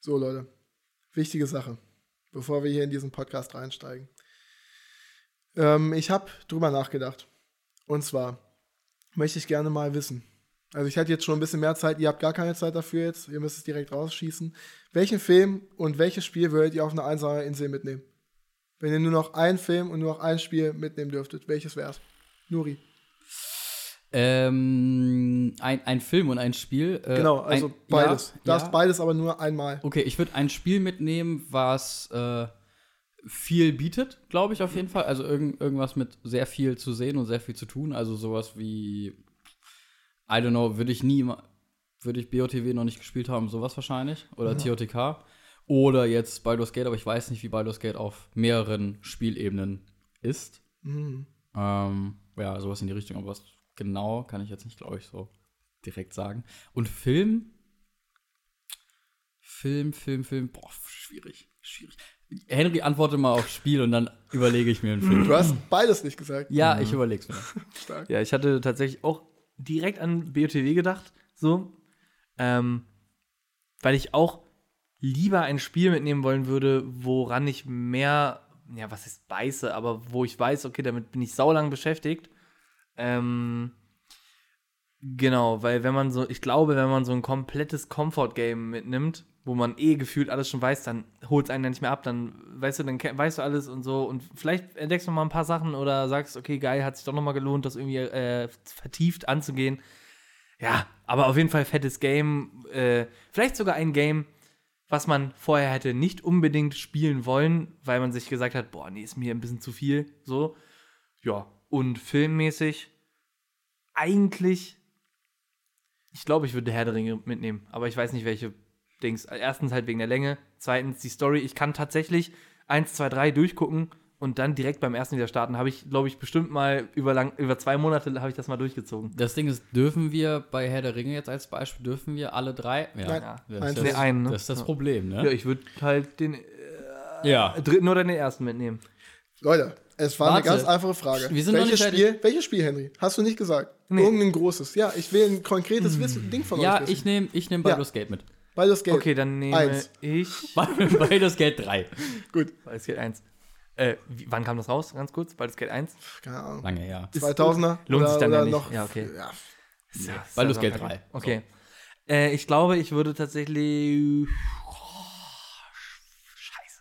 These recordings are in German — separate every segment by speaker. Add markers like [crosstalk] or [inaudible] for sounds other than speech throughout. Speaker 1: So, Leute, wichtige Sache, bevor wir hier in diesen Podcast reinsteigen. Ähm, ich habe drüber nachgedacht. Und zwar möchte ich gerne mal wissen. Also ich hatte jetzt schon ein bisschen mehr Zeit, ihr habt gar keine Zeit dafür jetzt, ihr müsst es direkt rausschießen. Welchen Film und welches Spiel würdet ihr auf eine einsame Insel mitnehmen? Wenn ihr nur noch einen Film und nur noch ein Spiel mitnehmen dürftet, welches wär's? Nuri.
Speaker 2: Ähm, ein, ein Film und ein Spiel. äh,
Speaker 1: Genau, also
Speaker 2: ein,
Speaker 1: beides.
Speaker 2: Ja,
Speaker 1: Du darfst
Speaker 2: ja.
Speaker 1: beides, aber nur einmal.
Speaker 2: Okay, ich würde ein Spiel mitnehmen, was äh, viel bietet, glaube ich auf jeden Fall. Also irgend, irgendwas mit sehr viel zu sehen und sehr viel zu tun. Also sowas wie, I don't know, würde ich nie, ma- würde ich BOTW noch nicht gespielt haben, sowas wahrscheinlich. Oder
Speaker 1: Mhm.
Speaker 2: TOTK. Oder jetzt Baldur's Gate, aber ich weiß nicht, wie Baldur's Gate auf mehreren Spielebenen ist.
Speaker 1: Mhm.
Speaker 2: Ähm, ja, sowas in die Richtung, aber was genau kann ich jetzt nicht, glaube ich, so direkt sagen. Und Film? Film, Film, Film. Boah, schwierig, schwierig. Henry, antworte mal auf Spiel und dann überlege ich mir einen Film.
Speaker 1: Du
Speaker 2: [clears throat]
Speaker 1: hast beides nicht gesagt.
Speaker 2: Ja, ich überleg's mir.
Speaker 1: Stark.
Speaker 3: Ja, ich hatte tatsächlich auch direkt an BOTW gedacht, so, ähm, weil ich auch lieber ein Spiel mitnehmen wollen würde, woran ich mehr, ja, was ist beiße, aber wo ich weiß, okay, damit bin ich saulang beschäftigt. Ähm, genau, weil wenn man so, ich glaube, wenn man so ein komplettes Comfort-Game mitnimmt, wo man eh gefühlt alles schon weiß, dann holt es einen ja nicht mehr ab, dann weißt du, dann ke- weißt du alles und so und vielleicht entdeckst du noch mal ein paar Sachen oder sagst, okay, geil, hat sich doch noch mal gelohnt, das irgendwie äh, vertieft anzugehen. Ja, aber auf jeden Fall fettes Game, äh, vielleicht sogar ein Game, was man vorher hätte nicht unbedingt spielen wollen, weil man sich gesagt hat, boah, nee, ist mir ein bisschen zu viel, so. Ja, und filmmäßig eigentlich, ich glaube, ich würde Herr der Ringe mitnehmen, aber ich weiß nicht, welche Dings. Erstens halt wegen der Länge, zweitens die Story. Ich kann tatsächlich 1, 2, 3 durchgucken und dann direkt beim ersten wieder starten. Habe ich, glaube ich, bestimmt mal über, lang, über zwei Monate habe ich das mal durchgezogen.
Speaker 2: Das Ding ist, dürfen wir bei Herr der Ringe jetzt als Beispiel, dürfen wir alle drei? Ja,
Speaker 1: Nein,
Speaker 3: Ja.
Speaker 2: das,
Speaker 1: eins.
Speaker 2: ist,
Speaker 3: Nee,
Speaker 2: das,
Speaker 3: einen, ne?
Speaker 2: das ist das Problem,
Speaker 3: Ja,
Speaker 2: ne?
Speaker 3: ich würde halt den
Speaker 2: Ja.
Speaker 3: dritten oder den ersten mitnehmen.
Speaker 1: Leute, es war
Speaker 2: Warte.
Speaker 1: eine ganz einfache Frage.
Speaker 2: Wir sind noch
Speaker 1: welches,
Speaker 2: nicht fertig.
Speaker 1: Spiel, welches Spiel, Henry? Hast du nicht gesagt?
Speaker 3: Nee. Hm.
Speaker 1: Irgendein großes. Ja, ich will ein konkretes Wissen, Ding von euch
Speaker 2: Ja,
Speaker 1: wissen.
Speaker 2: ich nehme ich nehm
Speaker 1: Ja.
Speaker 2: Baldur's Gate mit. [laughs]
Speaker 1: Baldur's Gate.
Speaker 3: Okay, dann nehme
Speaker 1: Äh, Eins.
Speaker 3: ich.
Speaker 2: Baldur's Gate 3.
Speaker 1: Gut.
Speaker 3: Baldur's Gate 1. Äh, wie, wann kam das raus? Ganz kurz. Baldur's Gate 1.
Speaker 1: Keine Ahnung.
Speaker 2: Lange her.
Speaker 1: 2000er?
Speaker 3: Lohnt
Speaker 1: oder,
Speaker 3: sich dann
Speaker 1: oder
Speaker 3: ja nicht.
Speaker 1: noch.
Speaker 3: Ja, okay.
Speaker 1: Ja,
Speaker 3: Ja,
Speaker 2: Baldur's
Speaker 3: ist
Speaker 2: Gate
Speaker 3: ja so
Speaker 2: 3.
Speaker 3: Okay. Äh, ich glaube, ich würde tatsächlich. Oh, scheiße.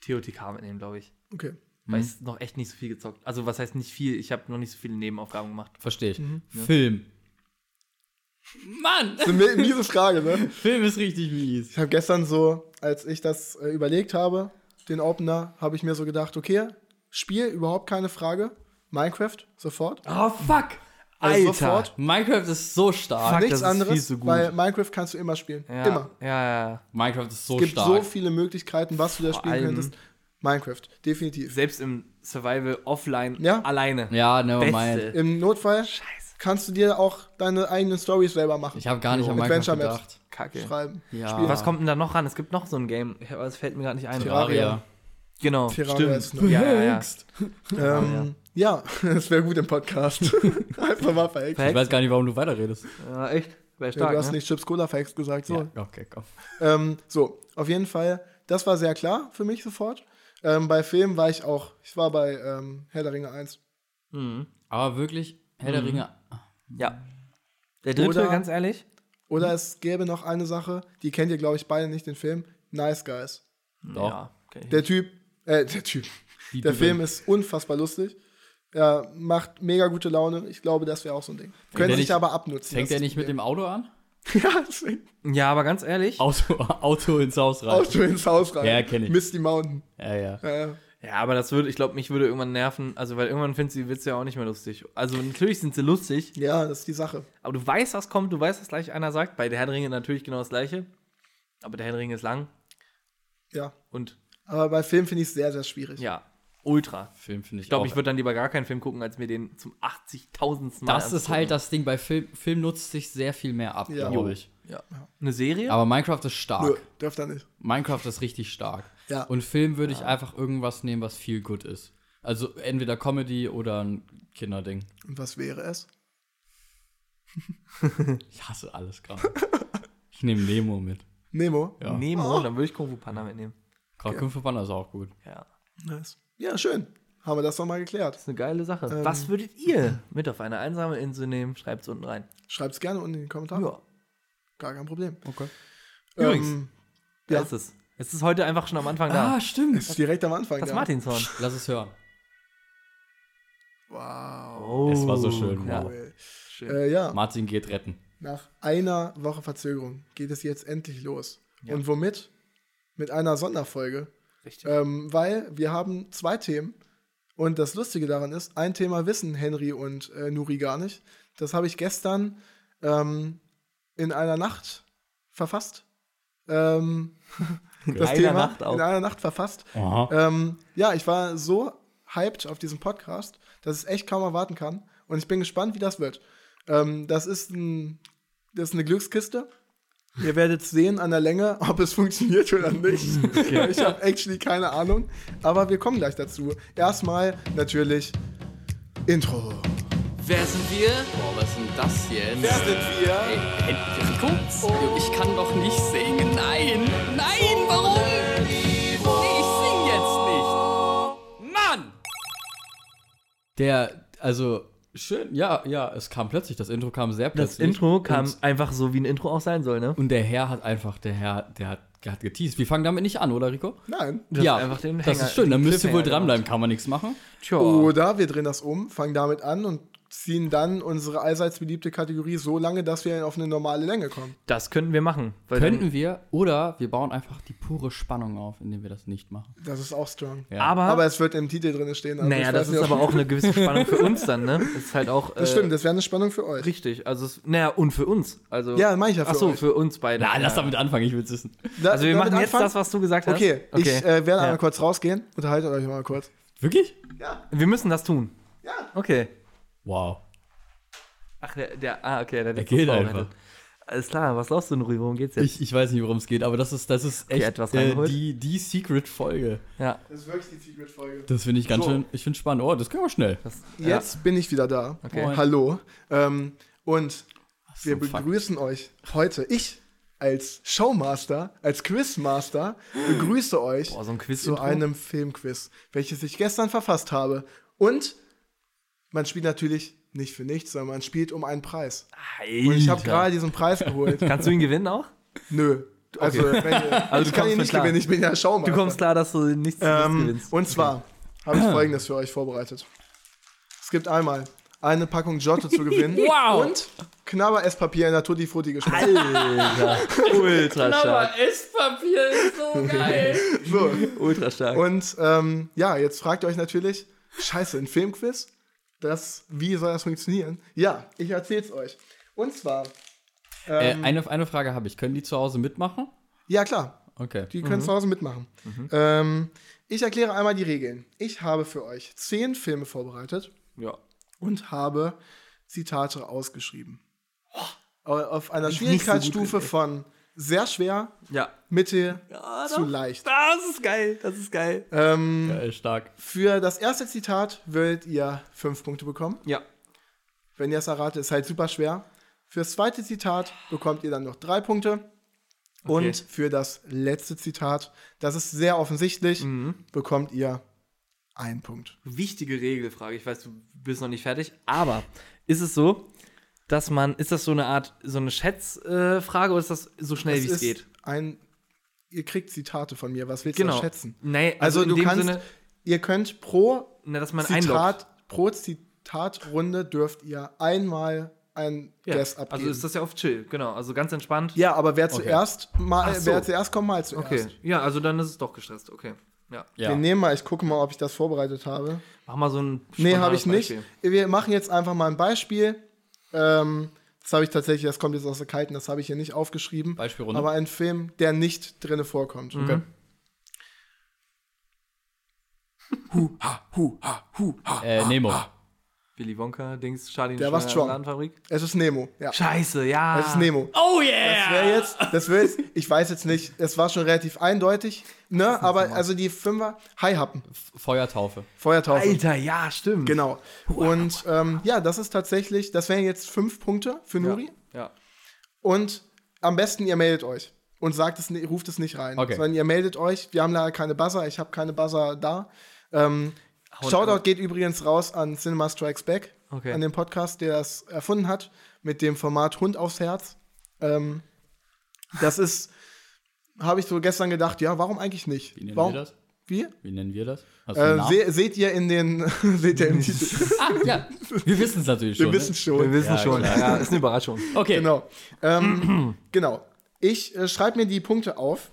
Speaker 3: TOTK mitnehmen, glaube ich.
Speaker 1: okay.
Speaker 3: Weil ich noch echt nicht so viel gezockt. Also, was heißt nicht viel? Ich habe noch nicht so viele Nebenaufgaben gemacht.
Speaker 2: Verstehe ich.
Speaker 1: Mhm,
Speaker 2: Film. Mann!
Speaker 1: Das ist eine miese Frage, ne?
Speaker 2: Film ist richtig mies.
Speaker 1: Ich habe gestern so, als ich das äh, überlegt habe, den Opener, habe ich mir so gedacht, okay, Spiel, überhaupt keine Frage. Minecraft, sofort.
Speaker 2: Oh, fuck!
Speaker 1: Also
Speaker 3: Alter.
Speaker 1: sofort.
Speaker 2: Minecraft ist so stark.
Speaker 3: Fuck,
Speaker 1: Nichts
Speaker 3: das ist viel
Speaker 1: anderes,
Speaker 3: zu gut.
Speaker 1: weil Minecraft kannst du immer spielen.
Speaker 3: Ja,
Speaker 1: Immer.
Speaker 3: Ja, ja.
Speaker 2: Minecraft ist so
Speaker 1: Es gibt so
Speaker 2: stark.
Speaker 1: viele Möglichkeiten, was du da
Speaker 3: Vor
Speaker 1: spielen
Speaker 3: allem-
Speaker 1: könntest. Minecraft, definitiv.
Speaker 3: Selbst im Survival offline
Speaker 1: Ja.
Speaker 3: alleine.
Speaker 2: ja, never
Speaker 3: Beste.
Speaker 2: mind.
Speaker 1: Im Notfall kannst du dir auch deine eigenen Stories selber machen.
Speaker 2: Ich habe gar nicht an Minecraft
Speaker 1: Adventure Maps.
Speaker 2: gedacht.
Speaker 3: Kacke.
Speaker 1: Schreiben.
Speaker 2: Ja.
Speaker 3: Spiel. Was kommt denn da noch ran? Es gibt noch so ein Game. Ja, aber Es fällt mir gerade nicht ein.
Speaker 2: Terraria.
Speaker 3: Genau.
Speaker 1: Terraria ist
Speaker 3: stimmt.
Speaker 1: noch-
Speaker 3: Ja, ja, ja.
Speaker 1: Ähm, ja, [laughs] das wäre gut im
Speaker 3: [laughs]
Speaker 1: Podcast. Einfach mal verhext.
Speaker 2: Ich weiß gar nicht, warum du weiterredest.
Speaker 3: ja echt. Wäre
Speaker 1: Ja,
Speaker 3: stark.
Speaker 1: du hast
Speaker 3: ne?
Speaker 1: nicht Chips Cola verhext gesagt. So.
Speaker 2: Ja, okay, komm.
Speaker 1: Ähm, so, auf jeden Fall, das war sehr klar für mich sofort. Ähm, bei Film war ich auch, ich war bei ähm, Herr der Ringe 1.
Speaker 3: Mhm.
Speaker 2: Aber wirklich, Herr
Speaker 1: Mhm.
Speaker 2: der Ringe.
Speaker 3: Ja. Der dritte,
Speaker 1: Oder-
Speaker 3: ganz ehrlich?
Speaker 1: Oder es gäbe noch eine Sache, die kennt ihr, glaube ich, beide nicht, den Film. Nice Guys.
Speaker 2: Doch.
Speaker 3: Ja. Okay.
Speaker 1: Der Typ, äh, der Typ.
Speaker 2: Die
Speaker 1: Der
Speaker 2: Bibel.
Speaker 1: Film ist unfassbar lustig. Er macht mega gute Laune. Ich glaube, das wäre auch so ein Ding. Können
Speaker 2: der
Speaker 1: sich
Speaker 2: nicht-
Speaker 1: aber abnutzen.
Speaker 2: Fängt
Speaker 1: das
Speaker 2: er nicht mit dem Auto an?
Speaker 1: Problem. [laughs] ja, deswegen.
Speaker 3: Ja, aber ganz ehrlich.
Speaker 2: Auto, [laughs] Auto ins Haus rein.
Speaker 1: Auto ins Haus rein.
Speaker 2: Ja, kenn ich.
Speaker 1: Misty Mountain.
Speaker 2: Ja, ja.
Speaker 1: Äh,
Speaker 3: Ja, aber das würde, ich glaube, mich würde irgendwann nerven. Also, weil irgendwann findest du die Witze ja auch nicht mehr lustig. Also, natürlich sind sie lustig,
Speaker 1: ja, das ist die Sache.
Speaker 3: aber du weißt, was kommt, du weißt, was gleich einer sagt. Bei der Herr der Ringe natürlich genau das Gleiche. Aber der Herr der Ringe ist lang
Speaker 1: Ja.
Speaker 3: und
Speaker 1: Aber bei Film finde ich es sehr, sehr schwierig.
Speaker 3: ja, ultra.
Speaker 2: Film finde ich
Speaker 3: Ich glaube,
Speaker 2: auch-
Speaker 3: ich würde dann lieber gar keinen Film gucken, als mir den zum 80.000. Mal.
Speaker 2: Das ist halt das Ding. Bei Film, Film nutzt sich sehr viel mehr ab,
Speaker 1: Ja.
Speaker 2: glaube ich.
Speaker 3: Ja. Eine Serie?
Speaker 2: Aber Minecraft ist stark.
Speaker 1: Nö, dürft er nicht.
Speaker 2: Minecraft ist richtig stark.
Speaker 1: Ja.
Speaker 2: Und Film würde ich einfach irgendwas nehmen, was viel gut ist. Also entweder Comedy oder ein Kinderding.
Speaker 1: Und was wäre es? [laughs]
Speaker 2: Ich hasse alles gerade. ich nehme Nemo mit.
Speaker 1: Nemo.
Speaker 2: Ja.
Speaker 3: Nemo,
Speaker 1: Oh.
Speaker 3: dann würde ich Kung Fu Panda mitnehmen.
Speaker 2: Kraken für Panda ist auch gut.
Speaker 3: Ja.
Speaker 1: Nice. Ja, schön. Haben wir das doch mal geklärt.
Speaker 3: Das ist eine geile Sache.
Speaker 1: Ähm.
Speaker 3: Was würdet ihr mit auf eine einsame Insel nehmen? Schreibt's unten rein.
Speaker 1: Schreibt's gerne unten in die Kommentare.
Speaker 3: Ja,
Speaker 1: Gar kein Problem.
Speaker 2: Okay.
Speaker 3: Übrigens.
Speaker 1: Ähm,
Speaker 3: da
Speaker 1: Ja.
Speaker 3: ist es. Es ist heute einfach schon am Anfang da.
Speaker 2: Ah, stimmt.
Speaker 1: ist direkt am Anfang.
Speaker 3: Das
Speaker 1: ja.
Speaker 3: Martinshorn.
Speaker 2: Lass es hören.
Speaker 1: Wow.
Speaker 3: Oh,
Speaker 2: Es war so schön,
Speaker 3: Ja.
Speaker 2: wow.
Speaker 1: Cool.
Speaker 3: Schön.
Speaker 1: Äh, ja.
Speaker 2: Martin geht retten.
Speaker 1: Nach einer Woche Verzögerung geht es jetzt endlich los.
Speaker 3: Ja.
Speaker 1: Und womit? Mit einer Sonderfolge.
Speaker 3: Richtig.
Speaker 1: Ähm, weil wir haben zwei Themen. Und das Lustige daran ist, ein Thema wissen Henry und äh, Nuri gar nicht. Das habe ich gestern ähm, in einer Nacht verfasst. Ähm, [laughs] das
Speaker 3: einer
Speaker 1: Thema
Speaker 3: Nacht auch.
Speaker 1: in einer Nacht verfasst.
Speaker 2: Aha.
Speaker 1: Ähm, ja, ich war so hyped auf diesen Podcast, dass ich echt kaum erwarten kann. Und ich bin gespannt, wie das wird. Ähm, das, ist ein, das ist eine Glückskiste. Ihr werdet sehen an der Länge, ob es [laughs] funktioniert oder nicht. Ich habe actually keine Ahnung. Aber wir kommen gleich dazu. Erstmal natürlich Intro.
Speaker 4: Wer sind wir?
Speaker 2: Boah, was sind das jetzt?
Speaker 4: Wer sind wir?
Speaker 2: Ey, ey, Rico? Ich kann doch nicht singen. Nein! Nein, warum? Nee, ich sing jetzt nicht. Mann! Der, also, schön, ja, ja, es kam plötzlich. Das Intro kam sehr plötzlich.
Speaker 3: Das Intro kam
Speaker 2: Und,
Speaker 3: einfach so, wie ein Intro auch sein soll, ne?
Speaker 2: und der Herr hat einfach, der Herr, der hat, der hat geteased. Wir fangen damit nicht an, oder Rico?
Speaker 1: Nein.
Speaker 3: Du hast einfach den
Speaker 2: das
Speaker 3: Hänger-
Speaker 2: ist schön. Da
Speaker 3: den
Speaker 2: müsst ihr wohl
Speaker 3: Cliffhanger
Speaker 2: dranbleiben. Kann man nichts machen.
Speaker 3: Tja.
Speaker 1: Oder wir drehen das um, fangen damit an und ziehen dann unsere allseits beliebte Kategorie so lange, dass wir auf eine normale Länge kommen.
Speaker 3: Das könnten wir machen. Weil
Speaker 2: Könnten wir, oder wir bauen einfach die pure Spannung auf, indem wir das nicht machen.
Speaker 1: Das ist auch strong.
Speaker 3: dann, aber,
Speaker 1: Aber es wird im Titel drin stehen. also
Speaker 3: naja,
Speaker 1: ich
Speaker 3: das
Speaker 1: weiß nicht,
Speaker 3: ist
Speaker 1: ob-
Speaker 3: aber auch eine gewisse Spannung für uns
Speaker 2: [laughs]
Speaker 3: dann, ne? Das Ist halt auch.
Speaker 1: Das
Speaker 3: äh,
Speaker 1: stimmt, das wäre eine Spannung für euch.
Speaker 3: Richtig. Also, es, naja, und für uns. Also,
Speaker 1: Ja, meine ich ja für
Speaker 3: Ach so,
Speaker 1: euch.
Speaker 3: für uns beide.
Speaker 2: Na, lass
Speaker 3: ja.
Speaker 2: damit anfangen, ich will's wissen.
Speaker 1: Da-
Speaker 3: Also, wir
Speaker 1: damit
Speaker 3: machen jetzt das, was du gesagt hast.
Speaker 1: Okay, ich äh, werde
Speaker 3: Ja.
Speaker 1: einmal kurz rausgehen. Unterhaltet euch mal kurz.
Speaker 2: Wirklich?
Speaker 1: Ja,
Speaker 3: Wir müssen das tun.
Speaker 1: ja.
Speaker 3: Okay.
Speaker 2: Wow.
Speaker 3: Ach, der, der ah, okay, der, der
Speaker 2: geht
Speaker 3: Vorbereitet.
Speaker 2: einfach.
Speaker 3: Alles klar, was laufst du denn, Rui? Worum geht's jetzt?
Speaker 2: Ich, ich weiß nicht, worum es geht, aber das ist, das ist
Speaker 3: Okay,
Speaker 2: echt
Speaker 3: etwas
Speaker 2: äh,
Speaker 3: reingeholt.
Speaker 2: die, die Secret-Folge.
Speaker 3: ja,
Speaker 1: Das ist wirklich die Secret-Folge.
Speaker 2: Das finde ich ganz
Speaker 1: So.
Speaker 2: schön, ich finde spannend. Oh, das können wir schnell.
Speaker 3: das,
Speaker 1: Jetzt bin ich wieder da.
Speaker 3: Okay.
Speaker 1: Hallo. Ähm, und
Speaker 2: Ach,
Speaker 1: wir
Speaker 2: so, fuck.
Speaker 1: begrüßen euch heute. Ich als Showmaster, als Quizmaster begrüße euch
Speaker 3: Boah, so ein Quiz.
Speaker 1: zu einem Filmquiz, welches ich gestern verfasst habe. Und man spielt natürlich nicht für nichts, sondern man spielt um einen Preis. Und ich habe gerade diesen Preis geholt.
Speaker 3: [laughs] Kannst du ihn gewinnen auch?
Speaker 1: Nö. Also, wenn, also
Speaker 3: Also du
Speaker 1: ich kann
Speaker 3: kommst
Speaker 1: ihn
Speaker 3: mit
Speaker 1: nicht
Speaker 3: klar.
Speaker 1: gewinnen, ich bin ja Schaumaster.
Speaker 3: Du kommst klar, dass du nichts, nichts
Speaker 1: ähm,
Speaker 3: gewinnst. Oh,
Speaker 1: Und zwar habe ich folgendes für euch vorbereitet. Es gibt einmal eine Packung Giotto zu gewinnen
Speaker 2: Wow.
Speaker 1: und knabber Esspapier in der Tutti Frutti geschmeckt.
Speaker 3: [laughs] Alter, ultra stark.
Speaker 2: Esspapier ist [laughs] so geil.
Speaker 1: So.
Speaker 3: Ultra stark.
Speaker 1: Und ähm, ja, jetzt fragt ihr euch natürlich, scheiße, ein Filmquiz? Das, wie soll das funktionieren? Ja, ich erzähl's euch. Und zwar, Ähm.
Speaker 2: äh, eine, eine Frage habe ich. Können die zu Hause mitmachen?
Speaker 1: ja klar,
Speaker 2: Okay.
Speaker 3: Mhm.
Speaker 1: Die können zu Hause mitmachen. Ähm, ich erkläre einmal die Regeln. Ich habe für euch zehn Filme vorbereitet
Speaker 3: ja.
Speaker 1: und habe Zitate ausgeschrieben. Au- Auf einer
Speaker 3: ich nicht so gut
Speaker 1: Schwierigkeitsstufe
Speaker 3: bin, ey.
Speaker 1: von sehr schwer,
Speaker 3: Ja.
Speaker 1: mittel
Speaker 3: Ja,
Speaker 1: zu
Speaker 3: doch.
Speaker 1: leicht.
Speaker 3: Das ist geil, das ist geil.
Speaker 1: Ähm,
Speaker 2: Geil, Äh, stark.
Speaker 1: für das erste Zitat würdet ihr fünf Punkte bekommen.
Speaker 3: Ja.
Speaker 1: Wenn ihr es erratet, ist halt super schwer. Fürs zweite Zitat bekommt ihr dann noch drei Punkte. Und für das letzte Zitat, das ist sehr offensichtlich,
Speaker 3: Mhm.
Speaker 1: bekommt ihr einen Punkt.
Speaker 3: Wichtige Regelfrage. Ich weiß, du bist noch nicht fertig, aber ist es so, dass man, ist das so eine Art, so eine Schätzfrage äh, Frage oder ist das so schnell, wie
Speaker 1: Das
Speaker 3: es
Speaker 1: ist
Speaker 3: geht?
Speaker 1: Ein, ihr kriegt Zitate von mir. Was willst
Speaker 3: Genau.
Speaker 1: du schätzen?
Speaker 3: Nee, also,
Speaker 1: Also,
Speaker 3: in
Speaker 1: du
Speaker 3: dem
Speaker 1: kannst,
Speaker 3: Sinne,
Speaker 1: ihr könnt pro
Speaker 3: na, dass man einloggt.
Speaker 1: Zitat, pro Zitatrunde dürft ihr einmal ein
Speaker 3: Ja.
Speaker 1: Guess abgeben.
Speaker 3: Also ist das ja auf chill, genau. Also ganz entspannt.
Speaker 1: ja, aber wer zuerst mal,
Speaker 3: Ach so.
Speaker 1: wer zuerst kommt, mal zuerst.
Speaker 3: okay. Ja, also dann ist es doch gestresst. Okay. Ja.
Speaker 1: Wir
Speaker 2: Ja.
Speaker 1: nehmen mal, ich gucke mal, ob ich das vorbereitet habe.
Speaker 3: Mach mal so ein.
Speaker 1: Nee,
Speaker 3: spontanes
Speaker 1: habe ich nicht.
Speaker 3: Beispiel.
Speaker 1: Wir machen jetzt einfach mal ein Beispiel. Ähm, das habe ich tatsächlich, das kommt jetzt aus der Kalten, das habe ich hier nicht aufgeschrieben.
Speaker 2: Beispielrunde.
Speaker 1: Aber ein Film, der nicht drinne vorkommt.
Speaker 3: Mhm.
Speaker 2: Okay. Äh, Nemo.
Speaker 3: Billy Wonka, Dings, Charlie in
Speaker 1: Der
Speaker 3: der
Speaker 1: war's schon.
Speaker 3: Ladenfabrik.
Speaker 1: Es ist Nemo, ja.
Speaker 3: Scheiße, ja.
Speaker 1: Es ist Nemo.
Speaker 2: Oh
Speaker 1: Das
Speaker 2: yeah!
Speaker 1: wäre jetzt, das wäre jetzt, ich weiß jetzt nicht, es war schon relativ eindeutig, ne, aber also die Fünfer, Haihappen,
Speaker 2: Feuertaufe.
Speaker 1: Feuertaufe.
Speaker 3: Alter, ja, stimmt.
Speaker 1: Genau. Und ähm, ja, das ist tatsächlich, das wären jetzt fünf Punkte für
Speaker 3: Ja.
Speaker 1: Nuri
Speaker 3: Ja.
Speaker 1: und am besten ihr meldet euch und sagt es, ni- ruft es nicht rein.
Speaker 2: Okay.
Speaker 1: Sondern ihr meldet euch, wir haben leider keine Buzzer, ich habe keine Buzzer da. Ähm,
Speaker 3: Haut
Speaker 1: Shoutout
Speaker 3: ab.
Speaker 1: geht übrigens raus an Cinema Strikes Back,
Speaker 3: Okay.
Speaker 1: an den Podcast, der das erfunden hat, mit dem Format Hund aufs Herz. Ähm, das ist, habe ich so gestern gedacht, ja, warum eigentlich nicht?
Speaker 2: Wie nennen
Speaker 1: warum?
Speaker 2: wir das?
Speaker 1: Wie?
Speaker 2: Wie nennen wir das? Hast du einen
Speaker 1: Äh,
Speaker 2: Namen?
Speaker 1: se seht ihr in den, [laughs] seht ihr im Titel,
Speaker 2: ah, ja. Wir wissen es natürlich
Speaker 1: [laughs]
Speaker 2: schon.
Speaker 1: wir wissen schon.
Speaker 3: Wir wissen
Speaker 2: Ja,
Speaker 3: schon.
Speaker 2: klar.
Speaker 3: Ja,
Speaker 1: [laughs]
Speaker 3: ist eine Überraschung.
Speaker 2: ne? Okay.
Speaker 1: Genau. Ähm, genau. Ich äh, schreibe mir die Punkte auf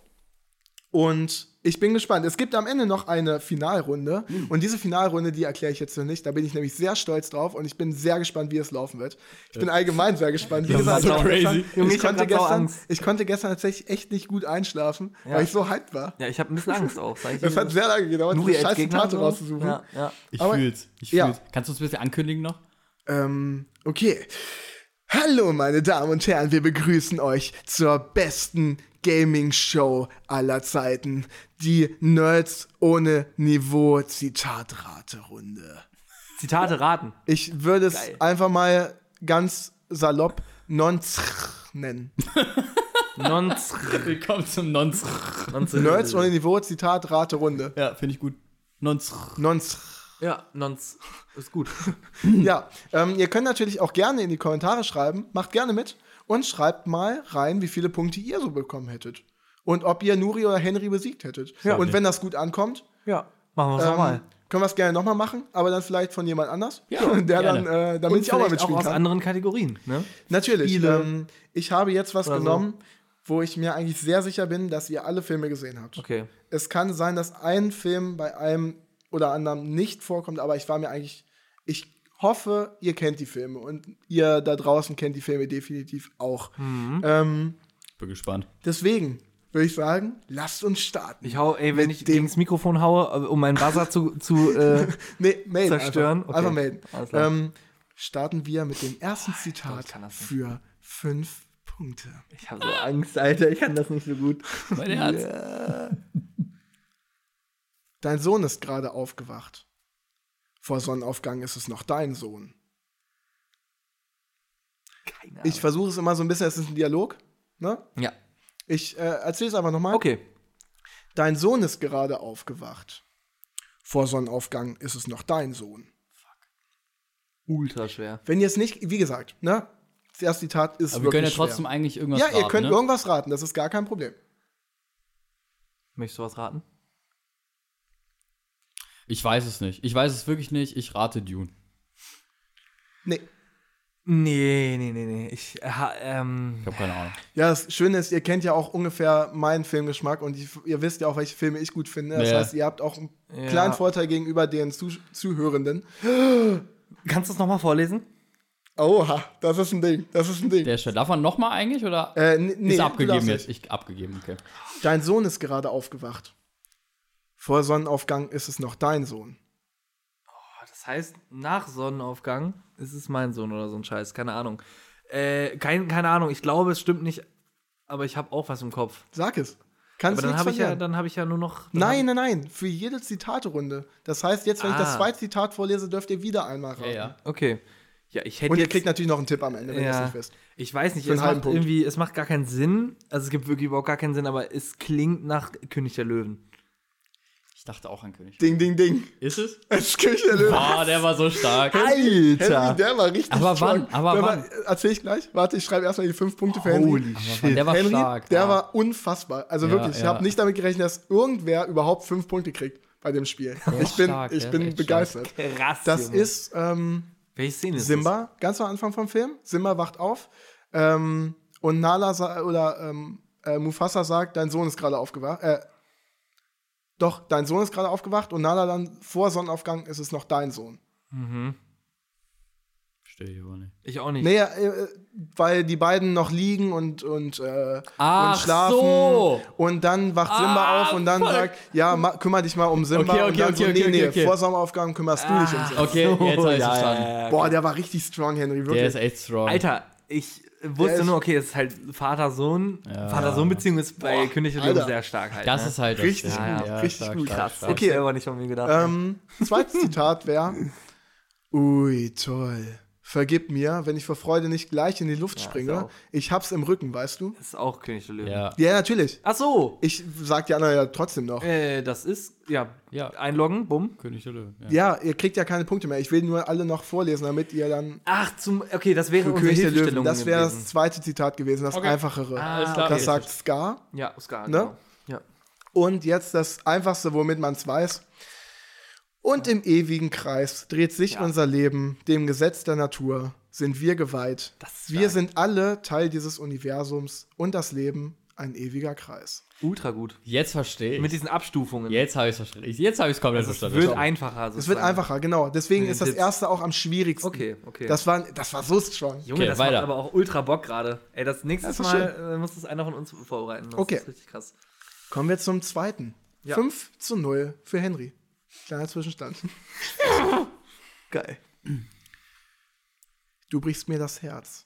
Speaker 1: und ich bin gespannt. Es gibt am Ende noch eine Finalrunde
Speaker 3: Hm.
Speaker 1: und diese Finalrunde, die erkläre ich jetzt noch nicht. Da bin ich nämlich sehr stolz drauf und ich bin sehr gespannt, wie es laufen wird. Ich bin allgemein sehr gespannt. Wie
Speaker 2: Das
Speaker 1: gesagt,
Speaker 2: ist so
Speaker 1: ich konnte
Speaker 2: crazy.
Speaker 1: gestern-
Speaker 3: Junge,
Speaker 1: Ich,
Speaker 3: ich hab
Speaker 1: konnte
Speaker 3: grad sau
Speaker 1: gestern,
Speaker 3: Angst.
Speaker 1: ich konnte gestern tatsächlich echt nicht gut einschlafen,
Speaker 3: Ja.
Speaker 1: weil ich so hyped war.
Speaker 3: Ja, ich habe ein bisschen Angst auch. Sag ich
Speaker 1: Es hat sehr lange gedauert,
Speaker 3: Nuri
Speaker 1: diese
Speaker 3: als
Speaker 1: scheiß
Speaker 3: Gegner
Speaker 1: Zitate
Speaker 3: so.
Speaker 1: rauszusuchen.
Speaker 3: Ja, ja.
Speaker 2: Ich
Speaker 1: Aber-
Speaker 2: fühl's. Ich
Speaker 1: Ja.
Speaker 2: fühl's. Kannst du uns ein bisschen ankündigen noch?
Speaker 1: Ähm, okay. Hallo, meine Damen und Herren, wir begrüßen euch zur besten Gaming-Show aller Zeiten. Die Nerds ohne Niveau Zitatrate-Runde.
Speaker 3: Zitate raten.
Speaker 1: Ich würde es
Speaker 3: Geil.
Speaker 1: einfach mal ganz salopp nonz nennen.
Speaker 3: Nonz.
Speaker 1: [laughs]
Speaker 2: Willkommen zum Nonz.
Speaker 3: Nonz.
Speaker 1: Nerds ohne Niveau Zitatrate-Runde.
Speaker 2: Ja, finde ich gut. Nonz.
Speaker 1: Nonz.
Speaker 3: Ja, Nonz. Ist gut.
Speaker 1: Ja, ähm, ihr könnt natürlich auch gerne in die Kommentare schreiben, macht gerne mit und schreibt mal rein, wie viele Punkte ihr so bekommen hättet. Und ob ihr Nuri oder Henry besiegt hättet.
Speaker 3: Ja.
Speaker 1: Und wenn das gut ankommt,
Speaker 3: Ja. Machen wir es
Speaker 1: ähm,
Speaker 3: nochmal.
Speaker 1: können wir es gerne nochmal machen, aber dann vielleicht von jemand anders,
Speaker 2: Ja,
Speaker 1: [laughs] der
Speaker 2: gerne.
Speaker 1: dann, äh, damit ich auch mal mitspielen
Speaker 3: aus
Speaker 1: kann.
Speaker 3: anderen Kategorien. Ne?
Speaker 1: Natürlich.
Speaker 3: Spiele.
Speaker 1: Ähm, ich habe jetzt was
Speaker 3: Oder so.
Speaker 1: genommen, wo ich mir eigentlich sehr sicher bin, dass ihr alle Filme gesehen habt.
Speaker 3: Okay.
Speaker 1: Es kann sein, dass ein Film bei einem oder anderem nicht vorkommt, aber ich war mir eigentlich, ich hoffe, ihr kennt die Filme und ihr da draußen kennt die Filme definitiv auch.
Speaker 3: Mhm.
Speaker 1: Ähm,
Speaker 2: Bin gespannt.
Speaker 1: deswegen würde ich sagen, lasst uns starten.
Speaker 3: Ich hau, ey, wenn
Speaker 1: dem-
Speaker 3: ich gegen das Mikrofon haue, äh, um meinen Buzzer zu, zu
Speaker 1: [laughs]
Speaker 3: äh,
Speaker 1: nee, melden.
Speaker 3: Zerstören?
Speaker 1: Einfach,
Speaker 3: Okay.
Speaker 1: einfach melden.
Speaker 3: Alles klar.
Speaker 1: Ähm, starten wir mit dem ersten Zitat
Speaker 3: kann das nicht.
Speaker 1: für fünf Punkte.
Speaker 3: Ich habe so Angst, Alter, ich kann das nicht so gut.
Speaker 2: Mein Herz.
Speaker 1: Dein Sohn ist gerade aufgewacht. Vor Sonnenaufgang ist es noch dein Sohn.
Speaker 3: Keine
Speaker 1: Ich versuche es immer so ein bisschen, es ist ein Dialog. Ne?
Speaker 3: Ja.
Speaker 1: Ich äh, erzähle es einfach nochmal.
Speaker 3: Okay.
Speaker 1: Dein Sohn ist gerade aufgewacht. Vor Sonnenaufgang ist es noch dein Sohn.
Speaker 3: Ultra schwer.
Speaker 1: Wenn ihr es nicht, wie gesagt, ne? Das erste Zitat ist
Speaker 2: Aber wir
Speaker 1: wirklich
Speaker 2: können ja
Speaker 1: schwer.
Speaker 2: trotzdem eigentlich irgendwas
Speaker 1: Ja, ihr
Speaker 2: raten,
Speaker 1: könnt
Speaker 2: ne?
Speaker 1: irgendwas raten, das ist gar kein Problem.
Speaker 3: Möchtest du was raten?
Speaker 2: Ich weiß es nicht. Ich weiß es wirklich nicht. Ich rate Dune.
Speaker 1: Nee.
Speaker 3: Nee, nee, nee, nee. Ich, ha, ähm,
Speaker 2: Ich habe keine Ahnung.
Speaker 1: Ja, das Schöne ist, ihr kennt ja auch ungefähr meinen Filmgeschmack und die, ihr wisst ja auch, welche Filme ich gut finde. Das
Speaker 2: Ja.
Speaker 1: heißt, ihr habt auch einen
Speaker 3: Ja.
Speaker 1: kleinen Vorteil gegenüber den Zuh Zuhörenden.
Speaker 3: kannst du es nochmal vorlesen?
Speaker 1: Oha, das ist ein Ding, das ist ein Ding.
Speaker 2: Der ist schwer. Darf man nochmal eigentlich oder
Speaker 1: Äh, n- nee,
Speaker 2: ist
Speaker 1: du
Speaker 2: abgegeben
Speaker 1: darfst
Speaker 2: jetzt?
Speaker 1: nicht.
Speaker 2: Ich abgegeben, okay.
Speaker 1: Dein Sohn ist gerade aufgewacht. Vor Sonnenaufgang ist es noch dein Sohn.
Speaker 3: Boah, Das heißt, nach Sonnenaufgang ist es mein Sohn oder so ein Scheiß. Keine Ahnung. Äh, kein, keine Ahnung. Ich glaube, es stimmt nicht. Aber ich habe auch was im Kopf.
Speaker 1: Sag es. Kannst du
Speaker 3: Aber dann
Speaker 1: nichts
Speaker 3: habe ich, ja,
Speaker 1: verlieren.
Speaker 3: dann hab ich ja nur noch. dann
Speaker 1: nein, nein, nein. Für jede Zitaterunde. Das heißt, jetzt, wenn ich das
Speaker 3: Ah.
Speaker 1: zweite Zitat vorlese, dürft ihr wieder einmal raten.
Speaker 3: hab- Okay. Ja, ich hätte
Speaker 1: Und ihr
Speaker 3: jetzt-
Speaker 1: kriegt natürlich noch einen Tipp am Ende, wenn ihr es nicht wisst.
Speaker 3: Ich weiß nicht,
Speaker 1: Für einen
Speaker 3: es macht
Speaker 1: halben Punkt.
Speaker 3: irgendwie, es macht gar keinen Sinn. Also es gibt wirklich überhaupt gar keinen Sinn, aber es klingt nach König der Löwen.
Speaker 2: Ich dachte auch an König.
Speaker 1: Ding, ding, ding. [laughs]
Speaker 2: Ist es?
Speaker 1: Es kriegt der Löwe.
Speaker 2: Boah, der war so stark.
Speaker 1: Henry, der war richtig
Speaker 2: Aber wann?
Speaker 1: stark.
Speaker 2: Aber
Speaker 1: Der
Speaker 2: wann?
Speaker 1: war- Erzähl ich gleich. Warte, ich schreibe erstmal die fünf Punkte für Henry.
Speaker 2: Mann, der war
Speaker 1: Henry,
Speaker 2: stark.
Speaker 1: der
Speaker 2: ja.
Speaker 1: war unfassbar. Also
Speaker 2: Ja,
Speaker 1: wirklich, ich
Speaker 2: ja.
Speaker 1: habe nicht damit gerechnet, dass irgendwer überhaupt fünf Punkte kriegt bei dem Spiel. Ich
Speaker 2: ist
Speaker 1: bin,
Speaker 2: stark, der
Speaker 1: ich
Speaker 2: ist
Speaker 1: bin
Speaker 2: echt
Speaker 1: begeistert.
Speaker 3: Krass.
Speaker 1: Das
Speaker 3: Junge.
Speaker 1: ist ähm,
Speaker 3: Welche Szene ist
Speaker 1: Simba, ganz am Anfang vom Film. Simba wacht auf ähm, und Nala sa- oder ähm, äh, Mufasa sagt, dein Sohn ist gerade aufgewacht. Äh, doch, dein Sohn ist gerade aufgewacht und Nala dann vor Sonnenaufgang ist es noch dein Sohn.
Speaker 2: Verstehe ich aber nicht.
Speaker 3: das? Ich auch nicht.
Speaker 1: Nee, äh, weil die beiden noch liegen und, und, äh, und
Speaker 2: Ach
Speaker 1: schlafen.
Speaker 2: so.
Speaker 1: Und dann wacht Simba
Speaker 2: Ah,
Speaker 1: auf und dann
Speaker 2: fuck.
Speaker 1: sagt, ja, ma, kümmere dich mal um Simba.
Speaker 2: Okay, okay,
Speaker 1: und dann so,
Speaker 2: okay, okay,
Speaker 1: nee, nee,
Speaker 2: okay. Ah,
Speaker 1: vor Sonnenaufgang kümmerst du dich um Simba.
Speaker 2: Okay, jetzt
Speaker 3: Oh,
Speaker 2: habe ich
Speaker 3: [laughs] ja,
Speaker 2: verstanden.
Speaker 3: ja, ja.
Speaker 1: Boah, der war richtig strong, Henry, wirklich.
Speaker 2: Der ist echt strong.
Speaker 3: Alter, ich
Speaker 1: Der
Speaker 3: wusste
Speaker 1: ist-
Speaker 3: nur, okay, es ist halt Vater-Sohn. Vater-Sohn-Beziehung ist bei König der Löwen
Speaker 1: Alter.
Speaker 3: sehr stark halt.
Speaker 2: Das
Speaker 3: ne?
Speaker 2: ist halt das-
Speaker 1: Richtig
Speaker 2: ja,
Speaker 1: gut,
Speaker 2: ja,
Speaker 1: richtig
Speaker 2: stark,
Speaker 1: gut.
Speaker 2: Stark,
Speaker 3: krass.
Speaker 2: stark.
Speaker 3: Hab ich
Speaker 1: Okay.
Speaker 3: selber nicht von mir gedacht.
Speaker 1: Ähm, zweites Zitat wäre: Ui, toll. Vergib mir, wenn ich vor Freude nicht gleich in die Luft
Speaker 3: Ja, ist
Speaker 1: springe.
Speaker 3: auch-
Speaker 1: Ich hab's im Rücken, weißt du?
Speaker 3: Das ist auch König der Löwen.
Speaker 2: Ja.
Speaker 1: Ja, natürlich.
Speaker 3: Ach so.
Speaker 1: Ich sag die anderen ja trotzdem noch.
Speaker 3: Äh, das ist, ja,
Speaker 2: Ja.
Speaker 3: einloggen, bumm.
Speaker 2: König der Löwen. Ja.
Speaker 1: Ja, ihr kriegt ja keine Punkte mehr. Ich will nur alle noch vorlesen, damit ihr dann
Speaker 3: Ach, zum, okay, das wäre
Speaker 1: für
Speaker 3: unsere
Speaker 1: König der Löwen.
Speaker 3: Hilfestellung
Speaker 1: Das wäre das
Speaker 3: gewesen.
Speaker 1: zweite Zitat gewesen, das
Speaker 2: Okay.
Speaker 1: einfachere.
Speaker 2: Alles
Speaker 3: Ah,
Speaker 2: klar.
Speaker 1: Das sagt Scar.
Speaker 3: Ja, Oscar,
Speaker 1: Ne?
Speaker 3: genau. Ja.
Speaker 1: Und jetzt das einfachste, womit man es weiß. Und im ewigen Kreis dreht sich
Speaker 3: Ja.
Speaker 1: unser Leben, dem Gesetz der Natur sind wir geweiht.
Speaker 3: Das ist
Speaker 1: Wir
Speaker 3: stark.
Speaker 1: sind alle Teil dieses Universums und das Leben ein ewiger Kreis.
Speaker 3: Ultra gut.
Speaker 2: Jetzt verstehe
Speaker 3: Mit
Speaker 2: ich.
Speaker 3: diesen Abstufungen.
Speaker 2: Jetzt habe ich es verstanden. Ich- Jetzt habe ich es komplett
Speaker 3: Es
Speaker 2: verstanden.
Speaker 3: wird
Speaker 2: Komm.
Speaker 3: einfacher.
Speaker 1: Es wird
Speaker 3: sozusagen.
Speaker 1: einfacher, genau. Deswegen
Speaker 3: Mit den
Speaker 1: ist das
Speaker 3: Tipps.
Speaker 1: erste auch am schwierigsten.
Speaker 3: Okay, okay.
Speaker 1: Das war, das war so schon.
Speaker 3: Junge,
Speaker 2: Okay,
Speaker 3: das
Speaker 2: weiter.
Speaker 3: macht aber auch ultra Bock gerade. Ey, das nächste
Speaker 1: Das ist
Speaker 3: Mal äh, muss das einer von uns vorbereiten. Das
Speaker 1: Okay.
Speaker 3: ist richtig krass.
Speaker 1: Kommen wir zum zweiten.
Speaker 3: Ja.
Speaker 1: 5 zu 0 für Henry. Kleiner Zwischenstand. [laughs] Geil. Du brichst mir das Herz.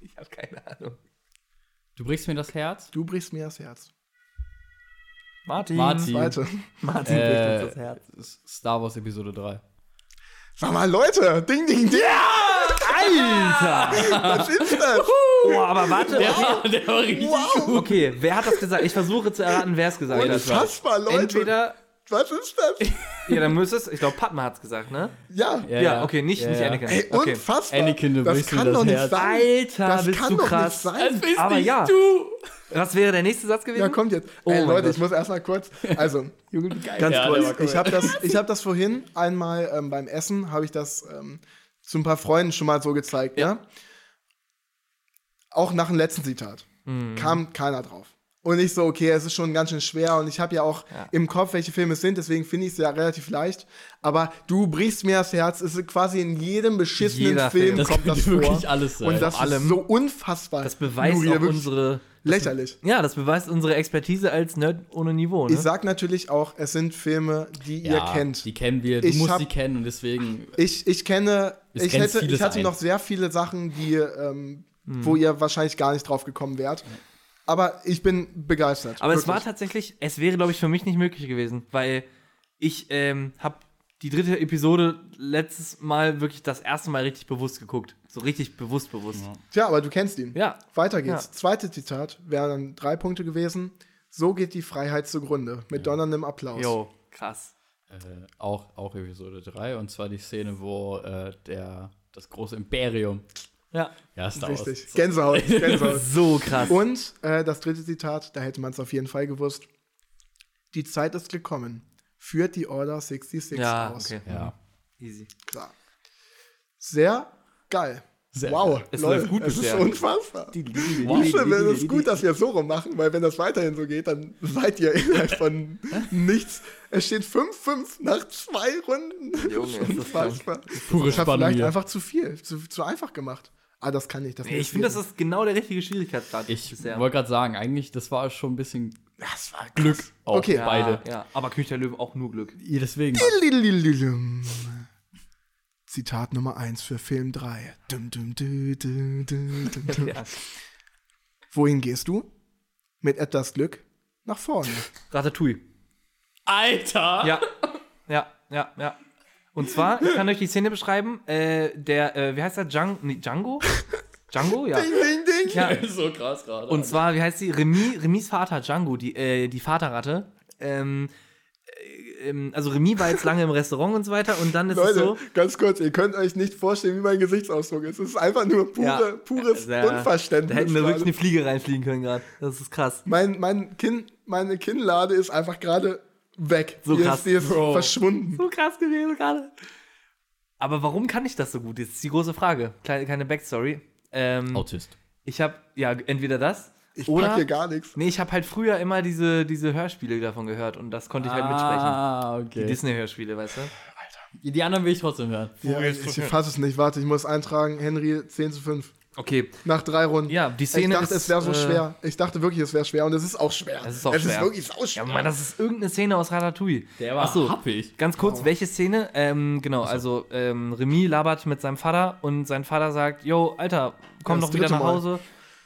Speaker 3: Ich habe keine Ahnung.
Speaker 2: Du brichst mir das Herz.
Speaker 1: Du brichst mir das Herz.
Speaker 3: Martin.
Speaker 2: Martin.
Speaker 1: Weiter.
Speaker 3: Martin bricht uns
Speaker 2: Äh,
Speaker 3: das Herz.
Speaker 2: Star Wars Episode 3.
Speaker 1: Sag mal, Leute, ding, ding, ding.
Speaker 3: Alter!
Speaker 1: Was ist das?
Speaker 3: Oh, aber
Speaker 2: [laughs]
Speaker 3: warte.
Speaker 2: der war richtig.
Speaker 3: Okay, wer hat das gesagt? Ich versuche zu erraten, wer es gesagt hat.
Speaker 1: Unfassbar, Leute.
Speaker 3: Entweder,
Speaker 1: Was ist das?
Speaker 3: ja, dann müsste es, ich glaube, Padma hat es gesagt, ne?
Speaker 1: Ja.
Speaker 3: Ja, okay, nicht,
Speaker 2: Ja,
Speaker 3: nicht
Speaker 2: ja. [laughs]
Speaker 3: Anakin.
Speaker 1: Ey,
Speaker 3: okay.
Speaker 1: unfassbar.
Speaker 2: Anakin, du
Speaker 1: das
Speaker 2: brichst mir
Speaker 1: kann
Speaker 2: das
Speaker 1: doch nicht
Speaker 2: Herz.
Speaker 1: sein.
Speaker 3: Alter,
Speaker 1: Das
Speaker 3: bist
Speaker 1: kann
Speaker 3: du
Speaker 1: doch
Speaker 3: krass.
Speaker 1: nicht sein.
Speaker 2: bist
Speaker 3: Aber
Speaker 2: nicht
Speaker 3: ja.
Speaker 2: du.
Speaker 3: Was wäre der nächste Satz gewesen?
Speaker 1: Ja, kommt jetzt.
Speaker 3: Oh
Speaker 1: Ey,
Speaker 3: mein
Speaker 1: Leute,
Speaker 3: Gott.
Speaker 1: ich muss erstmal kurz.
Speaker 3: [laughs]
Speaker 1: Also, ganz
Speaker 2: Ja, der war
Speaker 1: kurz.
Speaker 2: cool.
Speaker 1: Ich habe das, ich hab das vorhin einmal ähm, beim Essen, habe ich das ähm, zu ein paar Freunden schon mal so gezeigt. Ja. Auch nach dem letzten Zitat
Speaker 3: Mhm.
Speaker 1: kam keiner drauf. Und ich so, okay, es ist schon ganz schön schwer und ich habe ja auch
Speaker 3: Ja.
Speaker 1: im Kopf, welche Filme es sind, deswegen finde ich es ja relativ leicht. Aber du brichst mir das Herz, es ist quasi in jedem beschissenen
Speaker 3: Jeder
Speaker 1: Film
Speaker 3: Film.
Speaker 2: Das
Speaker 1: kommt das
Speaker 2: könnte
Speaker 3: [laughs]
Speaker 1: vor.
Speaker 2: wirklich alles sein.
Speaker 1: Und das ist
Speaker 3: allem.
Speaker 1: so unfassbar.
Speaker 3: Das beweist
Speaker 1: Nuri,
Speaker 3: auch
Speaker 1: wirklich
Speaker 3: unsere.
Speaker 1: lächerlich.
Speaker 3: Ja, das beweist unsere Expertise als Nerd ohne Niveau. Ne?
Speaker 1: Ich sag natürlich auch, es sind Filme, die ihr kennt.
Speaker 2: Die kennen wir. Du
Speaker 1: Ich
Speaker 2: musst
Speaker 1: hab-
Speaker 2: die kennen und deswegen.
Speaker 1: Ich, ich kenne,
Speaker 2: Es
Speaker 1: ich,
Speaker 2: grenzt
Speaker 1: hätte, ich
Speaker 2: vieles
Speaker 1: hatte
Speaker 2: ein.
Speaker 1: noch sehr viele Sachen, die, ähm,
Speaker 3: Hm.
Speaker 1: wo ihr wahrscheinlich gar nicht drauf gekommen wärt. Aber ich bin begeistert.
Speaker 3: Aber es war
Speaker 1: wirklich.
Speaker 3: tatsächlich, es wäre, glaube ich, für mich nicht möglich gewesen, weil ich ähm, habe die dritte Episode letztes Mal wirklich das erste Mal richtig bewusst geguckt. So richtig bewusst, bewusst.
Speaker 1: Tja, aber du kennst ihn.
Speaker 3: Ja.
Speaker 1: Weiter geht's.
Speaker 3: Ja.
Speaker 1: Zweites Zitat wären dann drei Punkte gewesen. So geht die Freiheit zugrunde. Mit donnerndem Applaus.
Speaker 3: Jo, krass.
Speaker 2: Äh, auch, auch Episode 3. Und zwar die Szene, wo äh, der, das große Imperium.
Speaker 3: Ja.
Speaker 2: Ja, Star Wars.
Speaker 1: Richtig.
Speaker 3: [laughs]
Speaker 1: Gänsehaut. Gänsehaut.
Speaker 3: So krass.
Speaker 1: Und äh, das dritte Zitat, da hätte man es auf jeden Fall gewusst. Die Zeit ist gekommen. Führt die Order 66
Speaker 3: ja,
Speaker 1: aus.
Speaker 3: okay.
Speaker 2: Ja.
Speaker 3: Easy.
Speaker 1: Klar. Sehr geil.
Speaker 2: Sehr
Speaker 1: wow,
Speaker 3: Es
Speaker 1: Leute,
Speaker 3: läuft gut
Speaker 1: es ist
Speaker 3: bisher.
Speaker 1: unfassbar. Die,
Speaker 2: Wow.
Speaker 1: es ist gut, dass wir es so rummachen, weil wenn das weiterhin so geht, dann seid ihr innerhalb von nichts. Es steht 5-5 nach zwei Runden. Das ist
Speaker 3: Junge, ist das krank.
Speaker 1: unfassbar.
Speaker 2: Pure
Speaker 1: Ich habe
Speaker 2: Spannung.
Speaker 1: vielleicht
Speaker 2: hier.
Speaker 1: einfach zu viel, zu, zu einfach gemacht. Ah, das kann ich. Das
Speaker 3: Nee, ich finde, das ist genau der richtige Schwierigkeitsgrad
Speaker 2: Ich
Speaker 3: bisher.
Speaker 2: wollte gerade sagen, eigentlich, das war schon ein bisschen
Speaker 1: das war
Speaker 2: Glück. Auch
Speaker 1: Okay.
Speaker 2: okay. Beide.
Speaker 3: Ja, ja, aber König der Löwen auch nur Glück.
Speaker 2: Ja, deswegen.
Speaker 1: Lililililum. Zitat Nummer 1 für Film 3. Dum, dum, dü, dü, dü, dum, dum.
Speaker 3: Ja.
Speaker 1: Wohin gehst du? Mit etwas Glück nach
Speaker 3: [laughs]
Speaker 1: vorne.
Speaker 3: Ratatouille.
Speaker 2: [laughs] Alter!
Speaker 3: Ja, ja, ja, ja. Und zwar, ich kann euch die Szene beschreiben, äh, der, äh, wie heißt der, Django? Nee, Django? Django, ja.
Speaker 1: Ding, ding.
Speaker 3: ja.
Speaker 2: so krass gerade.
Speaker 3: Und zwar, wie heißt die? Remy, Remys Vater, Django, die, äh, die Vaterratte. Ähm, äh, ähm, also Remy war jetzt lange im Restaurant und so weiter und dann ist
Speaker 1: Leute,
Speaker 3: es so.
Speaker 1: ganz kurz, ihr könnt euch nicht vorstellen, wie mein Gesichtsausdruck ist. Es ist einfach nur pure,
Speaker 3: Ja.
Speaker 1: pures
Speaker 3: Da- Da
Speaker 1: Unverständnis.
Speaker 3: hätten wir wirklich
Speaker 1: gerade.
Speaker 3: eine Fliege reinfliegen können gerade. Das ist krass.
Speaker 1: mein, mein Kinn, meine Kinnlade ist einfach gerade weg.
Speaker 3: So
Speaker 1: die
Speaker 3: krass,
Speaker 1: ist, die ist
Speaker 2: Bro.
Speaker 1: verschwunden.
Speaker 3: So krass gewesen gerade. Aber warum kann ich das so gut? Jetzt ist die große Frage. Kleine, kleine Backstory. Ähm,
Speaker 2: Autist.
Speaker 3: ich habe, ja, entweder das
Speaker 1: Ich
Speaker 3: oder.
Speaker 1: pack hier gar nichts.
Speaker 3: Nee, ich habe halt früher immer diese, diese Hörspiele davon gehört und das konnte ich halt mitsprechen.
Speaker 2: Ah,
Speaker 3: Die
Speaker 2: okay.
Speaker 3: Disney-Hörspiele, weißt du?
Speaker 2: Die, anderen will ich trotzdem hören.
Speaker 1: Ja, ich fasse es nicht. Warte, ich muss eintragen. Henry 10 zu 5.
Speaker 3: Okay,
Speaker 1: Nach drei Runden.
Speaker 3: ja, die Szene
Speaker 1: ich dachte,
Speaker 3: ist,
Speaker 1: es wäre so
Speaker 3: äh,
Speaker 1: schwer. Ich dachte wirklich, es wäre schwer. Und es ist auch schwer.
Speaker 3: Es ist auch
Speaker 1: es
Speaker 3: schwer.
Speaker 1: Ist wirklich sau schwer.
Speaker 3: Ja, Mann, das ist irgendeine Szene aus Ratatouille. Ach so,
Speaker 2: happig.
Speaker 3: Ganz kurz,
Speaker 1: Genau.
Speaker 3: welche Szene? Ähm, genau, also ähm, Remy labert mit seinem Vater und sein Vater sagt, yo, Alter, komm
Speaker 1: Ja, das
Speaker 3: doch wieder
Speaker 1: dritte
Speaker 3: nach
Speaker 1: Mal.
Speaker 3: Hause.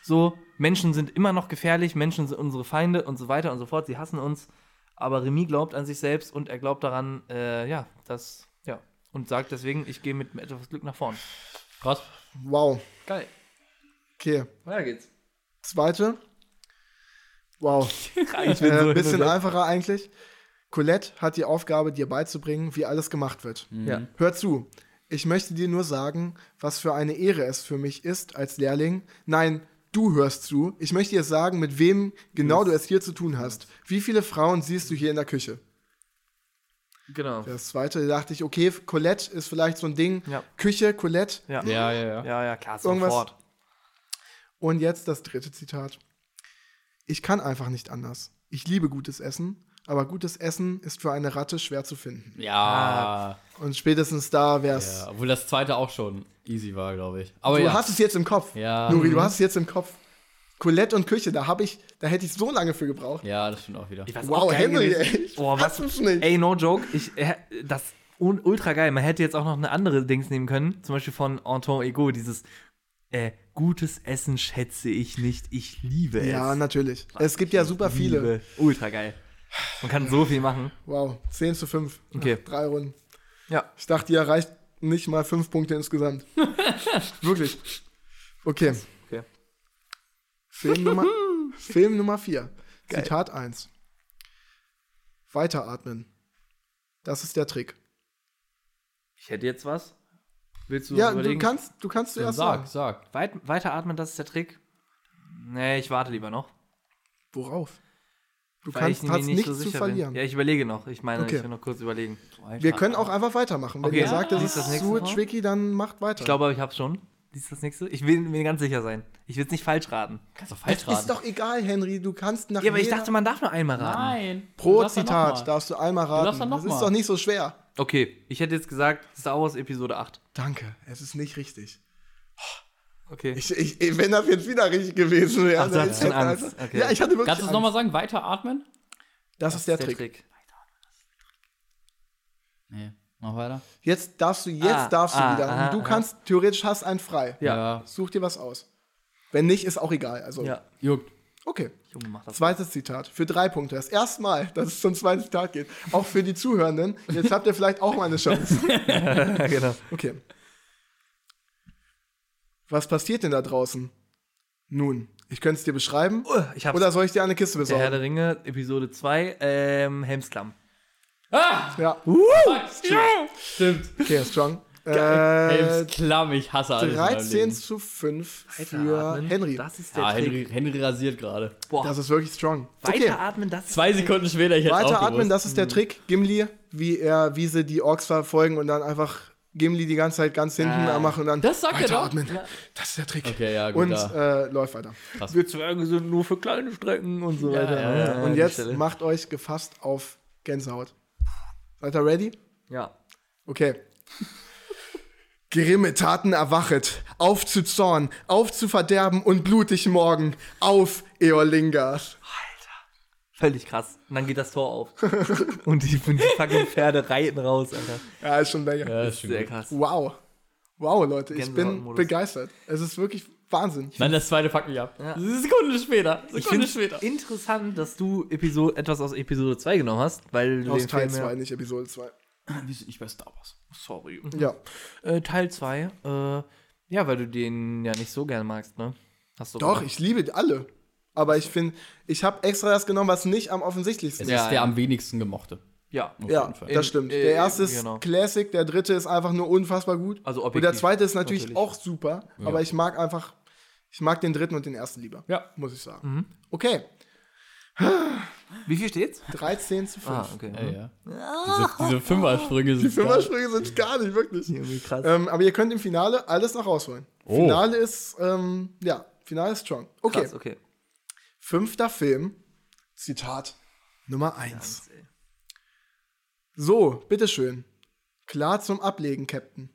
Speaker 3: So, Menschen sind immer noch gefährlich, Menschen sind unsere Feinde und so weiter und so fort, sie hassen uns. Aber Remy glaubt an sich selbst und er glaubt daran, äh, ja, das, ja. Und sagt deswegen, ich gehe mit etwas Glück nach vorn.
Speaker 2: Krass.
Speaker 1: Wow.
Speaker 3: Geil.
Speaker 1: Okay.
Speaker 3: Weiter geht's.
Speaker 1: Zweite. Wow.
Speaker 3: [laughs] Ich
Speaker 1: Ein äh, bisschen einfacher eigentlich. Colette hat die Aufgabe, dir beizubringen, wie alles gemacht wird.
Speaker 3: Ja.
Speaker 1: Hör zu. Ich möchte dir nur sagen, was für eine Ehre es für mich ist als Lehrling. Nein, du hörst zu. Ich möchte dir sagen, mit wem genau du es hier zu tun hast. Wie viele Frauen siehst du hier in der Küche?
Speaker 3: Genau.
Speaker 1: Das zweite da dachte ich, okay, Colette ist vielleicht so ein Ding.
Speaker 3: Ja.
Speaker 1: Küche, Colette.
Speaker 3: Ja.
Speaker 2: Ja, ja, ja.
Speaker 3: Ja, ja, klar,
Speaker 1: Irgendwas-
Speaker 3: sofort.
Speaker 1: Und jetzt das dritte Zitat. Ich kann einfach nicht anders. Ich liebe gutes Essen, aber gutes Essen ist für eine Ratte schwer zu finden.
Speaker 2: Ja.
Speaker 1: Und spätestens da wär's.
Speaker 2: ja. Obwohl das zweite auch schon easy war, glaube ich.
Speaker 3: Oh
Speaker 2: Aber
Speaker 1: du
Speaker 2: ja.
Speaker 1: hast es jetzt im Kopf.
Speaker 2: Ja.
Speaker 1: Nuri,
Speaker 3: Mhm.
Speaker 1: du hast es jetzt im Kopf. Colette und Küche, da habe ich, da hätte ich so lange für gebraucht.
Speaker 2: ja, das stimmt auch wieder.
Speaker 3: Ich weiß
Speaker 1: Wow,
Speaker 3: auch geil
Speaker 1: Henry,
Speaker 3: gewesen.
Speaker 1: ey, ich
Speaker 3: Boah,
Speaker 1: fass
Speaker 3: was?
Speaker 1: es nicht.
Speaker 3: Ey, no joke. Ich, äh, das un ultra geil. Man hätte jetzt auch noch eine andere Dings nehmen können. Zum Beispiel von Anton Ego. Dieses äh, gutes Essen schätze ich nicht. Ich liebe
Speaker 1: Ja,
Speaker 3: es.
Speaker 1: natürlich. Es gibt ja super viele.
Speaker 3: Liebe. Ultra geil. Man kann so viel machen.
Speaker 1: Wow, 10 zu 5.
Speaker 3: Okay.
Speaker 1: drei Runden.
Speaker 3: Ja.
Speaker 1: Ich dachte, ihr erreicht nicht mal 5 Punkte
Speaker 3: [laughs]
Speaker 1: insgesamt. Wirklich. Okay.
Speaker 3: Okay.
Speaker 1: Film
Speaker 3: [laughs]
Speaker 1: Nummer, Film Nummer 4. Zitat 1. Weiteratmen. Das ist der Trick.
Speaker 3: Ich hätte jetzt was. Willst du
Speaker 1: ja,
Speaker 3: überlegen?
Speaker 1: du kannst, du kannst
Speaker 2: Dann
Speaker 1: zuerst
Speaker 2: sag,
Speaker 1: sagen.
Speaker 2: sag.
Speaker 3: Weit weiteratmen, das ist der Trick. Nee, ich warte lieber noch.
Speaker 1: Worauf? Du
Speaker 3: weil
Speaker 1: kannst,
Speaker 3: ich mir
Speaker 1: hast nichts zu
Speaker 3: sicher
Speaker 1: verlieren.
Speaker 3: Bin. Ja, ich überlege noch. Ich meine,
Speaker 1: Okay.
Speaker 3: ich will noch kurz überlegen.
Speaker 1: Wir können auch einfach weitermachen. Wenn
Speaker 3: Okay.
Speaker 1: ihr sagt, das
Speaker 3: Lies
Speaker 1: ist
Speaker 3: das nächste
Speaker 1: zu
Speaker 3: vor.
Speaker 1: tricky, dann macht weiter.
Speaker 3: Ich glaube, ich hab's schon. Dies ist das nächste. Ich will mir ganz sicher sein. Ich will es nicht falsch raten.
Speaker 2: Kannst doch falsch
Speaker 1: es
Speaker 2: raten.
Speaker 1: ist [laughs] doch egal, Henry. Du kannst nach
Speaker 3: Ja, aber ich
Speaker 1: jeder-
Speaker 3: dachte, man darf nur einmal raten.
Speaker 2: Nein.
Speaker 1: Pro
Speaker 2: Du darfst doch noch
Speaker 1: Zitat
Speaker 2: mal.
Speaker 1: darfst du einmal raten.
Speaker 2: darfst dann noch
Speaker 1: das ist
Speaker 2: mal.
Speaker 1: doch nicht so schwer.
Speaker 3: Okay, ich hätte jetzt gesagt, Star Wars Episode 8.
Speaker 1: Danke, es ist nicht richtig.
Speaker 3: Okay.
Speaker 1: Ich, ich, ich- wenn das jetzt wieder richtig gewesen wäre,
Speaker 3: Ach, du
Speaker 1: dann
Speaker 3: hattest
Speaker 1: ist
Speaker 3: schon
Speaker 1: das
Speaker 3: Angst.
Speaker 1: einfach-
Speaker 3: Okay.
Speaker 1: also, Ja, ich hatte wirklich
Speaker 2: Kannst du es
Speaker 1: Angst.
Speaker 2: nochmal sagen? Weiteratmen?
Speaker 1: Das, ist der, Trick.
Speaker 2: Nee. Noch weiter.
Speaker 1: Jetzt darfst du, jetzt
Speaker 3: Ah,
Speaker 1: darfst du
Speaker 3: ah,
Speaker 1: wieder.
Speaker 3: aha,
Speaker 1: Und du
Speaker 3: aha.
Speaker 1: kannst, theoretisch hast einen frei.
Speaker 3: Ja.
Speaker 1: Such dir was aus. Wenn nicht, ist auch egal. Also,
Speaker 3: Ja.
Speaker 2: Juckt.
Speaker 1: okay.
Speaker 3: Junge, mach das.
Speaker 1: Zweites Zitat. Für drei Punkte. Das erste Mal, [laughs] dass es zum zweiten Zitat geht. Auch für die Zuhörenden. Jetzt habt ihr vielleicht auch mal eine Chance.
Speaker 3: [laughs] [laughs] Ja, genau.
Speaker 1: Okay. Was passiert denn da draußen? Nun, ich könnte es dir beschreiben.
Speaker 3: Uh, Ich hab's.
Speaker 1: Oder soll ich dir eine Kiste
Speaker 3: der Herr
Speaker 1: besorgen?
Speaker 3: der Ringe, Episode 2, ähm, Helmsklamm.
Speaker 2: Ah!
Speaker 1: Ja,
Speaker 3: Uh.
Speaker 2: Stimmt.
Speaker 1: okay, strong.
Speaker 2: Äh,
Speaker 1: Äh,
Speaker 2: Klamm, ich hasse alles. in meinem
Speaker 1: 13
Speaker 2: Leben.
Speaker 1: zu 5 für
Speaker 3: Weiteratmen,
Speaker 1: Henry.
Speaker 3: Das ist der
Speaker 2: Ja,
Speaker 3: Trick.
Speaker 2: Henry, Henry rasiert gerade.
Speaker 3: Boah,
Speaker 1: Das ist wirklich strong. Okay,
Speaker 3: weiteratmen, das ist
Speaker 2: Zwei Sekunden später, ich hätte
Speaker 1: weiteratmen, das ist der Trick. Gimli, wie er, wie sie die Orks verfolgen und dann einfach Gimli die ganze Zeit ganz hinten
Speaker 3: Ah.
Speaker 1: anmachen und dann
Speaker 2: Das sagt er doch.
Speaker 1: weiteratmen. Das ist der Trick.
Speaker 2: Okay, ja, gut.
Speaker 1: und
Speaker 2: da.
Speaker 1: äh, läuft weiter.
Speaker 3: Wir Zwerge sind nur für kleine Strecken und so
Speaker 2: Ja,
Speaker 3: weiter.
Speaker 2: ja, ja.
Speaker 1: und
Speaker 3: Ah, die
Speaker 1: jetzt
Speaker 3: Stelle.
Speaker 1: macht euch gefasst auf Gänsehaut. Seid ihr ready?
Speaker 3: Ja.
Speaker 1: Okay.
Speaker 3: [laughs]
Speaker 1: Grimme Taten erwachet, auf zu Zorn, auf zu Verderben und blutig morgen, auf Eolingas.
Speaker 3: Völlig krass. Und dann geht das Tor
Speaker 1: [laughs]
Speaker 3: auf. und, die, und die fucking Pferde reiten raus, Alter.
Speaker 1: Ja, ist schon länger.
Speaker 2: Ja, das ist schon
Speaker 3: Sehr
Speaker 2: gut.
Speaker 3: krass.
Speaker 1: Wow. Wow, Leute, ich bin
Speaker 3: Gänsehautmodus.
Speaker 1: begeistert. Es ist wirklich Wahnsinn.
Speaker 2: Nein, das zweite fuckt mich ab.
Speaker 3: Ja.
Speaker 2: Sekunde später.
Speaker 3: Ich
Speaker 2: Sekunde
Speaker 3: finde
Speaker 2: später.
Speaker 3: es interessant, dass du Episode, etwas aus Episode 2 genommen hast, weil du
Speaker 1: Aus
Speaker 3: den
Speaker 1: Teil
Speaker 3: Film ja-
Speaker 1: 2, nicht Episode 2.
Speaker 2: Wir sind nicht bei Star Wars.
Speaker 3: Sorry.
Speaker 1: Ja.
Speaker 3: Äh, Teil 2, äh, ja, weil du den ja nicht so gerne magst, ne? Hast du
Speaker 1: Doch,
Speaker 3: gemacht.
Speaker 1: ich liebe alle. Aber ich finde, ich habe extra das genommen, was nicht am offensichtlichsten
Speaker 2: Es
Speaker 1: ist.
Speaker 3: Ja,
Speaker 2: ist der
Speaker 3: ja.
Speaker 2: am wenigsten gemochte.
Speaker 3: Ja.
Speaker 2: Auf
Speaker 1: Ja,
Speaker 2: jeden Fall.
Speaker 1: das
Speaker 3: In-
Speaker 1: stimmt.
Speaker 3: äh,
Speaker 1: der erste ist
Speaker 3: genau.
Speaker 1: Classic, der dritte ist einfach nur unfassbar gut.
Speaker 3: Also
Speaker 1: und
Speaker 3: objektiv,
Speaker 1: der zweite ist natürlich,
Speaker 3: natürlich.
Speaker 1: auch super, aber ich mag einfach, ich mag den dritten und den ersten lieber.
Speaker 2: Ja.
Speaker 1: Muss ich sagen.
Speaker 3: Mhm.
Speaker 1: Okay,
Speaker 3: Wie viel steht's?
Speaker 1: 13 zu 5.
Speaker 3: Ah, okay.
Speaker 2: Ja, ja. Diese, diese
Speaker 1: [laughs]
Speaker 2: Fünfer-Sprünge sind.
Speaker 1: Die Fünfersprünge sind gar nicht, wirklich.
Speaker 3: Irgendwie krass.
Speaker 1: Ähm, aber ihr könnt im Finale alles noch rausholen.
Speaker 2: Oh.
Speaker 1: Finale ist, ähm, ja, Finale ist strong. Okay,
Speaker 3: Krass, okay.
Speaker 1: fünfter Film, Zitat Nummer 1.
Speaker 3: Krass, ey.
Speaker 1: So, bitteschön. Klar zum Ablegen, Captain.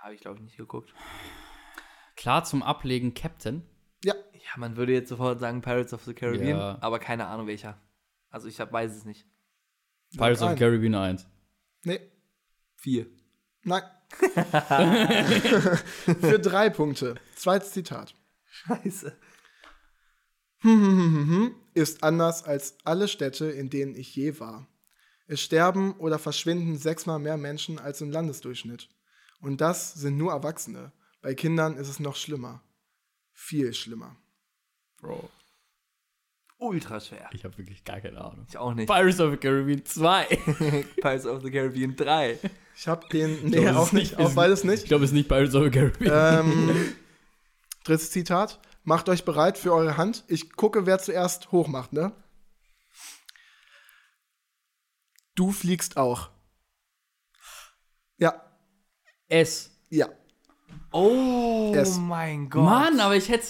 Speaker 3: Hab ich, glaube ich, nicht geguckt.
Speaker 2: Klar zum Ablegen, Captain.
Speaker 1: Ja,
Speaker 3: Ja, man würde jetzt sofort sagen Pirates of the Caribbean,
Speaker 2: Ja.
Speaker 3: aber keine Ahnung welcher. Also ich hab, weiß es nicht.
Speaker 2: Pirates of
Speaker 1: ein.
Speaker 2: the Caribbean 1.
Speaker 1: nee,
Speaker 3: Vier. [laughs]
Speaker 1: Nein. [laughs] Für drei Punkte. Zweites Zitat.
Speaker 3: Scheiße.
Speaker 1: hm, hm, hm, hm, hm, ist anders als alle Städte, in denen ich je war. Es sterben oder verschwinden sechsmal mehr Menschen als im Landesdurchschnitt. Und das sind nur Erwachsene. Bei Kindern ist es noch schlimmer. Viel schlimmer.
Speaker 2: Bro,
Speaker 3: Ultra schwer.
Speaker 2: ich habe wirklich gar keine Ahnung.
Speaker 3: Ich auch nicht.
Speaker 2: Pirates of the Caribbean 2.
Speaker 3: Pirates of the Caribbean 3.
Speaker 1: Ich habe
Speaker 2: [laughs]
Speaker 1: den.
Speaker 2: glaub,
Speaker 1: Nee,
Speaker 2: es
Speaker 1: auch
Speaker 2: ist
Speaker 1: nicht.
Speaker 2: nicht-
Speaker 1: Auch
Speaker 2: ist-
Speaker 1: beides
Speaker 2: Ich
Speaker 1: nicht.
Speaker 2: glaube, es ist nicht Pirates of the Caribbean. [laughs]
Speaker 1: Ähm, drittes Zitat. Macht euch bereit für eure Hand. Ich gucke, wer zuerst hochmacht, ne? Du fliegst auch. Ja,
Speaker 2: S.
Speaker 1: ja.
Speaker 3: Oh
Speaker 1: Es-
Speaker 3: mein Gott.
Speaker 2: Mann, aber ich hätte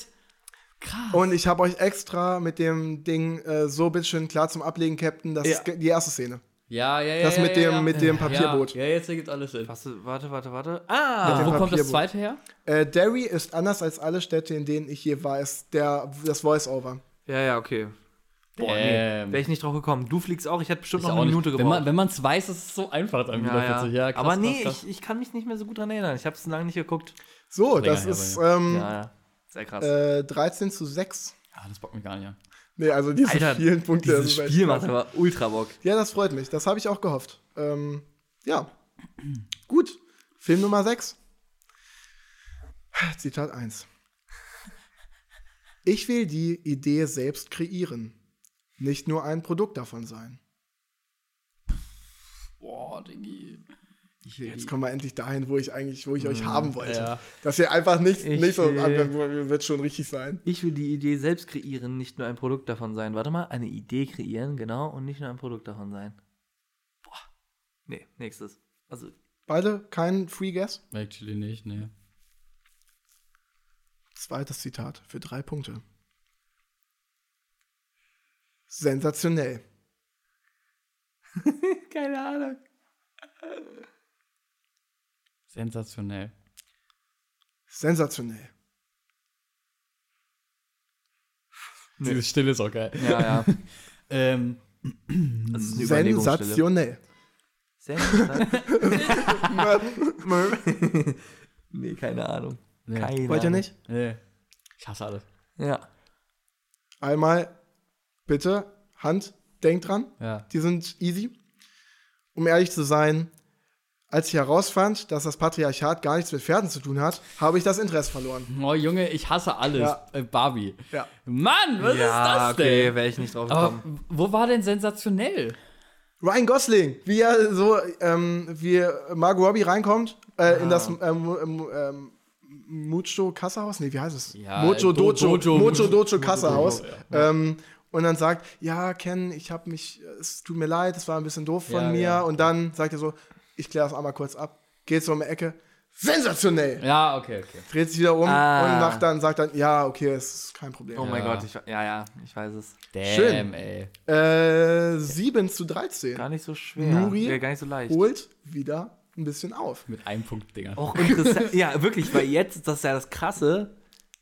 Speaker 2: Krass.
Speaker 1: Und ich habe euch extra mit dem Ding äh, so bitteschön klar zum Ablegen, Captain. Das
Speaker 3: Ja.
Speaker 1: ist ge- die erste Szene.
Speaker 2: ja, ja, ja.
Speaker 1: Das
Speaker 2: ja,
Speaker 1: mit
Speaker 2: ja,
Speaker 1: dem-
Speaker 2: ja.
Speaker 1: mit dem Papierboot.
Speaker 2: Ja, ja jetzt ergibt alles Sinn.
Speaker 3: Was, warte, warte, warte.
Speaker 1: Mit
Speaker 3: Ah!
Speaker 1: dem-
Speaker 2: Wo kommt
Speaker 1: Papierboot.
Speaker 2: das zweite her?
Speaker 1: Äh, Derry ist anders als alle Städte, in denen ich je war. Ist der, das Voice-Over.
Speaker 3: Ja, ja, okay. Boah,
Speaker 2: Ähm.
Speaker 3: nee. Wäre ich nicht drauf gekommen. Du fliegst auch. Ich hätte bestimmt
Speaker 2: Ist
Speaker 3: noch
Speaker 2: auch
Speaker 3: eine Minute
Speaker 2: nicht,
Speaker 3: gebraucht.
Speaker 2: wenn man Wenn man es weiß, ist es so einfach dann wieder
Speaker 3: ja, ja.
Speaker 2: witzig. Ja, krass,
Speaker 3: Aber
Speaker 2: krass,
Speaker 3: nee,
Speaker 2: krass.
Speaker 3: Ich, ich kann mich nicht mehr so gut dran erinnern. Ich habe es lange nicht geguckt.
Speaker 1: So,
Speaker 2: Länger
Speaker 1: das
Speaker 2: her,
Speaker 1: ist
Speaker 2: aber
Speaker 1: ähm,
Speaker 3: Ja, ja. Sehr krass.
Speaker 1: äh, 13 zu 6.
Speaker 2: Ah, das bockt mich gar nicht an.
Speaker 1: Nee, also diese vielen Punkte. also das
Speaker 3: dieses
Speaker 1: ist echt
Speaker 3: Spiel
Speaker 1: krass.
Speaker 3: macht aber ultra Bock.
Speaker 1: Ja, das freut mich. Das habe ich auch gehofft. Ähm, ja. Gut. Film Nummer 6. Zitat 1. Ich will die Idee selbst kreieren, nicht nur ein Produkt davon sein.
Speaker 2: Boah, Diggi. Ich will
Speaker 1: Jetzt kommen wir endlich dahin, wo ich eigentlich, wo ich euch haben wollte.
Speaker 2: ja.
Speaker 1: Dass ihr einfach nicht,
Speaker 3: Mhm, Ich
Speaker 1: nicht so,
Speaker 3: will-
Speaker 1: wird schon richtig sein.
Speaker 3: Ich will die Idee selbst kreieren, nicht nur ein Produkt davon sein. Warte mal, eine Idee kreieren, genau, und nicht nur ein Produkt davon sein. Boah. Nee, nächstes. Also,
Speaker 1: Beide kein Free Guess.
Speaker 2: die- Actually nicht, nee.
Speaker 1: Zweites Zitat für drei Punkte. Sensationell.
Speaker 3: keine Ahnung.
Speaker 2: Sensationell.
Speaker 1: Sensationell.
Speaker 3: Nee.
Speaker 2: Dieses Stille ist auch geil. [laughs]
Speaker 3: Ja, ja.
Speaker 2: Ähm,
Speaker 3: Das ist eine Überlegungsstelle.
Speaker 1: Sensationell.
Speaker 3: Sensation. [laughs] nee, keine Ahnung.
Speaker 2: Nee.
Speaker 3: Keine
Speaker 1: Wollt ihr
Speaker 3: Ahnung.
Speaker 1: nicht?
Speaker 2: nee. Ich hasse alles.
Speaker 3: Ja.
Speaker 1: Einmal bitte Hand, denkt dran.
Speaker 2: Ja.
Speaker 1: Die sind easy. Um ehrlich zu sein, als ich herausfand, dass das Patriarchat gar nichts mit Pferden zu tun hat, habe ich das Interesse verloren.
Speaker 2: Oh, Junge, ich hasse alles.
Speaker 1: Ja.
Speaker 2: Äh, Barbie.
Speaker 1: Ja.
Speaker 2: Mann, was
Speaker 3: ja,
Speaker 2: ist das denn? Oh.
Speaker 3: okay, wäre ich nicht drauf
Speaker 2: Aber
Speaker 3: gekommen.
Speaker 2: wo war denn sensationell?
Speaker 1: Ryan Gosling, wie er so, ähm, wie Margot Robbie reinkommt äh, in das ähm, ähm, ähm, Mucho Kassahaus? Nee, wie heißt es?
Speaker 2: Ja,
Speaker 1: Mojo
Speaker 2: Do-
Speaker 1: Dojo.
Speaker 2: Dojo-
Speaker 1: Mojo
Speaker 2: Mojo-
Speaker 1: Dojo
Speaker 2: Mojo
Speaker 1: Kassahaus.
Speaker 2: Dojo,
Speaker 1: ähm, und dann sagt, ja, Ken, ich habe mich, es tut mir leid, es war ein bisschen doof von
Speaker 2: Ja,
Speaker 1: mir.
Speaker 2: ja.
Speaker 1: Und dann sagt er so, ich kläre das einmal kurz ab. Geht so um die Ecke. Sensationell!
Speaker 2: Ja, okay, okay.
Speaker 1: Dreht sich wieder um
Speaker 3: Ah.
Speaker 1: und macht dann, sagt dann, ja, okay, es ist kein Problem.
Speaker 3: oh mein
Speaker 2: Ja.
Speaker 3: Gott, ich, ja, ja, ich weiß es.
Speaker 2: Damn,
Speaker 1: Schön.
Speaker 2: ey.
Speaker 1: Äh, 7 zu 13.
Speaker 3: Gar nicht so schwer.
Speaker 1: Nuri?
Speaker 3: Ja, gar nicht so leicht.
Speaker 1: Holt wieder ein bisschen auf.
Speaker 2: Mit einem Punkt, Digga.
Speaker 3: Auch interessant. ja, wirklich, weil jetzt ist das ja das Krasse.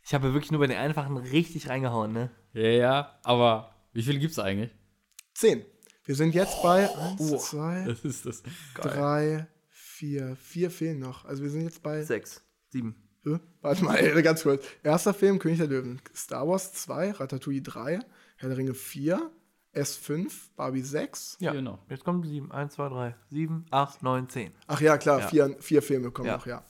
Speaker 3: Ich habe wirklich nur bei den einfachen richtig reingehauen, ne?
Speaker 2: Ja, ja, aber wie viel gibt's eigentlich? [laughs]
Speaker 1: 10. Wir sind jetzt bei 1, 2,
Speaker 2: Das ist das.
Speaker 1: 3, 4. 4 fehlen noch. Also wir sind jetzt bei.
Speaker 3: Sechs, sieben.
Speaker 1: Hä? Warte mal, [laughs] ganz kurz. Erster Film, König der Löwen. Star Wars 2, Ratatouille 3, Herr der Ringe 4, S5, Barbie 6.
Speaker 3: Ja,
Speaker 2: Genau.
Speaker 3: Jetzt kommen sieben. Eins, zwei, drei, sieben, acht, neun, zehn.
Speaker 1: Ach ja, klar,
Speaker 3: Ja.
Speaker 1: Vier, vier Filme kommen
Speaker 3: Ja.
Speaker 1: noch, ja.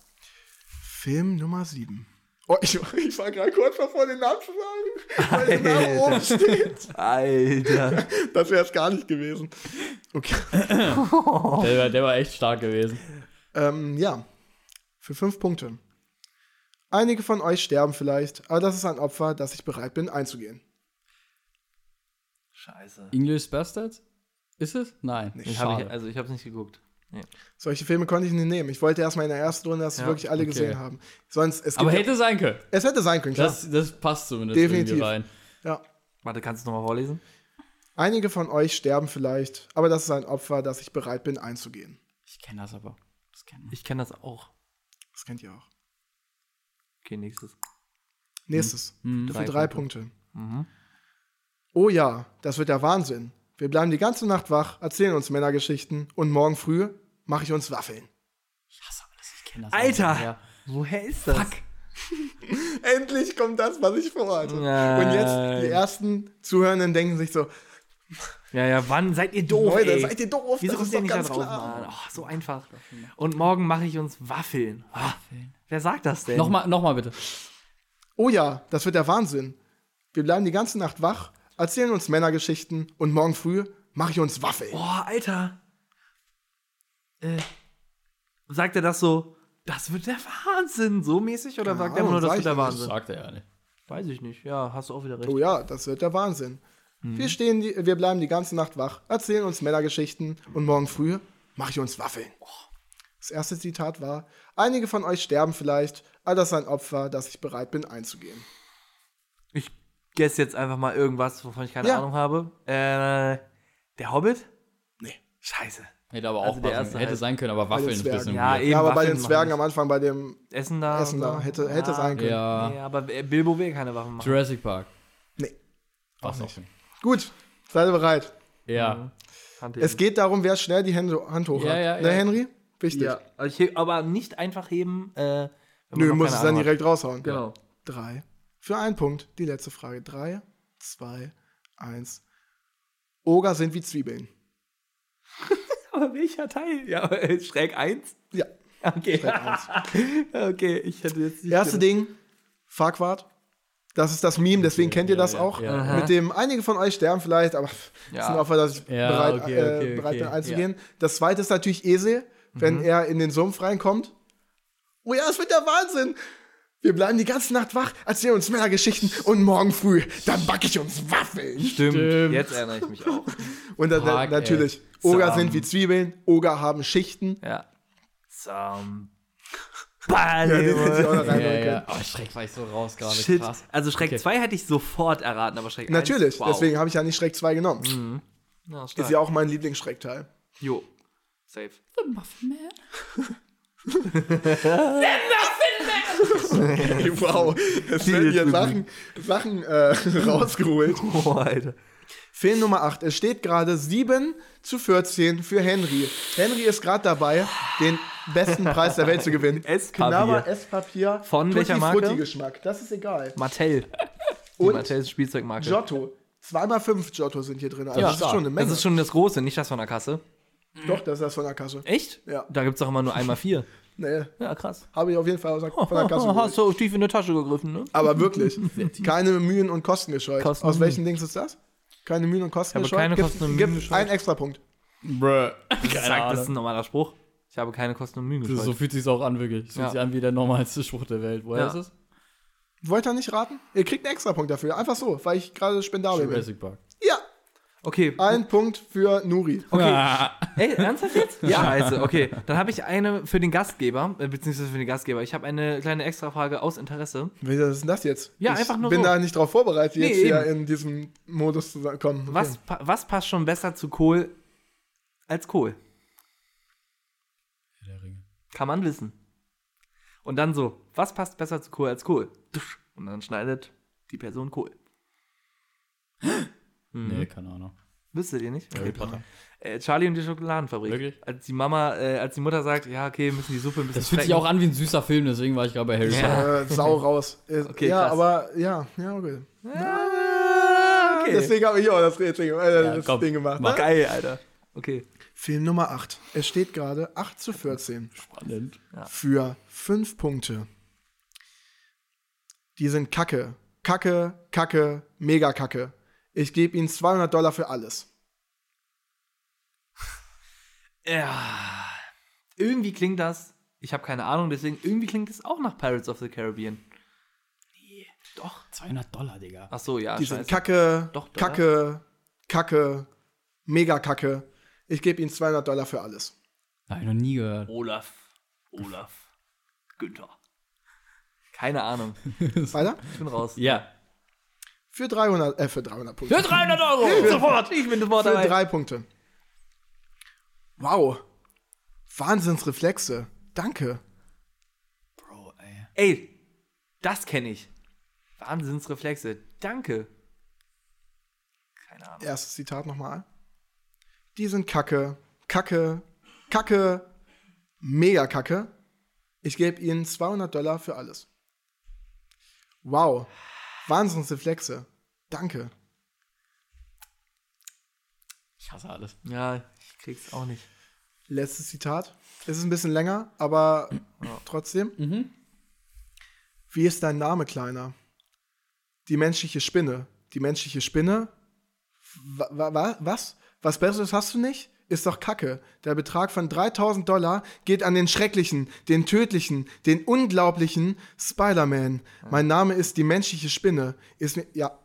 Speaker 1: Film Nummer 7. Oh, ich, [laughs] ich war gerade kurz davor, den Namen zu sagen, weil der
Speaker 3: [laughs]
Speaker 1: Name
Speaker 3: Alter.
Speaker 1: oben steht.
Speaker 3: Alter.
Speaker 1: Das wäre es gar nicht gewesen. Okay.
Speaker 2: Der, war- der war echt stark gewesen.
Speaker 1: Ähm, ja. Für fünf Punkte. Einige von euch sterben vielleicht, aber das ist ein Opfer, das ich bereit bin einzugehen.
Speaker 3: Scheiße.
Speaker 2: English Bastards? Ist es? Nein.
Speaker 1: Nee.
Speaker 3: Ich hab ich, also ich habe es nicht geguckt. Nee.
Speaker 1: Solche Filme konnte ich nicht nehmen. Ich wollte erstmal in der ersten Runde, dass es
Speaker 3: Ja,
Speaker 1: wirklich alle
Speaker 2: okay.
Speaker 1: gesehen haben. Sonst, es,
Speaker 2: aber
Speaker 1: gibt,
Speaker 2: hätte sein können.
Speaker 1: es hätte sein können, klar.
Speaker 2: Das, das passt zumindest
Speaker 1: Definitiv.
Speaker 2: irgendwie rein.
Speaker 1: ja.
Speaker 3: Warte, kannst du nochmal vorlesen?
Speaker 1: Einige von euch sterben vielleicht, aber das ist ein Opfer, das ich bereit bin einzugehen.
Speaker 2: Ich kenne das aber. Das kenn ich.
Speaker 3: Ich kenne das auch.
Speaker 1: Das kennt ihr auch.
Speaker 3: Okay, nächstes.
Speaker 1: Nächstes. Für
Speaker 3: Drei
Speaker 1: drei Punkte. Oh ja, das wird der Wahnsinn. Wir bleiben die ganze Nacht wach, erzählen uns Männergeschichten und morgen früh mache ich uns Waffeln.
Speaker 2: Ich hasse alles. Ich kenne das.
Speaker 3: Alter!
Speaker 2: Alles. Ja.
Speaker 3: Woher ist das? Fuck.
Speaker 1: Endlich kommt das, was ich vorhatte.
Speaker 3: Nein.
Speaker 1: Und jetzt, die ersten Zuhörenden denken sich so,
Speaker 3: Ja, ja, wann seid ihr doof?
Speaker 1: Leute,
Speaker 3: ey?
Speaker 1: seid ihr doof?
Speaker 3: Wieso
Speaker 1: Das
Speaker 3: kommt
Speaker 1: ist
Speaker 3: ihr
Speaker 1: doch
Speaker 3: nicht da
Speaker 1: ganz
Speaker 3: drauf,
Speaker 1: klar.
Speaker 3: Mann? Oh, so einfach. Und morgen mache ich uns Waffeln. Ah, wer sagt das denn?
Speaker 2: Nochmal, nochmal bitte.
Speaker 1: oh ja, das wird der Wahnsinn. Wir bleiben die ganze Nacht wach, erzählen uns Männergeschichten und morgen früh mache ich uns Waffeln.
Speaker 3: Boah, Alter. Äh, sagt er das so, das wird der Wahnsinn, so mäßig? Oder
Speaker 1: Keine
Speaker 3: sagt er immer nur,
Speaker 1: Ahnung,
Speaker 3: das
Speaker 1: weiß
Speaker 3: wird der
Speaker 1: ich nicht.
Speaker 3: Wahnsinn?
Speaker 2: Sagt er ja nicht.
Speaker 3: Weiß ich nicht. Ja, hast du auch wieder recht.
Speaker 1: Oh ja, das wird der Wahnsinn.
Speaker 3: Mhm.
Speaker 1: Wir, stehen die, wir bleiben die ganze Nacht wach, erzählen uns Männergeschichten und morgen früh mache ich uns Waffeln. Oh. Das erste Zitat war: Einige von euch sterben vielleicht, all das ist ein Opfer, das ich bereit bin einzugehen.
Speaker 3: Ich guess jetzt einfach mal irgendwas, wovon ich keine
Speaker 1: Ja.
Speaker 3: Ahnung habe. Äh, der Hobbit?
Speaker 1: Nee.
Speaker 3: Scheiße.
Speaker 2: Hätte aber
Speaker 3: Also
Speaker 2: auch
Speaker 3: der
Speaker 2: passen.
Speaker 3: erste
Speaker 2: Hätte
Speaker 3: halt.
Speaker 2: sein können, aber
Speaker 1: den
Speaker 2: Waffeln ist ein
Speaker 1: Zwergen.
Speaker 2: bisschen.
Speaker 3: Ja,
Speaker 2: weird.
Speaker 3: eben.
Speaker 1: ja, aber bei
Speaker 3: Waffeln
Speaker 1: den Zwergen am
Speaker 3: machen
Speaker 1: Anfang, bei dem
Speaker 3: Essen da.
Speaker 1: Essen
Speaker 3: und so.
Speaker 1: da, hätte, hätte
Speaker 3: Ah,
Speaker 1: sein können.
Speaker 2: ja.
Speaker 3: Nee, aber äh, Bilbo will keine Waffen machen.
Speaker 2: Jurassic Park.
Speaker 1: Nee.
Speaker 2: Was auch schon.
Speaker 1: Gut, seid ihr bereit.
Speaker 2: Ja.
Speaker 3: Fand ich.
Speaker 1: Es geht darum, wer schnell die Hände, Hand hoch
Speaker 2: Ja,
Speaker 1: hat.
Speaker 2: ja,
Speaker 1: ne,
Speaker 2: ja.
Speaker 1: Henry? Wichtig.
Speaker 3: ja. aber ich heb- aber nicht einfach heben. Äh, wenn man
Speaker 1: Nö,
Speaker 3: noch
Speaker 1: muss
Speaker 3: keine
Speaker 1: es dann
Speaker 3: Ahnung hat.
Speaker 1: direkt raushauen.
Speaker 3: Genau. [laughs]
Speaker 1: Drei. Für einen Punkt. Die letzte Frage. Drei, zwei, eins. Oger sind wie Zwiebeln.
Speaker 3: Aber welcher Teil? Ja, aber, äh, schräg 1?
Speaker 1: Ja.
Speaker 3: Okay.
Speaker 1: Schräg eins.
Speaker 3: okay, ich hätte jetzt nicht.
Speaker 1: Erste
Speaker 3: gedacht.
Speaker 1: Ding, Farquard. Das ist das Meme, deswegen kennt ihr
Speaker 2: ja,
Speaker 1: das
Speaker 2: ja,
Speaker 1: auch.
Speaker 2: ja.
Speaker 3: Aha.
Speaker 1: Mit dem, einige von euch sterben vielleicht, aber pff,
Speaker 3: Ja.
Speaker 1: ist ein Opfer, dass ich
Speaker 2: Ja,
Speaker 1: bereit,
Speaker 2: okay,
Speaker 1: äh,
Speaker 2: okay,
Speaker 1: bereit bin
Speaker 2: okay,
Speaker 1: einzugehen. Das zweite ist natürlich Esel, wenn er in den Sumpf reinkommt. Oh ja, es wird der Wahnsinn. Wir bleiben die ganze Nacht wach, erzählen uns Männergeschichten und morgen früh, dann backe ich uns Waffeln.
Speaker 3: Stimmt.
Speaker 2: Stimmt.
Speaker 3: Jetzt erinnere ich mich [laughs] auch.
Speaker 1: Und dann
Speaker 2: Fuck,
Speaker 1: natürlich,
Speaker 3: ey.
Speaker 1: Oger
Speaker 3: Sam.
Speaker 1: sind wie Zwiebeln, Oger haben Schichten.
Speaker 3: ja. Some.
Speaker 1: Ja, den hätte ich auch noch
Speaker 3: Ball,
Speaker 2: [laughs] Ja,
Speaker 1: reinholen
Speaker 2: ja,
Speaker 1: können.
Speaker 2: Oh, Schreck war ich so raus gerade.
Speaker 3: Shit.
Speaker 2: Krass.
Speaker 3: Also Schreck 2 hätte ich sofort erraten, aber Schreck 1.
Speaker 1: Natürlich,
Speaker 3: wow.
Speaker 1: deswegen habe ich ja nicht Schreck 2 genommen.
Speaker 3: Ja, stark.
Speaker 1: Ist ja auch mein Lieblingsschreckteil.
Speaker 3: Jo. Safe.
Speaker 1: [laughs] Wow, es werden hier Sachen, Sachen äh, [laughs] rausgeholt.
Speaker 3: Oh, Alter.
Speaker 1: Film Nummer 8. Es steht gerade 7 zu 14 für Henry. Henry ist gerade dabei, den besten Preis der Welt zu
Speaker 3: [laughs]
Speaker 1: gewinnen.
Speaker 3: Esspapier.
Speaker 1: Knabber Esspapier.
Speaker 3: Von welcher Marke?
Speaker 1: Geschmack. Das ist egal.
Speaker 3: Mattel. Die
Speaker 1: Und
Speaker 3: Mattel ist Spielzeugmarke.
Speaker 1: Giotto. Zweimal fünf Giotto sind hier drin. Also
Speaker 2: Ja,
Speaker 1: das ist
Speaker 2: stark.
Speaker 1: schon eine
Speaker 3: Das
Speaker 1: Menge.
Speaker 3: ist schon das Große, nicht das von der Kasse.
Speaker 1: Doch, das ist das von der Kasse.
Speaker 3: Echt?
Speaker 1: Ja.
Speaker 3: Da gibt es doch immer nur einmal vier.
Speaker 1: Nee,
Speaker 3: [laughs] Ja, krass.
Speaker 1: habe ich auf jeden Fall aus der-
Speaker 3: [laughs]
Speaker 1: von der Kasse geholt.
Speaker 3: Hast du tief in die Tasche gegriffen, ne?
Speaker 1: Aber wirklich, keine Mühen und Kosten gescheut.
Speaker 3: Kosten-
Speaker 1: Aus welchen Dings ist das? Keine Mühen und Kosten
Speaker 3: habe
Speaker 1: gescheut?
Speaker 3: keine
Speaker 1: Gibt's-
Speaker 3: Kosten und
Speaker 1: gibt's
Speaker 3: Mühen gescheut.
Speaker 1: Einen extra Punkt.
Speaker 2: Bruh. [laughs]
Speaker 3: Sag, das ist ein normaler Spruch. Ich habe keine Kosten und Mühen
Speaker 2: So
Speaker 3: gescheut.
Speaker 2: fühlt sich's auch an, wirklich. Es fühlt
Speaker 3: Ja.
Speaker 2: sich an wie der normalste Spruch der Welt. Woher
Speaker 3: Ja.
Speaker 2: ist es?
Speaker 1: Wollt ihr nicht raten? Ihr kriegt einen extra Punkt dafür. Einfach so, weil ich gerade spendabel bin.
Speaker 2: Jurassic Park.
Speaker 1: Ja,
Speaker 3: Okay,
Speaker 1: ein Punkt für Nuri.
Speaker 2: Ah.
Speaker 3: Ey, ernsthaft jetzt? [laughs] Ja. Scheiße, okay. Dann habe ich eine für den Gastgeber, äh, beziehungsweise für den Gastgeber. Ich habe eine kleine Extrafrage aus Interesse.
Speaker 1: Was ist denn das jetzt?
Speaker 3: Ja,
Speaker 1: ich
Speaker 3: einfach nur
Speaker 1: bin
Speaker 3: so.
Speaker 1: da nicht drauf vorbereitet,
Speaker 3: Nee,
Speaker 1: jetzt hier
Speaker 3: eben.
Speaker 1: in diesem Modus zu kommen. Okay.
Speaker 3: Was, pa was passt schon besser zu Kohl als Kohl?
Speaker 2: Herr der Ringe.
Speaker 3: Kann man wissen. Und dann so, was passt besser zu Kohl als Kohl? Dusch. Und dann schneidet die Person [gasps] Kohl. Hm.
Speaker 2: Nee, keine Ahnung.
Speaker 3: Wüsstet ihr nicht?
Speaker 2: Harry Potter.
Speaker 3: Äh, Charlie und die Schokoladenfabrik.
Speaker 2: Wirklich?
Speaker 3: Als die Mama, äh, als die Mutter sagt, ja, okay, wir müssen die Suppe ein bisschen
Speaker 2: Das fühlt sich
Speaker 3: strecken.
Speaker 2: auch an wie ein süßer Film, deswegen war ich gerade bei Harry Potter.
Speaker 1: Äh, Sau raus. Äh,
Speaker 3: Okay,
Speaker 1: ja,
Speaker 3: krass.
Speaker 1: aber ja, ja, okay.
Speaker 3: Ah, okay.
Speaker 1: Deswegen habe ich auch das Rätsel äh,
Speaker 2: Ja,
Speaker 1: das
Speaker 2: komm,
Speaker 1: Ding gemacht.
Speaker 2: mach.
Speaker 3: Geil, Alter. Okay.
Speaker 1: Film Nummer 8. Es steht gerade 8 zu 14.
Speaker 2: Spannend.
Speaker 1: für fünf Punkte. Die sind kacke. Kacke, kacke, mega kacke. Ich gebe ihnen 200 Dollar für alles.
Speaker 3: Ja. Irgendwie klingt das, ich habe keine Ahnung, deswegen irgendwie klingt es auch nach Pirates of the Caribbean.
Speaker 2: Doch, 200 Dollar, Digga.
Speaker 3: Ach so, ja,
Speaker 1: Die
Speaker 3: scheiße.
Speaker 1: sind kacke,
Speaker 3: Doch, Dollar?
Speaker 1: kacke, kacke, mega kacke. Ich gebe ihnen 200 Dollar für
Speaker 3: [laughs]
Speaker 1: alles.
Speaker 2: Hab ich noch nie gehört.
Speaker 3: Olaf. Olaf. Günther. Keine Ahnung.
Speaker 1: Weiter?
Speaker 3: Ich bin
Speaker 1: [laughs]
Speaker 3: raus.
Speaker 2: Ja.
Speaker 1: Für 300, äh, für 300 Punkte.
Speaker 2: Für 300 Euro!
Speaker 3: Sofort, ich bin sofort
Speaker 1: Für
Speaker 3: dabei.
Speaker 1: drei Punkte. Wow. Wahnsinnsreflexe. Danke.
Speaker 2: Bro, ey.
Speaker 3: Ey, das kenne ich. Wahnsinnsreflexe. Danke. Keine Ahnung.
Speaker 1: Erstes Zitat nochmal. Die sind kacke, kacke, kacke, mega kacke. Ich gebe ihnen 200 Dollar für alles. Wow. Wahnsinnsreflexe. Danke.
Speaker 2: Ich hasse alles.
Speaker 3: Ja, ich krieg's auch nicht.
Speaker 1: Letztes Zitat. Es ist ein bisschen länger, aber trotzdem.
Speaker 2: Mhm.
Speaker 1: Wie ist dein Name, Kleiner? Die menschliche Spinne. Die menschliche Spinne? Wa wa wa was? Was Besseres hast du nicht? Ist doch Kacke. Der Betrag von 3000 Dollar geht an den schrecklichen, den tödlichen, den unglaublichen Spider-Man. Mein Name ist die menschliche Spinne. Ist mir. Ja,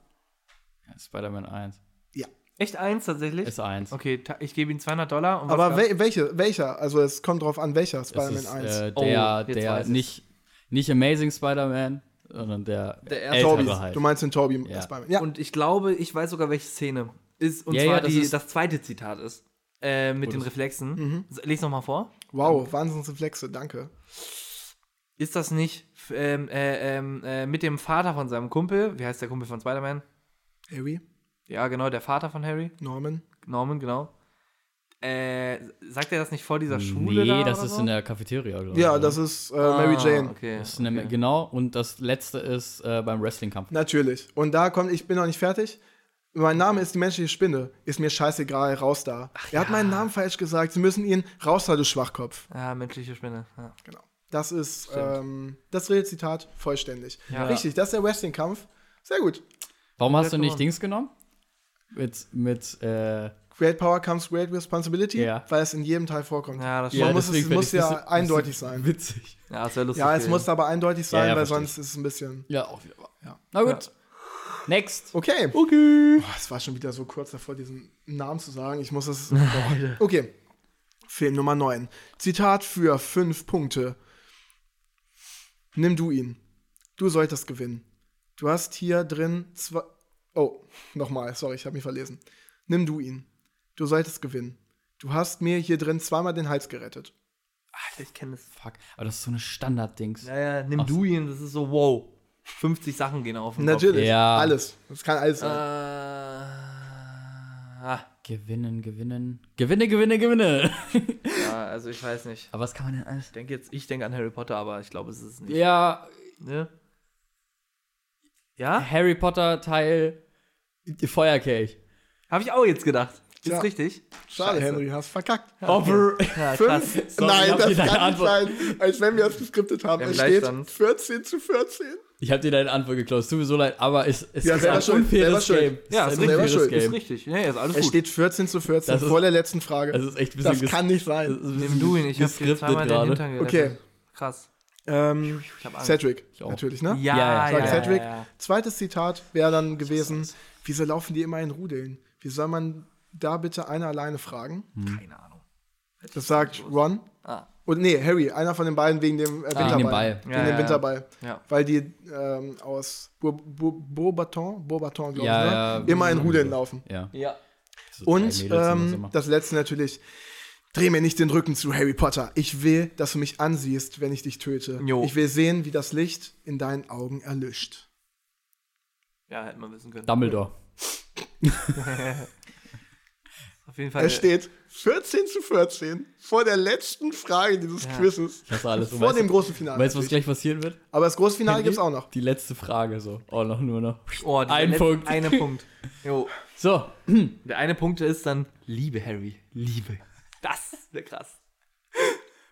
Speaker 2: Ja, Spider-Man 1.
Speaker 1: ja.
Speaker 3: Echt eins tatsächlich?
Speaker 2: Ist 1.
Speaker 3: okay, ta- ich gebe ihm 200 Dollar. Und was
Speaker 1: Aber
Speaker 3: gab's?
Speaker 1: wel welche, welcher? Also, es kommt drauf an, welcher
Speaker 2: Es
Speaker 1: Spider-Man
Speaker 2: ist
Speaker 1: 1.
Speaker 2: äh,
Speaker 3: Oh,
Speaker 2: der,
Speaker 3: jetzt
Speaker 2: der
Speaker 3: weiß ich's.
Speaker 2: nicht, nicht Amazing Spider-Man, sondern der,
Speaker 3: Der erste
Speaker 2: ältere
Speaker 1: Toby.
Speaker 2: halt.
Speaker 1: Du meinst den Toby.
Speaker 2: Ja.
Speaker 1: Spider-Man. Ja.
Speaker 3: Und ich glaube, ich weiß sogar, welche Szene ist. Und
Speaker 2: Ja,
Speaker 3: zwar
Speaker 2: ja, das
Speaker 3: die,
Speaker 2: ist-
Speaker 3: das zweite Zitat ist. Äh, mit
Speaker 2: Wo das-
Speaker 3: den
Speaker 2: Mhm.
Speaker 3: Reflexen. So, Lies nochmal vor.
Speaker 1: Wow, Wahnsinnsreflexe, danke.
Speaker 3: Ist das nicht f- ähm, äh, ähm, äh, mit dem Vater von seinem Kumpel? Wie heißt der Kumpel von Spider-Man?
Speaker 1: Harry,
Speaker 3: Ja, genau, der Vater von Harry.
Speaker 1: Norman.
Speaker 3: Norman, genau. Äh, sagt er das nicht vor dieser Schule?
Speaker 2: Nee,
Speaker 3: da
Speaker 2: das
Speaker 3: oder
Speaker 2: ist
Speaker 3: so?
Speaker 2: in der Cafeteria, glaube ich.
Speaker 1: Ja,
Speaker 2: oder?
Speaker 1: das ist äh, Mary
Speaker 3: Ah,
Speaker 1: Jane.
Speaker 3: Okay.
Speaker 2: Das ist eine, Genau, und das letzte ist äh, beim Wrestling-Kampf.
Speaker 1: Natürlich. Und da kommt, ich bin noch nicht fertig. Mein Name ist die menschliche Spinne. Ist mir scheißegal, raus da. er hat meinen Namen falsch gesagt. Sie müssen ihn raus da, du Schwachkopf.
Speaker 3: Ah, menschliche Spinne. Ja.
Speaker 1: Genau. Das ist ähm, das Redezitat vollständig.
Speaker 3: Ja.
Speaker 1: Richtig, das ist der Wrestling-Kampf. Sehr gut.
Speaker 2: Warum hast du
Speaker 3: Komplett
Speaker 2: nicht
Speaker 3: gewonnen.
Speaker 2: Dings genommen? Mit, mit, äh,
Speaker 1: Great power comes great responsibility,
Speaker 2: Ja.
Speaker 1: weil es in jedem Teil vorkommt.
Speaker 3: Ja, das
Speaker 1: Man
Speaker 3: stimmt.
Speaker 1: muss, es
Speaker 2: deswegen
Speaker 1: muss
Speaker 2: find ich
Speaker 1: ja
Speaker 2: das-
Speaker 1: eindeutig sein.
Speaker 2: witzig.
Speaker 3: Ja, das wäre lustig.
Speaker 1: Ja, es
Speaker 3: gewesen.
Speaker 1: muss aber eindeutig sein,
Speaker 2: ja,
Speaker 1: weil
Speaker 2: verstehe ich.
Speaker 1: sonst ist es ein bisschen.
Speaker 2: Ja, auch wieder wahr.
Speaker 1: Ja.
Speaker 2: Na gut. Next.
Speaker 1: Okay.
Speaker 2: Okay.
Speaker 1: Boah, es war schon wieder so kurz davor, diesen Namen zu sagen. Ich muss das. Boah. Okay. Film Nummer 9. Zitat für 5 Punkte. Nimm du ihn. Du solltest gewinnen. Du hast hier drin zwei. Oh, nochmal. Sorry, ich habe mich verlesen. Nimm du ihn. Du solltest gewinnen. Du hast mir hier drin zweimal den Hals gerettet.
Speaker 3: Alter, ich kenne das.
Speaker 2: Fuck. Aber das ist so eine Standard-Dings.
Speaker 3: Ja, ja, nimm
Speaker 2: Ach so.
Speaker 3: du ihn, das ist so, wow. 50 Sachen gehen auf. den Kopf.
Speaker 1: Natürlich.
Speaker 2: Ja.
Speaker 1: Alles. Das kann alles
Speaker 3: Äh,
Speaker 1: sein.
Speaker 3: ah,
Speaker 2: Gewinnen, gewinnen. Gewinne, gewinne, gewinne. [laughs]
Speaker 3: ja, also ich weiß nicht.
Speaker 2: Aber was kann man denn alles?
Speaker 3: Ich denke jetzt, ich denke an Harry Potter, aber ich glaube, es ist es nicht.
Speaker 2: Ja,
Speaker 3: Ne?
Speaker 1: Ah.
Speaker 3: Ja?
Speaker 2: Harry Potter Teil Feuerkelch.
Speaker 3: Habe ich auch jetzt gedacht. Ist
Speaker 1: Tja.
Speaker 3: richtig?
Speaker 1: Schade,
Speaker 3: Scheiße.
Speaker 1: Henry, hast verkackt.
Speaker 2: Over.
Speaker 3: Ja, krass.
Speaker 1: Fünf?
Speaker 2: Sorry, ich
Speaker 1: Nein,
Speaker 2: hab
Speaker 1: das
Speaker 2: dir
Speaker 1: kann
Speaker 2: deine
Speaker 1: nicht
Speaker 2: Antwort-
Speaker 1: sein. Als wenn wir das geskriptet haben.
Speaker 3: Wir haben
Speaker 1: Es steht
Speaker 3: Gleichstand.
Speaker 1: 14 zu 14.
Speaker 2: Ich habe dir deine Antwort geklaut. Tut mir so leid, aber es, es
Speaker 1: Ja,
Speaker 2: ist
Speaker 1: selber
Speaker 2: ein
Speaker 1: schuld, selber
Speaker 2: unfaires
Speaker 1: schuld.
Speaker 2: Game. Es
Speaker 3: Ja,
Speaker 2: ist
Speaker 3: ist
Speaker 2: ein
Speaker 1: selber
Speaker 2: unfaires
Speaker 1: schuld.
Speaker 2: Game.
Speaker 3: Ist richtig. Nee, ist alles
Speaker 1: Es
Speaker 3: gut. also
Speaker 1: steht 14 zu 14
Speaker 2: Das ist-
Speaker 1: vor der letzten Frage.
Speaker 2: Das ist echt ein bisschen
Speaker 1: das
Speaker 2: ges-
Speaker 1: kann nicht
Speaker 2: das
Speaker 1: sein.
Speaker 2: ist ein bisschen
Speaker 3: Nimm du ihn, ich habe dir
Speaker 2: geskriptet Äh,
Speaker 3: zweimal den
Speaker 2: gerade.
Speaker 3: Hintern
Speaker 1: Okay.
Speaker 3: gerettet. Krass.
Speaker 1: Ähm,
Speaker 3: Ich hab Angst.
Speaker 1: Cedric,
Speaker 2: Ich auch.
Speaker 1: natürlich, ne?
Speaker 3: Ja,
Speaker 2: Ja,
Speaker 3: ja,
Speaker 2: ja.
Speaker 3: ja,
Speaker 1: Sagt
Speaker 3: ja,
Speaker 1: Cedric.
Speaker 3: ja.
Speaker 1: Zweites Zitat wäre dann gewesen, wieso laufen die immer in Rudeln? Wie soll man da bitte einer alleine fragen?
Speaker 3: Keine Ahnung.
Speaker 1: Hm. Das sagt Ron.
Speaker 3: Ah.
Speaker 1: Und nee, Harry, einer von den beiden wegen dem äh, Winterball.
Speaker 2: Wegen dem Ball.
Speaker 1: Wegen
Speaker 3: Ja,
Speaker 1: dem
Speaker 3: ja.
Speaker 1: Winterball.
Speaker 3: Ja.
Speaker 1: Weil die ähm, aus Bour- Bour- Beaubaton, Beaubaton, glaube
Speaker 2: Ja,
Speaker 1: ich, ne?
Speaker 2: ja.
Speaker 1: immer in Rudeln laufen.
Speaker 2: Ja.
Speaker 3: Ja.
Speaker 2: So drei Mädels
Speaker 1: Und
Speaker 2: sind das
Speaker 1: ähm,
Speaker 2: immer.
Speaker 1: das letzte natürlich. Dreh mir nicht den Rücken zu, Harry Potter. Ich will, dass du mich ansiehst, wenn ich dich töte.
Speaker 3: Jo.
Speaker 1: Ich will sehen, wie das Licht in deinen Augen erlischt.
Speaker 3: Ja, hätte man wissen können.
Speaker 2: Dumbledore.
Speaker 3: Auf
Speaker 2: Äh.
Speaker 3: jeden Fall.
Speaker 1: Es steht 14 zu 14 vor der letzten Frage dieses
Speaker 3: Ja.
Speaker 1: Quizzes.
Speaker 2: Das war alles.
Speaker 1: Vor
Speaker 2: Weißt
Speaker 1: dem
Speaker 2: du-
Speaker 1: großen Finale.
Speaker 2: Weißt du, was gleich passieren wird?
Speaker 1: Aber das große Finale
Speaker 2: Henry?
Speaker 1: gibt es auch noch.
Speaker 2: Die letzte Frage so. Oh, noch nur noch.
Speaker 3: oh, dieser
Speaker 2: Ein
Speaker 3: letzte-
Speaker 2: Punkt.
Speaker 3: Eine Punkt. Jo.
Speaker 2: So.
Speaker 3: Der eine Punkt ist dann Liebe, Harry. Liebe. Das wäre krass.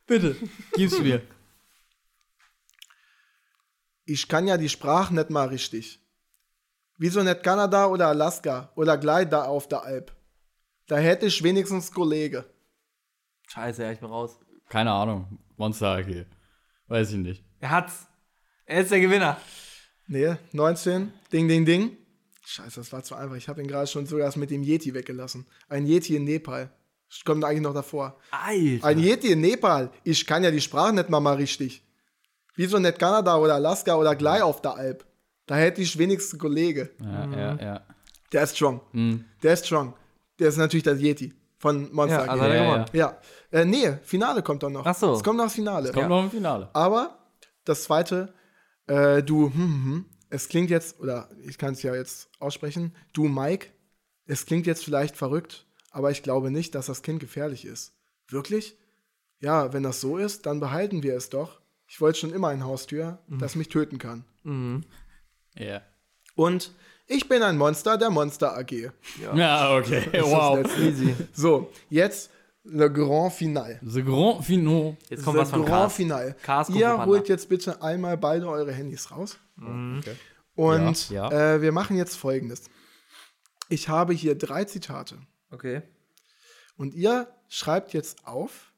Speaker 2: Bitte, gib's mir.
Speaker 1: Ich kann ja die Sprache nicht mal richtig. Wieso nicht Kanada oder Alaska oder gleich da auf der Alp? Da hätte ich wenigstens Kollege.
Speaker 3: Scheiße, ja, ich bin raus.
Speaker 2: Keine Ahnung. Monster AG. Weiß ich nicht.
Speaker 3: Er hat's. Er ist der Gewinner.
Speaker 1: Nee, 19. Ding, ding, ding. Scheiße, das war zu einfach. Ich habe ihn gerade schon sogar mit dem Yeti weggelassen. Ein Yeti in Nepal. Ich komme da eigentlich noch davor.
Speaker 3: Alter.
Speaker 1: Ein Yeti in Nepal. Ich kann ja die Sprache nicht mal mal richtig. Wieso nicht Kanada oder Alaska oder gleich auf der Alp? Da hätte ich wenigstens einen Kollege.
Speaker 3: Mhm.
Speaker 2: Ja, ja, ja.
Speaker 1: Der ist strong. Der ist strong. Der ist natürlich das Yeti von
Speaker 3: Ja,
Speaker 1: Monster
Speaker 3: also
Speaker 1: AG.
Speaker 3: hat
Speaker 2: Ja,
Speaker 3: er
Speaker 2: ja.
Speaker 3: gewonnen.
Speaker 1: Ja. Äh, nee, Finale kommt doch noch.
Speaker 3: Ach so.
Speaker 1: Es kommt noch das Finale.
Speaker 2: Kommt noch im Finale.
Speaker 1: Aber das zweite, äh, du, hm, hm, es klingt jetzt, oder ich kann es ja jetzt aussprechen, du Mike, es klingt jetzt vielleicht verrückt, aber ich glaube nicht, dass das Kind gefährlich ist. Wirklich? Ja, wenn das so ist, dann behalten wir es doch. Ich wollte schon immer ein Haustür, das mich töten kann.
Speaker 2: Ja.
Speaker 1: Und ich bin ein Monster der Monster AG.
Speaker 2: Ja, okay.
Speaker 1: Das
Speaker 2: Wow.
Speaker 1: ist easy. So, jetzt Le Grand Final.
Speaker 2: The Grand Finot.
Speaker 3: Jetzt kommt
Speaker 1: Le
Speaker 3: was von
Speaker 1: Grand
Speaker 3: Cars.
Speaker 1: Final.
Speaker 3: Cars kommt von
Speaker 1: Ihr
Speaker 3: Panda. Mhm.
Speaker 1: holt jetzt bitte einmal beide eure Handys raus. Und
Speaker 2: Ja, ja.
Speaker 1: Äh, wir machen jetzt folgendes. Ich habe hier drei Zitate.
Speaker 3: Okay.
Speaker 1: Und ihr schreibt jetzt auf,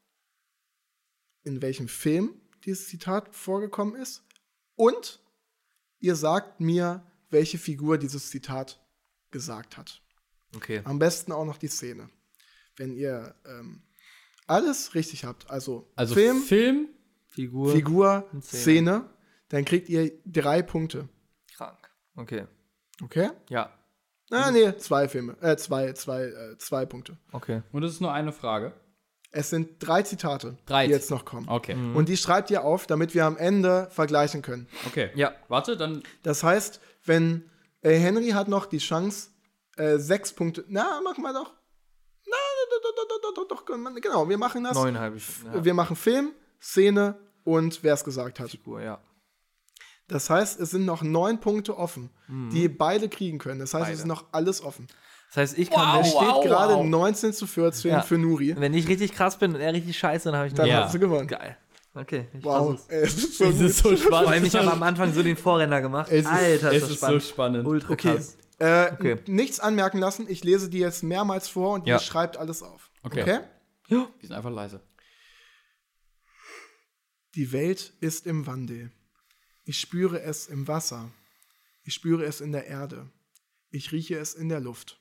Speaker 1: in welchem Film dieses Zitat vorgekommen ist. Und ihr sagt mir, welche Figur dieses Zitat gesagt hat.
Speaker 3: Okay.
Speaker 1: Am besten auch noch die Szene. Wenn ihr ähm, alles richtig habt, also,
Speaker 2: Also
Speaker 1: Film,
Speaker 2: Film, Film
Speaker 3: Figur.
Speaker 1: Figur,
Speaker 3: und
Speaker 1: Szene.
Speaker 3: Szene.
Speaker 1: dann kriegt ihr drei Punkte.
Speaker 3: Krank. Okay.
Speaker 1: Okay?
Speaker 3: Ja.
Speaker 1: Ah, nee, zwei Filme. Äh, zwei, zwei, äh, zwei Punkte.
Speaker 3: Okay.
Speaker 2: und es ist nur eine Frage.
Speaker 1: Es sind drei Zitate,
Speaker 2: Drei.
Speaker 1: die jetzt noch kommen.
Speaker 2: Okay.
Speaker 3: Mhm.
Speaker 1: Und die schreibt ihr auf, damit wir am Ende vergleichen können.
Speaker 2: Okay.
Speaker 3: Ja.
Speaker 2: Warte, dann
Speaker 1: Das heißt, wenn äh, Henry hat noch die Chance, äh, sechs Punkte. Na, machen wir doch. Na, doch, doch, doch, doch, doch, doch, doch, genau, wir machen das.
Speaker 3: Neuneinhalb Stunden. Ja.
Speaker 1: Wir machen Film, Szene und wer es gesagt hat.
Speaker 3: Figur, ja.
Speaker 1: Das heißt, es sind noch neun Punkte offen, die beide kriegen können. Das heißt, es
Speaker 3: Mhm. Beide.
Speaker 1: ist noch alles offen.
Speaker 3: Das heißt, ich kann,
Speaker 1: Es
Speaker 3: wenn,
Speaker 1: steht
Speaker 2: wow,
Speaker 1: gerade
Speaker 2: wow.
Speaker 1: 19 zu 14
Speaker 3: Ja.
Speaker 1: für Nuri.
Speaker 3: wenn ich richtig krass bin und er richtig scheiße, dann habe ich
Speaker 1: Dann
Speaker 2: Ja.
Speaker 1: hast du gewonnen.
Speaker 3: Geil. Okay. Ich
Speaker 1: Wow.
Speaker 3: versuch's.
Speaker 1: Ey, es ist so
Speaker 2: es [laughs] ist so
Speaker 3: Vor allem,
Speaker 2: spannend.
Speaker 3: ich habe am Anfang so den Vorrenner gemacht.
Speaker 1: Es ist-
Speaker 3: Alter,
Speaker 2: es ist
Speaker 3: das
Speaker 2: so
Speaker 3: spannend.
Speaker 2: spannend.
Speaker 3: Ultra
Speaker 1: Okay.
Speaker 3: krass.
Speaker 1: Äh,
Speaker 3: Okay.
Speaker 1: n- Nichts anmerken lassen. Ich lese die jetzt mehrmals vor und
Speaker 3: Ja.
Speaker 1: ihr schreibt alles auf.
Speaker 2: Okay.
Speaker 3: Ja.
Speaker 2: Die sind einfach leise.
Speaker 1: Die Welt ist im Wandel. Ich spüre es im Wasser. Ich spüre es in der Erde. Ich rieche es in der Luft.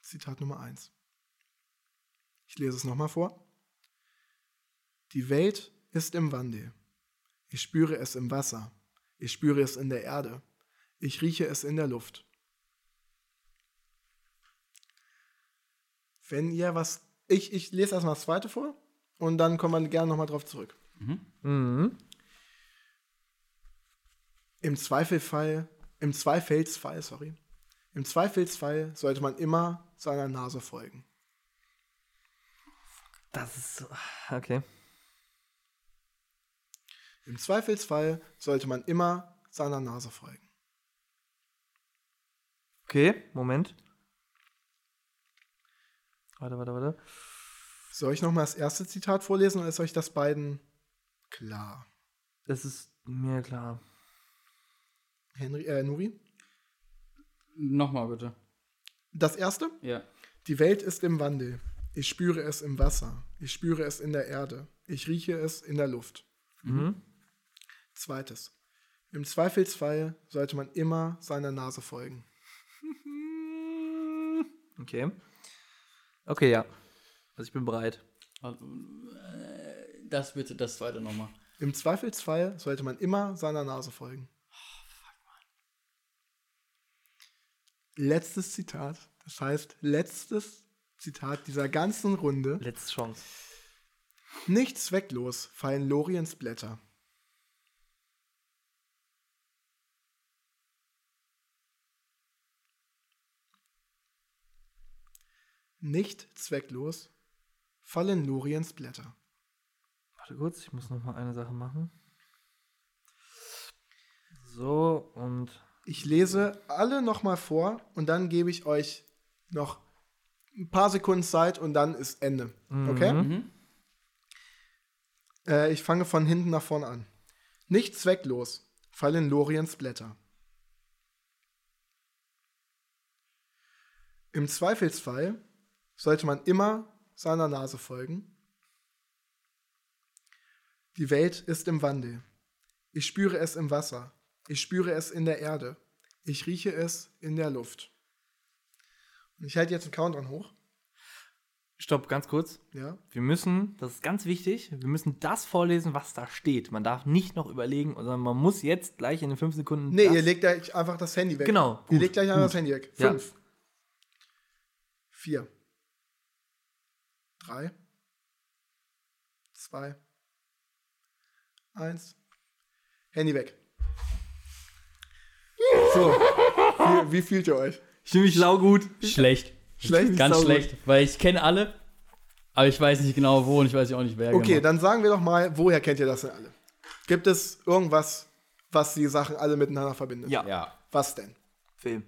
Speaker 1: Zitat Nummer 1. Ich lese es nochmal vor. Die Welt ist im Wandel. Ich spüre es im Wasser. Ich spüre es in der Erde. Ich rieche es in der Luft. Wenn ihr was. Ich, ich lese erstmal das zweite vor und dann kommt man gerne nochmal drauf zurück.
Speaker 3: Mhm.
Speaker 1: Im Zweifelfall, im Zweifelsfall, sorry. Im Zweifelsfall sollte man immer seiner Nase folgen.
Speaker 3: Das ist so. ah, Okay.
Speaker 1: Im Zweifelsfall sollte man immer seiner Nase folgen.
Speaker 3: Okay, Moment. Warte, warte, warte.
Speaker 1: Soll ich nochmal das erste Zitat vorlesen oder ist euch das beiden klar?
Speaker 3: Das ist mir klar.
Speaker 1: Henry, äh, Nuri?
Speaker 2: Nochmal bitte.
Speaker 1: Das erste?
Speaker 2: Ja.
Speaker 1: Die Welt ist im Wandel. Ich spüre es im Wasser. Ich spüre es in der Erde. Ich rieche es in der Luft.
Speaker 3: Mhm.
Speaker 1: Zweites. Im Zweifelsfall sollte man immer seiner Nase folgen.
Speaker 3: Okay. Okay, ja. Also ich bin bereit.
Speaker 2: äh, Das bitte, das zweite nochmal.
Speaker 1: Im Zweifelsfall sollte man immer seiner Nase folgen. Oh, Letztes Zitat. Das heißt, letztes Zitat dieser ganzen Runde.
Speaker 3: Letzte Chance.
Speaker 1: Nicht zwecklos fallen Loriens Blätter. Nicht zwecklos fallen Loriens Blätter.
Speaker 3: Warte kurz, ich muss noch mal eine Sache machen. So und
Speaker 1: Ich lese alle nochmal vor und dann gebe ich euch noch ein paar Sekunden Zeit und dann ist Ende. Okay? Äh, ich fange von hinten nach vorne an. Nicht zwecklos fallen Loriens Blätter. Im Zweifelsfall sollte man immer seiner Nase folgen. Die Welt ist im Wandel. Ich spüre es im Wasser. Ich spüre es in der Erde. Ich rieche es in der Luft. Und ich halte jetzt einen Countdown hoch.
Speaker 3: stopp ganz kurz.
Speaker 1: Ja.
Speaker 3: Wir müssen, das ist ganz wichtig, wir müssen das vorlesen, was da steht. Man darf nicht noch überlegen, sondern man muss jetzt gleich in den fünf Sekunden.
Speaker 1: Nee,
Speaker 3: das,
Speaker 1: ihr legt gleich einfach das Handy weg.
Speaker 3: Genau,
Speaker 1: Ihr
Speaker 3: gut,
Speaker 1: legt gleich einfach das Handy weg.
Speaker 3: Ja.
Speaker 1: Fünf. Vier. Drei. Zwei. Eins. Handy weg. So. Wie, wie fühlt ihr euch?
Speaker 3: Ich fühle mich saugut.
Speaker 2: Schlecht.
Speaker 1: Schlecht?
Speaker 2: Ganz
Speaker 3: Sau gut.
Speaker 2: schlecht. Weil ich kenne alle, aber ich weiß nicht genau wo und ich weiß auch nicht wer.
Speaker 1: Okay,
Speaker 2: genau.
Speaker 1: dann sagen wir doch mal, woher kennt ihr das denn alle? Gibt es irgendwas, was die Sachen alle miteinander verbindet.
Speaker 3: Ja.
Speaker 2: Ja.
Speaker 1: Was denn?
Speaker 3: Film.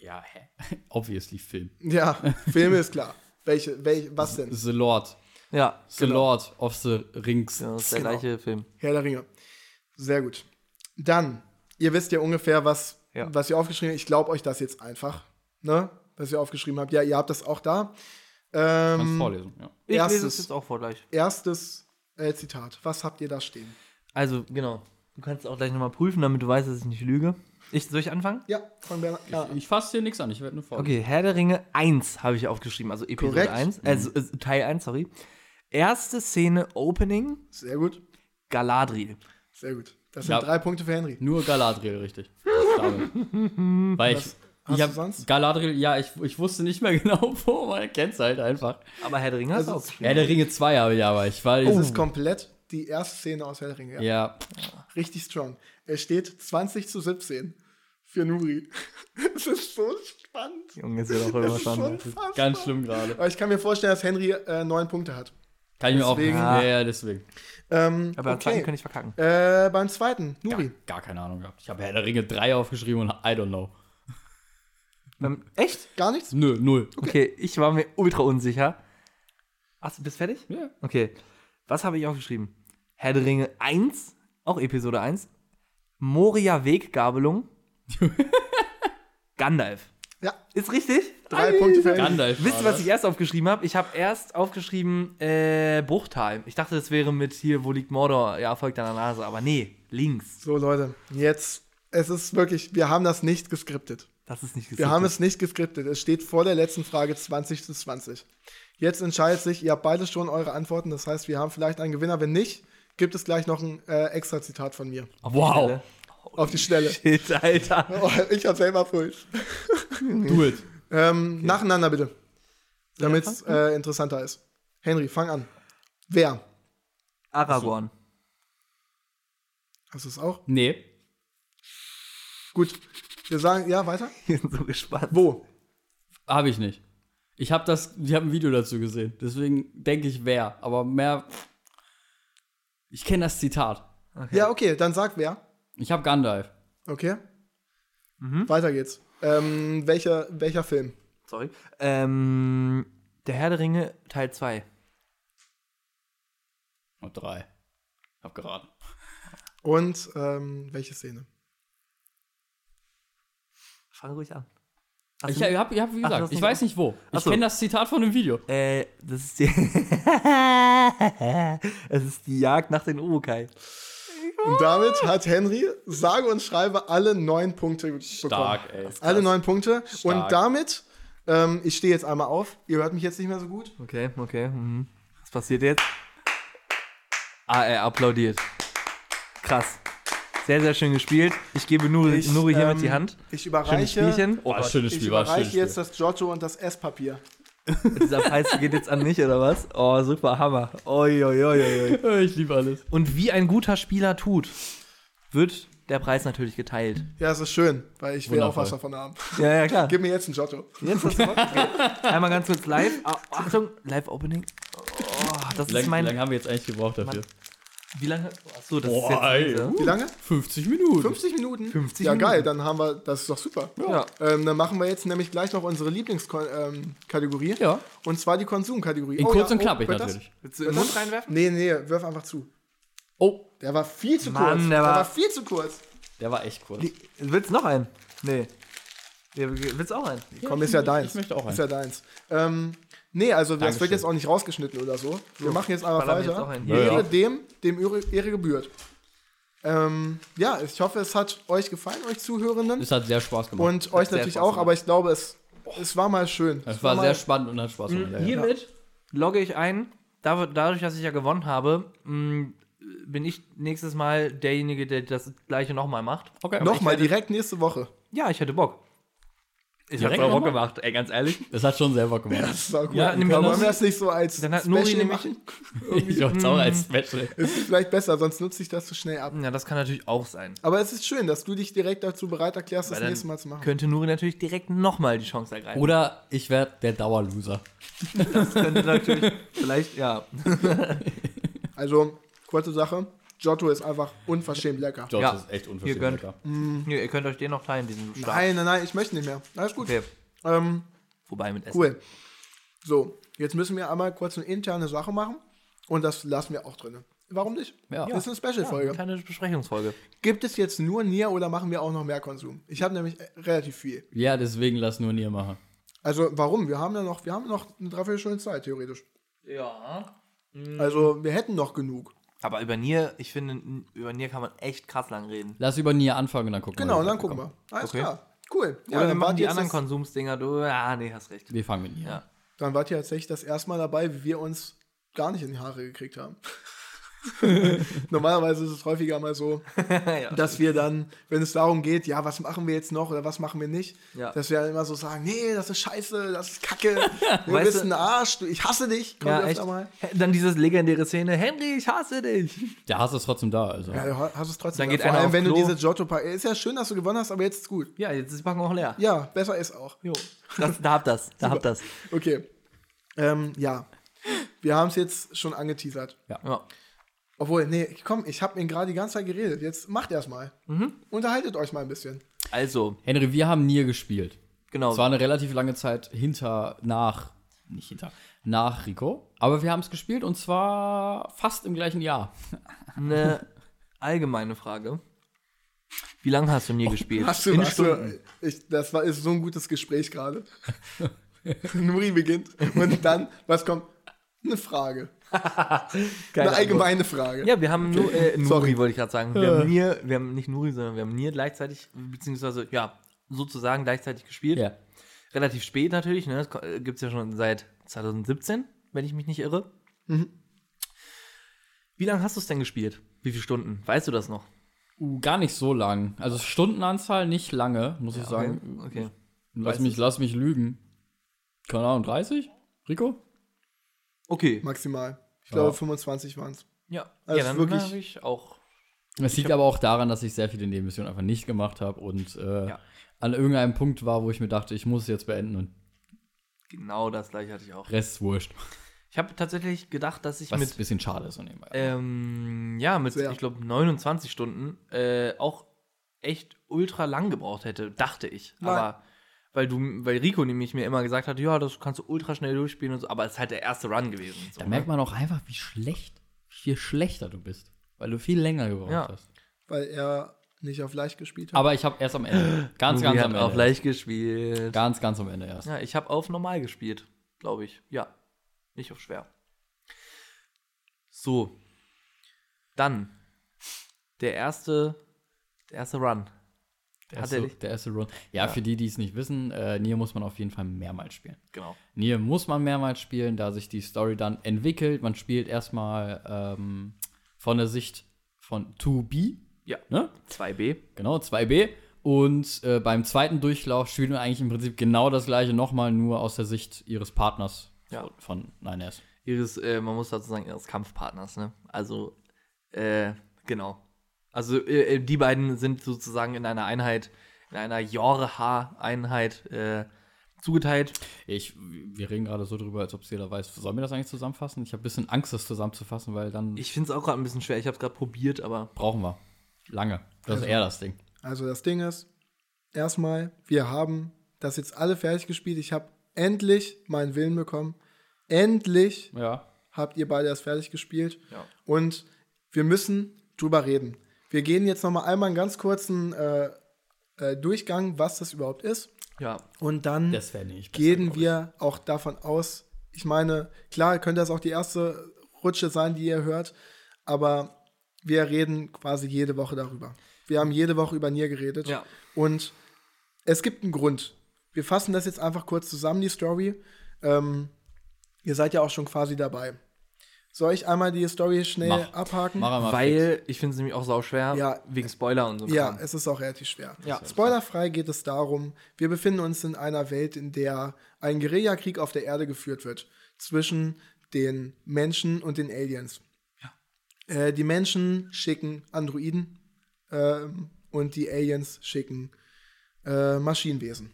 Speaker 2: Ja, hä? [laughs] Obviously Film. [laughs]
Speaker 1: Ja, Filme ist klar. Welche, welche, was denn?
Speaker 2: The Lord.
Speaker 3: Ja,
Speaker 2: The Lord of the Rings.
Speaker 3: das ist der
Speaker 1: Genau.
Speaker 3: gleiche Film.
Speaker 1: Herr der Ringe. Sehr gut. Dann, ihr wisst ja ungefähr, was,
Speaker 3: Ja.
Speaker 1: was ihr aufgeschrieben habt. Ich glaube euch das jetzt einfach, ne? Was ihr aufgeschrieben habt. Ja, ihr habt das auch da.
Speaker 2: Kannst
Speaker 1: Ähm,
Speaker 2: vorlesen, ja.
Speaker 3: Ich lese
Speaker 1: Erstes.
Speaker 3: es jetzt auch vor gleich.
Speaker 1: erstes äh, Zitat. Was habt ihr da stehen?
Speaker 3: Also, genau. Du kannst es auch gleich nochmal prüfen, damit du weißt, dass ich nicht lüge. Ich, soll ich anfangen?
Speaker 1: Ja, von Bernhard. Ja.
Speaker 2: Ich fasse dir nichts an, ich werde nur vorlesen.
Speaker 3: Okay, Herr der Ringe 1 habe ich aufgeschrieben, also Episode
Speaker 1: Korrekt.
Speaker 3: 1, also äh, Teil 1, sorry. Erste Szene Opening
Speaker 1: Sehr gut.
Speaker 3: Galadriel.
Speaker 1: Sehr gut. Das
Speaker 2: Ja.
Speaker 1: sind drei Punkte für Henry.
Speaker 2: Nur Galadriel, richtig. Damit. Weil ich.
Speaker 1: Was hast
Speaker 2: ich hab
Speaker 1: du sonst?
Speaker 2: Galadriel, ja, ich, ich wusste nicht mehr [laughs] genau, wo, man kennt es halt einfach.
Speaker 3: Aber Herr der Ringe hast du
Speaker 1: Also,
Speaker 3: aufgeschrieben.
Speaker 2: Ja, der Ringe 2 habe ich aber. Ich war.
Speaker 1: Es ist komplett die erste Szene aus Herr der Ringe. Ja.
Speaker 2: ja,
Speaker 1: Richtig strong. Es steht 20 zu 17 für Nuri. [laughs] Es ist so spannend.
Speaker 3: Junge, ist ja doch immer
Speaker 1: Es ist
Speaker 3: schon.
Speaker 1: unfassbar.
Speaker 2: ganz schlimm gerade.
Speaker 1: Aber ich kann mir vorstellen, dass Henry äh, neun Punkte hat.
Speaker 2: Kann ich mir auch.
Speaker 1: Deswegen-
Speaker 2: Ja, ja, deswegen.
Speaker 1: Ähm,
Speaker 3: Aber am zweiten
Speaker 1: okay.
Speaker 3: könnte ich verkacken.
Speaker 1: äh, beim zweiten,
Speaker 2: Gar,
Speaker 1: Nuri.
Speaker 2: gar keine Ahnung gehabt. Ich habe Herr der Ringe 3 aufgeschrieben und I don't know.
Speaker 3: Ähm, echt?
Speaker 1: Gar nichts?
Speaker 2: Nö, null.
Speaker 3: Okay, ich war mir ultra unsicher. Ach, du bist fertig?
Speaker 2: Ja.
Speaker 3: Okay. Was habe ich aufgeschrieben? Herr der Ringe 1, auch Episode 1. Moria Weggabelung. Gandalf.
Speaker 1: Ja,
Speaker 3: Ist richtig?
Speaker 1: drei Punkte für Henry.
Speaker 2: Gandalf.
Speaker 3: Wisst ihr,
Speaker 2: war
Speaker 3: was ich erst aufgeschrieben habe? Ich habe erst aufgeschrieben äh, Bruchtal. Ich dachte, das wäre mit hier, wo liegt Mordor? Ja, folgt deiner Nase. Aber nee, links.
Speaker 1: So, Leute, jetzt. Es ist wirklich, wir haben das nicht geskriptet.
Speaker 3: Das ist nicht
Speaker 1: Wir haben es nicht geskriptet. Es steht vor der letzten Frage 20 zu 20. Jetzt entscheidet sich, ihr habt beide schon eure Antworten. Das heißt, wir haben vielleicht einen Gewinner. Wenn nicht, gibt es gleich noch ein äh, extra Zitat von mir.
Speaker 2: das? Wow.
Speaker 3: Stelle.
Speaker 1: Auf die Schnelle.
Speaker 3: Shit, Alter.
Speaker 1: Oh, [laughs] ich hab selber Puls.
Speaker 2: Do it.
Speaker 1: Ähm, Nacheinander bitte. Damit es äh, interessanter ist. Henry, fang an. Wer?
Speaker 3: Aragorn.
Speaker 1: Hast du es auch?
Speaker 2: Nee.
Speaker 1: Gut. Wir sagen, ja, weiter.
Speaker 3: Ich bin so gespannt.
Speaker 1: Wo?
Speaker 2: Habe ich nicht. Ich habe das, ich habe ein Video dazu gesehen. Deswegen denke ich wer, aber mehr. Ich kenne das Zitat.
Speaker 1: Ja, okay, dann sag wer.
Speaker 2: Ich habe Gandalf.
Speaker 1: Okay. Weiter geht's. Ähm, welcher, welcher Film?
Speaker 3: Sorry. Ähm, der Herr der Ringe, Teil 2.
Speaker 2: Und Oh, drei. Hab geraten.
Speaker 1: Und ähm, welche Szene?
Speaker 3: Fang ruhig an.
Speaker 2: ich habe, hab, ich hab, wie
Speaker 3: Ach,
Speaker 2: gesagt,
Speaker 3: hast du-
Speaker 2: ich weiß nicht wo.
Speaker 3: Ach
Speaker 2: Ich
Speaker 3: so.
Speaker 2: kenne das Zitat von dem Video.
Speaker 3: Äh, das ist die. [laughs] es ist die Jagd nach den Urukai.
Speaker 1: Und damit hat Henry sage und schreibe alle neun Punkte bekommen.
Speaker 2: Stark, ey.
Speaker 1: Alle neun Punkte.
Speaker 2: Stark.
Speaker 1: Und damit, ähm, ich stehe jetzt einmal auf. Ihr hört mich jetzt nicht mehr so gut.
Speaker 3: Okay, okay. Mhm. Was passiert jetzt? Ah, er applaudiert. Krass. Sehr, sehr schön gespielt. Ich gebe Nuri,
Speaker 1: Ich,
Speaker 3: Nuri hiermit
Speaker 1: ähm,
Speaker 3: die Hand.
Speaker 1: Ich
Speaker 3: Schönes
Speaker 1: überreiche,
Speaker 3: Spielchen. Oh
Speaker 2: War ein
Speaker 3: Gott,
Speaker 2: schönes
Speaker 1: ich
Speaker 2: Spiel, war ein schönes
Speaker 1: überreiche
Speaker 2: Spiel.
Speaker 1: jetzt das Giorgio und das Esspapier.
Speaker 3: dieser Preis geht jetzt an mich, oder was? Oh, super, Hammer. Oi, oi, oi, oi.
Speaker 2: Äh, [laughs] Ich liebe alles.
Speaker 3: Und wie ein guter Spieler tut, wird der Preis natürlich geteilt.
Speaker 1: Ja, es ist schön, weil ich will auch
Speaker 2: Wundervoll.
Speaker 1: was davon haben.
Speaker 3: Ja, ja, klar.
Speaker 1: Gib mir jetzt ein Giorgio.
Speaker 3: Jetzt hast [laughs] du Bock. Einmal ganz kurz live. Ah, Achtung, Live-Opening. Oh, das
Speaker 2: Wie
Speaker 3: ist
Speaker 2: lange
Speaker 3: mein.
Speaker 2: lang haben wir jetzt eigentlich gebraucht dafür?
Speaker 3: Wie lange? Achso, das
Speaker 2: Boah, ey.
Speaker 3: ist jetzt.
Speaker 1: Wie lange?
Speaker 2: 50 Minuten.
Speaker 1: 50 Minuten?
Speaker 3: 50
Speaker 1: ja,
Speaker 3: Minuten.
Speaker 1: geil, dann haben wir, das ist doch super.
Speaker 3: Ja.
Speaker 1: Ähm, dann machen wir jetzt nämlich gleich noch unsere Lieblingskategorie.
Speaker 2: Ja.
Speaker 1: Und zwar die Konsumkategorie.
Speaker 2: In
Speaker 1: Oh,
Speaker 2: kurz
Speaker 1: ja,
Speaker 2: und
Speaker 1: oh,
Speaker 2: knackig
Speaker 1: wird das?
Speaker 2: natürlich.
Speaker 3: Willst du in den Mund reinwerfen?
Speaker 1: Nee, nee, wirf einfach zu.
Speaker 2: Oh,
Speaker 1: Der war viel zu
Speaker 3: Mann,
Speaker 1: kurz.
Speaker 3: der war-
Speaker 1: viel zu kurz.
Speaker 2: der war echt kurz.
Speaker 3: Die- Willst du noch einen? Nee. Ja, Willst du auch einen?
Speaker 1: Komm, ist ja deins.
Speaker 2: ich möchte auch
Speaker 1: Ist
Speaker 2: einen.
Speaker 1: ja deins. Ähm, nee, also das wird
Speaker 2: Dankeschön.
Speaker 1: jetzt auch nicht rausgeschnitten oder so. Wir machen jetzt einfach
Speaker 3: ballern wir jetzt
Speaker 1: weiter.
Speaker 3: auch einen.
Speaker 1: Ehre
Speaker 2: Ja, ja.
Speaker 1: dem, dem Ehre, Ehre gebührt. Ähm, ja, ich hoffe, es hat euch gefallen, euch Zuhörenden.
Speaker 2: Es hat sehr Spaß gemacht.
Speaker 1: und euch natürlich
Speaker 3: Spaß
Speaker 1: auch,
Speaker 3: gemacht.
Speaker 1: aber ich glaube, es, es war mal schön.
Speaker 2: es war
Speaker 1: mal,
Speaker 2: sehr spannend und hat Spaß gemacht. ja, ja.
Speaker 3: Hiermit logge ich ein. Dav- Dadurch, dass ich ja gewonnen habe, mh, bin ich nächstes Mal derjenige, der das gleiche nochmal macht.
Speaker 2: Okay.
Speaker 1: Nochmal direkt nächste Woche.
Speaker 3: Ja, ich hätte Bock. Ich
Speaker 2: Direkt
Speaker 3: voll
Speaker 2: nochmal?
Speaker 3: gemacht, ey, ganz ehrlich.
Speaker 2: Es hat schon selber gemacht.
Speaker 1: [laughs] Das war cool.
Speaker 3: Ja, nämlich
Speaker 1: aber
Speaker 3: Nuri-
Speaker 1: wollen wir das nicht so als
Speaker 3: Dann hat
Speaker 1: Special
Speaker 3: Nuri nämlich-
Speaker 1: machen? [laughs]
Speaker 2: ich hab's
Speaker 1: hm.
Speaker 2: auch als Special.
Speaker 1: Ist vielleicht besser, sonst nutze ich das zu schnell ab.
Speaker 3: Ja, das kann natürlich auch sein.
Speaker 1: Aber es ist schön, dass du dich direkt dazu bereit erklärst, das
Speaker 3: dann
Speaker 1: nächste Mal zu machen.
Speaker 3: Könnte Nuri natürlich direkt nochmal die Chance ergreifen.
Speaker 2: Oder ich werde der Dauerloser.
Speaker 3: Das könnte natürlich, vielleicht, ja.
Speaker 1: Also, kurze Sache. Giotto ist einfach unverschämt lecker.
Speaker 2: George
Speaker 3: Ja.
Speaker 2: ist echt
Speaker 3: Ihr
Speaker 2: unverschämt
Speaker 3: gönnt.
Speaker 2: lecker.
Speaker 3: Nö, ihr könnt euch den noch teilen, diesen Stab.
Speaker 1: Nein, nein, nein, ich möchte nicht mehr. Alles gut.
Speaker 3: Okay.
Speaker 1: Ähm,
Speaker 3: Wobei mit Essen.
Speaker 1: cool. So, jetzt müssen wir einmal kurz eine interne Sache machen und das lassen wir auch drin. Warum nicht?
Speaker 2: Ja.
Speaker 1: Das ist eine
Speaker 3: Ja, eine
Speaker 1: Special-Folge.
Speaker 3: kleine Besprechungsfolge.
Speaker 1: Gibt es jetzt nur Nier oder machen wir auch noch mehr Konsum? Ich habe nämlich äh, relativ viel.
Speaker 2: Ja, deswegen lass nur Nier machen.
Speaker 1: Also warum? Wir haben ja noch, wir haben noch eine Dreiviertelstunde Zeit, theoretisch.
Speaker 3: Ja. Mhm.
Speaker 1: Also wir hätten noch genug.
Speaker 3: Aber über Nier, ich finde, n- über Nier kann man echt krass lang reden.
Speaker 2: Lass über Nier anfangen und dann gucken
Speaker 1: Genau,
Speaker 2: wir.
Speaker 1: und dann gucken wir. Alles
Speaker 3: Okay.
Speaker 1: klar. Cool. Ja,
Speaker 3: Oder wir machen
Speaker 1: wart
Speaker 3: die
Speaker 1: jetzt
Speaker 3: anderen
Speaker 1: das,
Speaker 3: Konsumsdinger. Du, ja, nee, hast recht.
Speaker 2: Wir fangen mit Nier.
Speaker 3: Ja.
Speaker 2: an.
Speaker 1: dann wart ihr tatsächlich das erste Mal dabei, wie wir uns gar nicht in die Haare gekriegt
Speaker 3: [laughs]
Speaker 1: haben. Normalerweise ist es häufiger mal so,
Speaker 3: [laughs] ja.
Speaker 1: dass wir dann, wenn es darum geht, ja, was machen wir jetzt noch oder was machen wir nicht,
Speaker 3: Ja.
Speaker 1: dass wir dann immer so sagen, nee, das ist scheiße, das ist
Speaker 3: [laughs]
Speaker 1: kacke, du
Speaker 3: Weißt
Speaker 1: bist
Speaker 3: du-
Speaker 1: ein Arsch, du, ich hasse dich, kommt
Speaker 3: ja,
Speaker 1: öfter
Speaker 3: echt.
Speaker 1: mal.
Speaker 3: Dann dieses legendäre Szene, Henry, ich hasse dich.
Speaker 2: Der Hass ist trotzdem da, also.
Speaker 1: Ja, du hast es trotzdem.
Speaker 3: Dann geht
Speaker 1: Vor
Speaker 3: einer
Speaker 1: allem,
Speaker 3: auf
Speaker 1: wenn du
Speaker 3: Klo.
Speaker 1: diese Giotto pa- Ist ja schön, dass du gewonnen hast, aber jetzt ist gut.
Speaker 3: Ja, jetzt ist die Packung auch leer.
Speaker 1: Ja, besser ist auch.
Speaker 3: Jo. Das, da habt das, da habt das.
Speaker 1: Okay. Ähm, ja. Wir haben es jetzt schon angeteasert.
Speaker 3: Ja.
Speaker 1: Obwohl, nee, komm, ich habe ihn gerade die ganze Zeit geredet. Jetzt macht erst mal. Unterhaltet euch mal ein bisschen.
Speaker 3: Also,
Speaker 2: Henry, wir haben Nier gespielt.
Speaker 3: genau.
Speaker 2: Es war eine relativ lange Zeit hinter, nach, nicht hinter, nach Rico. Aber wir haben es gespielt und zwar fast im gleichen Jahr.
Speaker 3: eine allgemeine Frage. Wie lange hast du Nier gespielt?
Speaker 1: Oh, Hast du,
Speaker 3: In
Speaker 1: hast
Speaker 3: Stunden.
Speaker 1: du, ich, das war, ist so ein gutes Gespräch gerade. Nuri beginnt und dann, was kommt? Eine Frage.
Speaker 3: Keine
Speaker 1: Eine
Speaker 3: Antwort.
Speaker 1: allgemeine Frage.
Speaker 3: Ja, wir haben nur, äh, Nuri,
Speaker 1: Sorry.
Speaker 3: wollte ich gerade sagen. Wir haben Nier, wir haben nicht Nuri, sondern wir haben Nier gleichzeitig, beziehungsweise, ja, sozusagen gleichzeitig gespielt.
Speaker 2: Ja.
Speaker 3: Relativ spät natürlich, ne? Das gibt es ja schon seit 2017, wenn ich mich nicht irre.
Speaker 2: Mhm.
Speaker 3: Wie lange hast du es denn gespielt? Wie viele Stunden? Weißt du das noch?
Speaker 2: Uh, gar nicht so lang. Also Stundenanzahl nicht lange, muss ich sagen.
Speaker 3: Okay. okay.
Speaker 2: Lass
Speaker 3: Weiß
Speaker 2: mich, lass mich lügen. Keine Ahnung, 30? Rico?
Speaker 3: Okay.
Speaker 1: Maximal. Ich glaube,
Speaker 2: Ja.
Speaker 1: 25 waren es.
Speaker 3: Ja,
Speaker 1: Also
Speaker 3: ja dann
Speaker 1: wirklich-
Speaker 3: habe ich auch.
Speaker 2: Es liegt aber auch daran, dass ich sehr viele Nebenmissionen einfach nicht gemacht habe und äh,
Speaker 3: Ja.
Speaker 2: an irgendeinem Punkt war, wo ich mir dachte, ich muss es jetzt beenden und
Speaker 3: Genau das gleiche hatte ich auch.
Speaker 2: Rest ist wurscht.
Speaker 3: Ich habe tatsächlich gedacht, dass ich
Speaker 2: Was
Speaker 3: mit
Speaker 2: ein bisschen schade ist. So nebenbei.
Speaker 3: Ähm, ja, mit,
Speaker 1: Sehr.
Speaker 3: ich glaube, 29 Stunden äh, auch echt ultra lang gebraucht hätte, dachte ich.
Speaker 1: Nein.
Speaker 3: Aber weil du, weil Rico nämlich mir immer gesagt hat, ja, das kannst du ultra schnell durchspielen und so, aber es ist halt der erste Run gewesen. und So,
Speaker 2: da
Speaker 3: ne?
Speaker 2: merkt man auch einfach, wie schlecht, wie viel schlechter du bist, weil du viel länger gebraucht
Speaker 3: Ja.
Speaker 2: hast.
Speaker 1: Weil er nicht auf leicht gespielt hat.
Speaker 2: Aber ich habe erst am Ende, ganz,
Speaker 3: Nuri
Speaker 2: ganz
Speaker 3: hat
Speaker 2: am
Speaker 3: auch
Speaker 2: Ende,
Speaker 3: leicht gespielt.
Speaker 2: ganz, ganz am Ende erst.
Speaker 3: Ja, ich habe auf normal gespielt, glaube ich. Ja, nicht auf schwer. So, dann der erste, der erste Run.
Speaker 2: Der
Speaker 3: Hat
Speaker 2: erste,
Speaker 3: er nicht?
Speaker 2: der erste Run. Ja, für die, die es nicht wissen, äh, Nier muss man auf jeden Fall mehrmals spielen.
Speaker 3: Genau.
Speaker 2: Nier muss man mehrmals spielen, da sich die Story dann entwickelt. Man spielt erstmal ähm, von der Sicht von 2B,
Speaker 3: Ja,
Speaker 2: ne?
Speaker 3: 2B.
Speaker 2: Genau, 2B. Und äh, beim zweiten Durchlauf spielt man eigentlich im Prinzip genau das gleiche nochmal, nur aus der Sicht ihres Partners
Speaker 3: Ja.
Speaker 2: von 9S.
Speaker 3: ihres, äh, man muss dazu sagen, ihres Kampfpartners, ne? Also, äh, genau. Also, äh, äh, die beiden sind sozusagen in einer Einheit, in einer Jorha-Einheit äh, zugeteilt.
Speaker 2: Ich, wir reden gerade so drüber, als ob es jeder weiß. Sollen wir das eigentlich zusammenfassen? Ich habe ein bisschen Angst, das zusammenzufassen, weil dann
Speaker 3: Ich finde es auch gerade ein bisschen schwer. Ich habe es gerade probiert, aber
Speaker 2: brauchen wir lange. Das ist eher das Ding.
Speaker 1: Also das Ding ist, erstmal, wir haben das jetzt alle fertig gespielt. Ich habe endlich meinen Willen bekommen. Endlich
Speaker 2: Ja.
Speaker 1: habt ihr beide das fertig gespielt.
Speaker 3: Ja.
Speaker 1: Und wir müssen drüber reden. Wir gehen jetzt nochmal einmal einen ganz kurzen äh, äh, Durchgang, was das überhaupt ist.
Speaker 3: ja.
Speaker 1: Und dann
Speaker 2: Das wäre nicht. besser,
Speaker 1: gehen
Speaker 2: glaub ich.
Speaker 1: wir auch davon aus. Ich meine, klar könnte das auch die erste Rutsche sein, die ihr hört, aber wir reden quasi jede Woche darüber. Wir haben jede Woche über Nier geredet
Speaker 3: Ja.
Speaker 1: und es gibt einen Grund. Wir fassen das jetzt einfach kurz zusammen, die Story. Ähm, ihr seid ja auch schon quasi dabei. Soll ich einmal die Story schnell
Speaker 2: Mach.
Speaker 1: abhaken?
Speaker 2: Mach einmal fix.
Speaker 3: Weil ich finde es nämlich auch sauschwer,
Speaker 1: Ja.
Speaker 3: wegen Spoiler und so.
Speaker 1: Ja,
Speaker 3: Kram.
Speaker 1: es ist auch relativ schwer.
Speaker 3: Ja.
Speaker 1: Spoilerfrei geht es darum, wir befinden uns in einer Welt, in der ein Guerillakrieg auf der Erde geführt wird zwischen den Menschen und den Aliens. Äh, die Menschen schicken Androiden ähm, und die Aliens schicken äh, Maschinenwesen.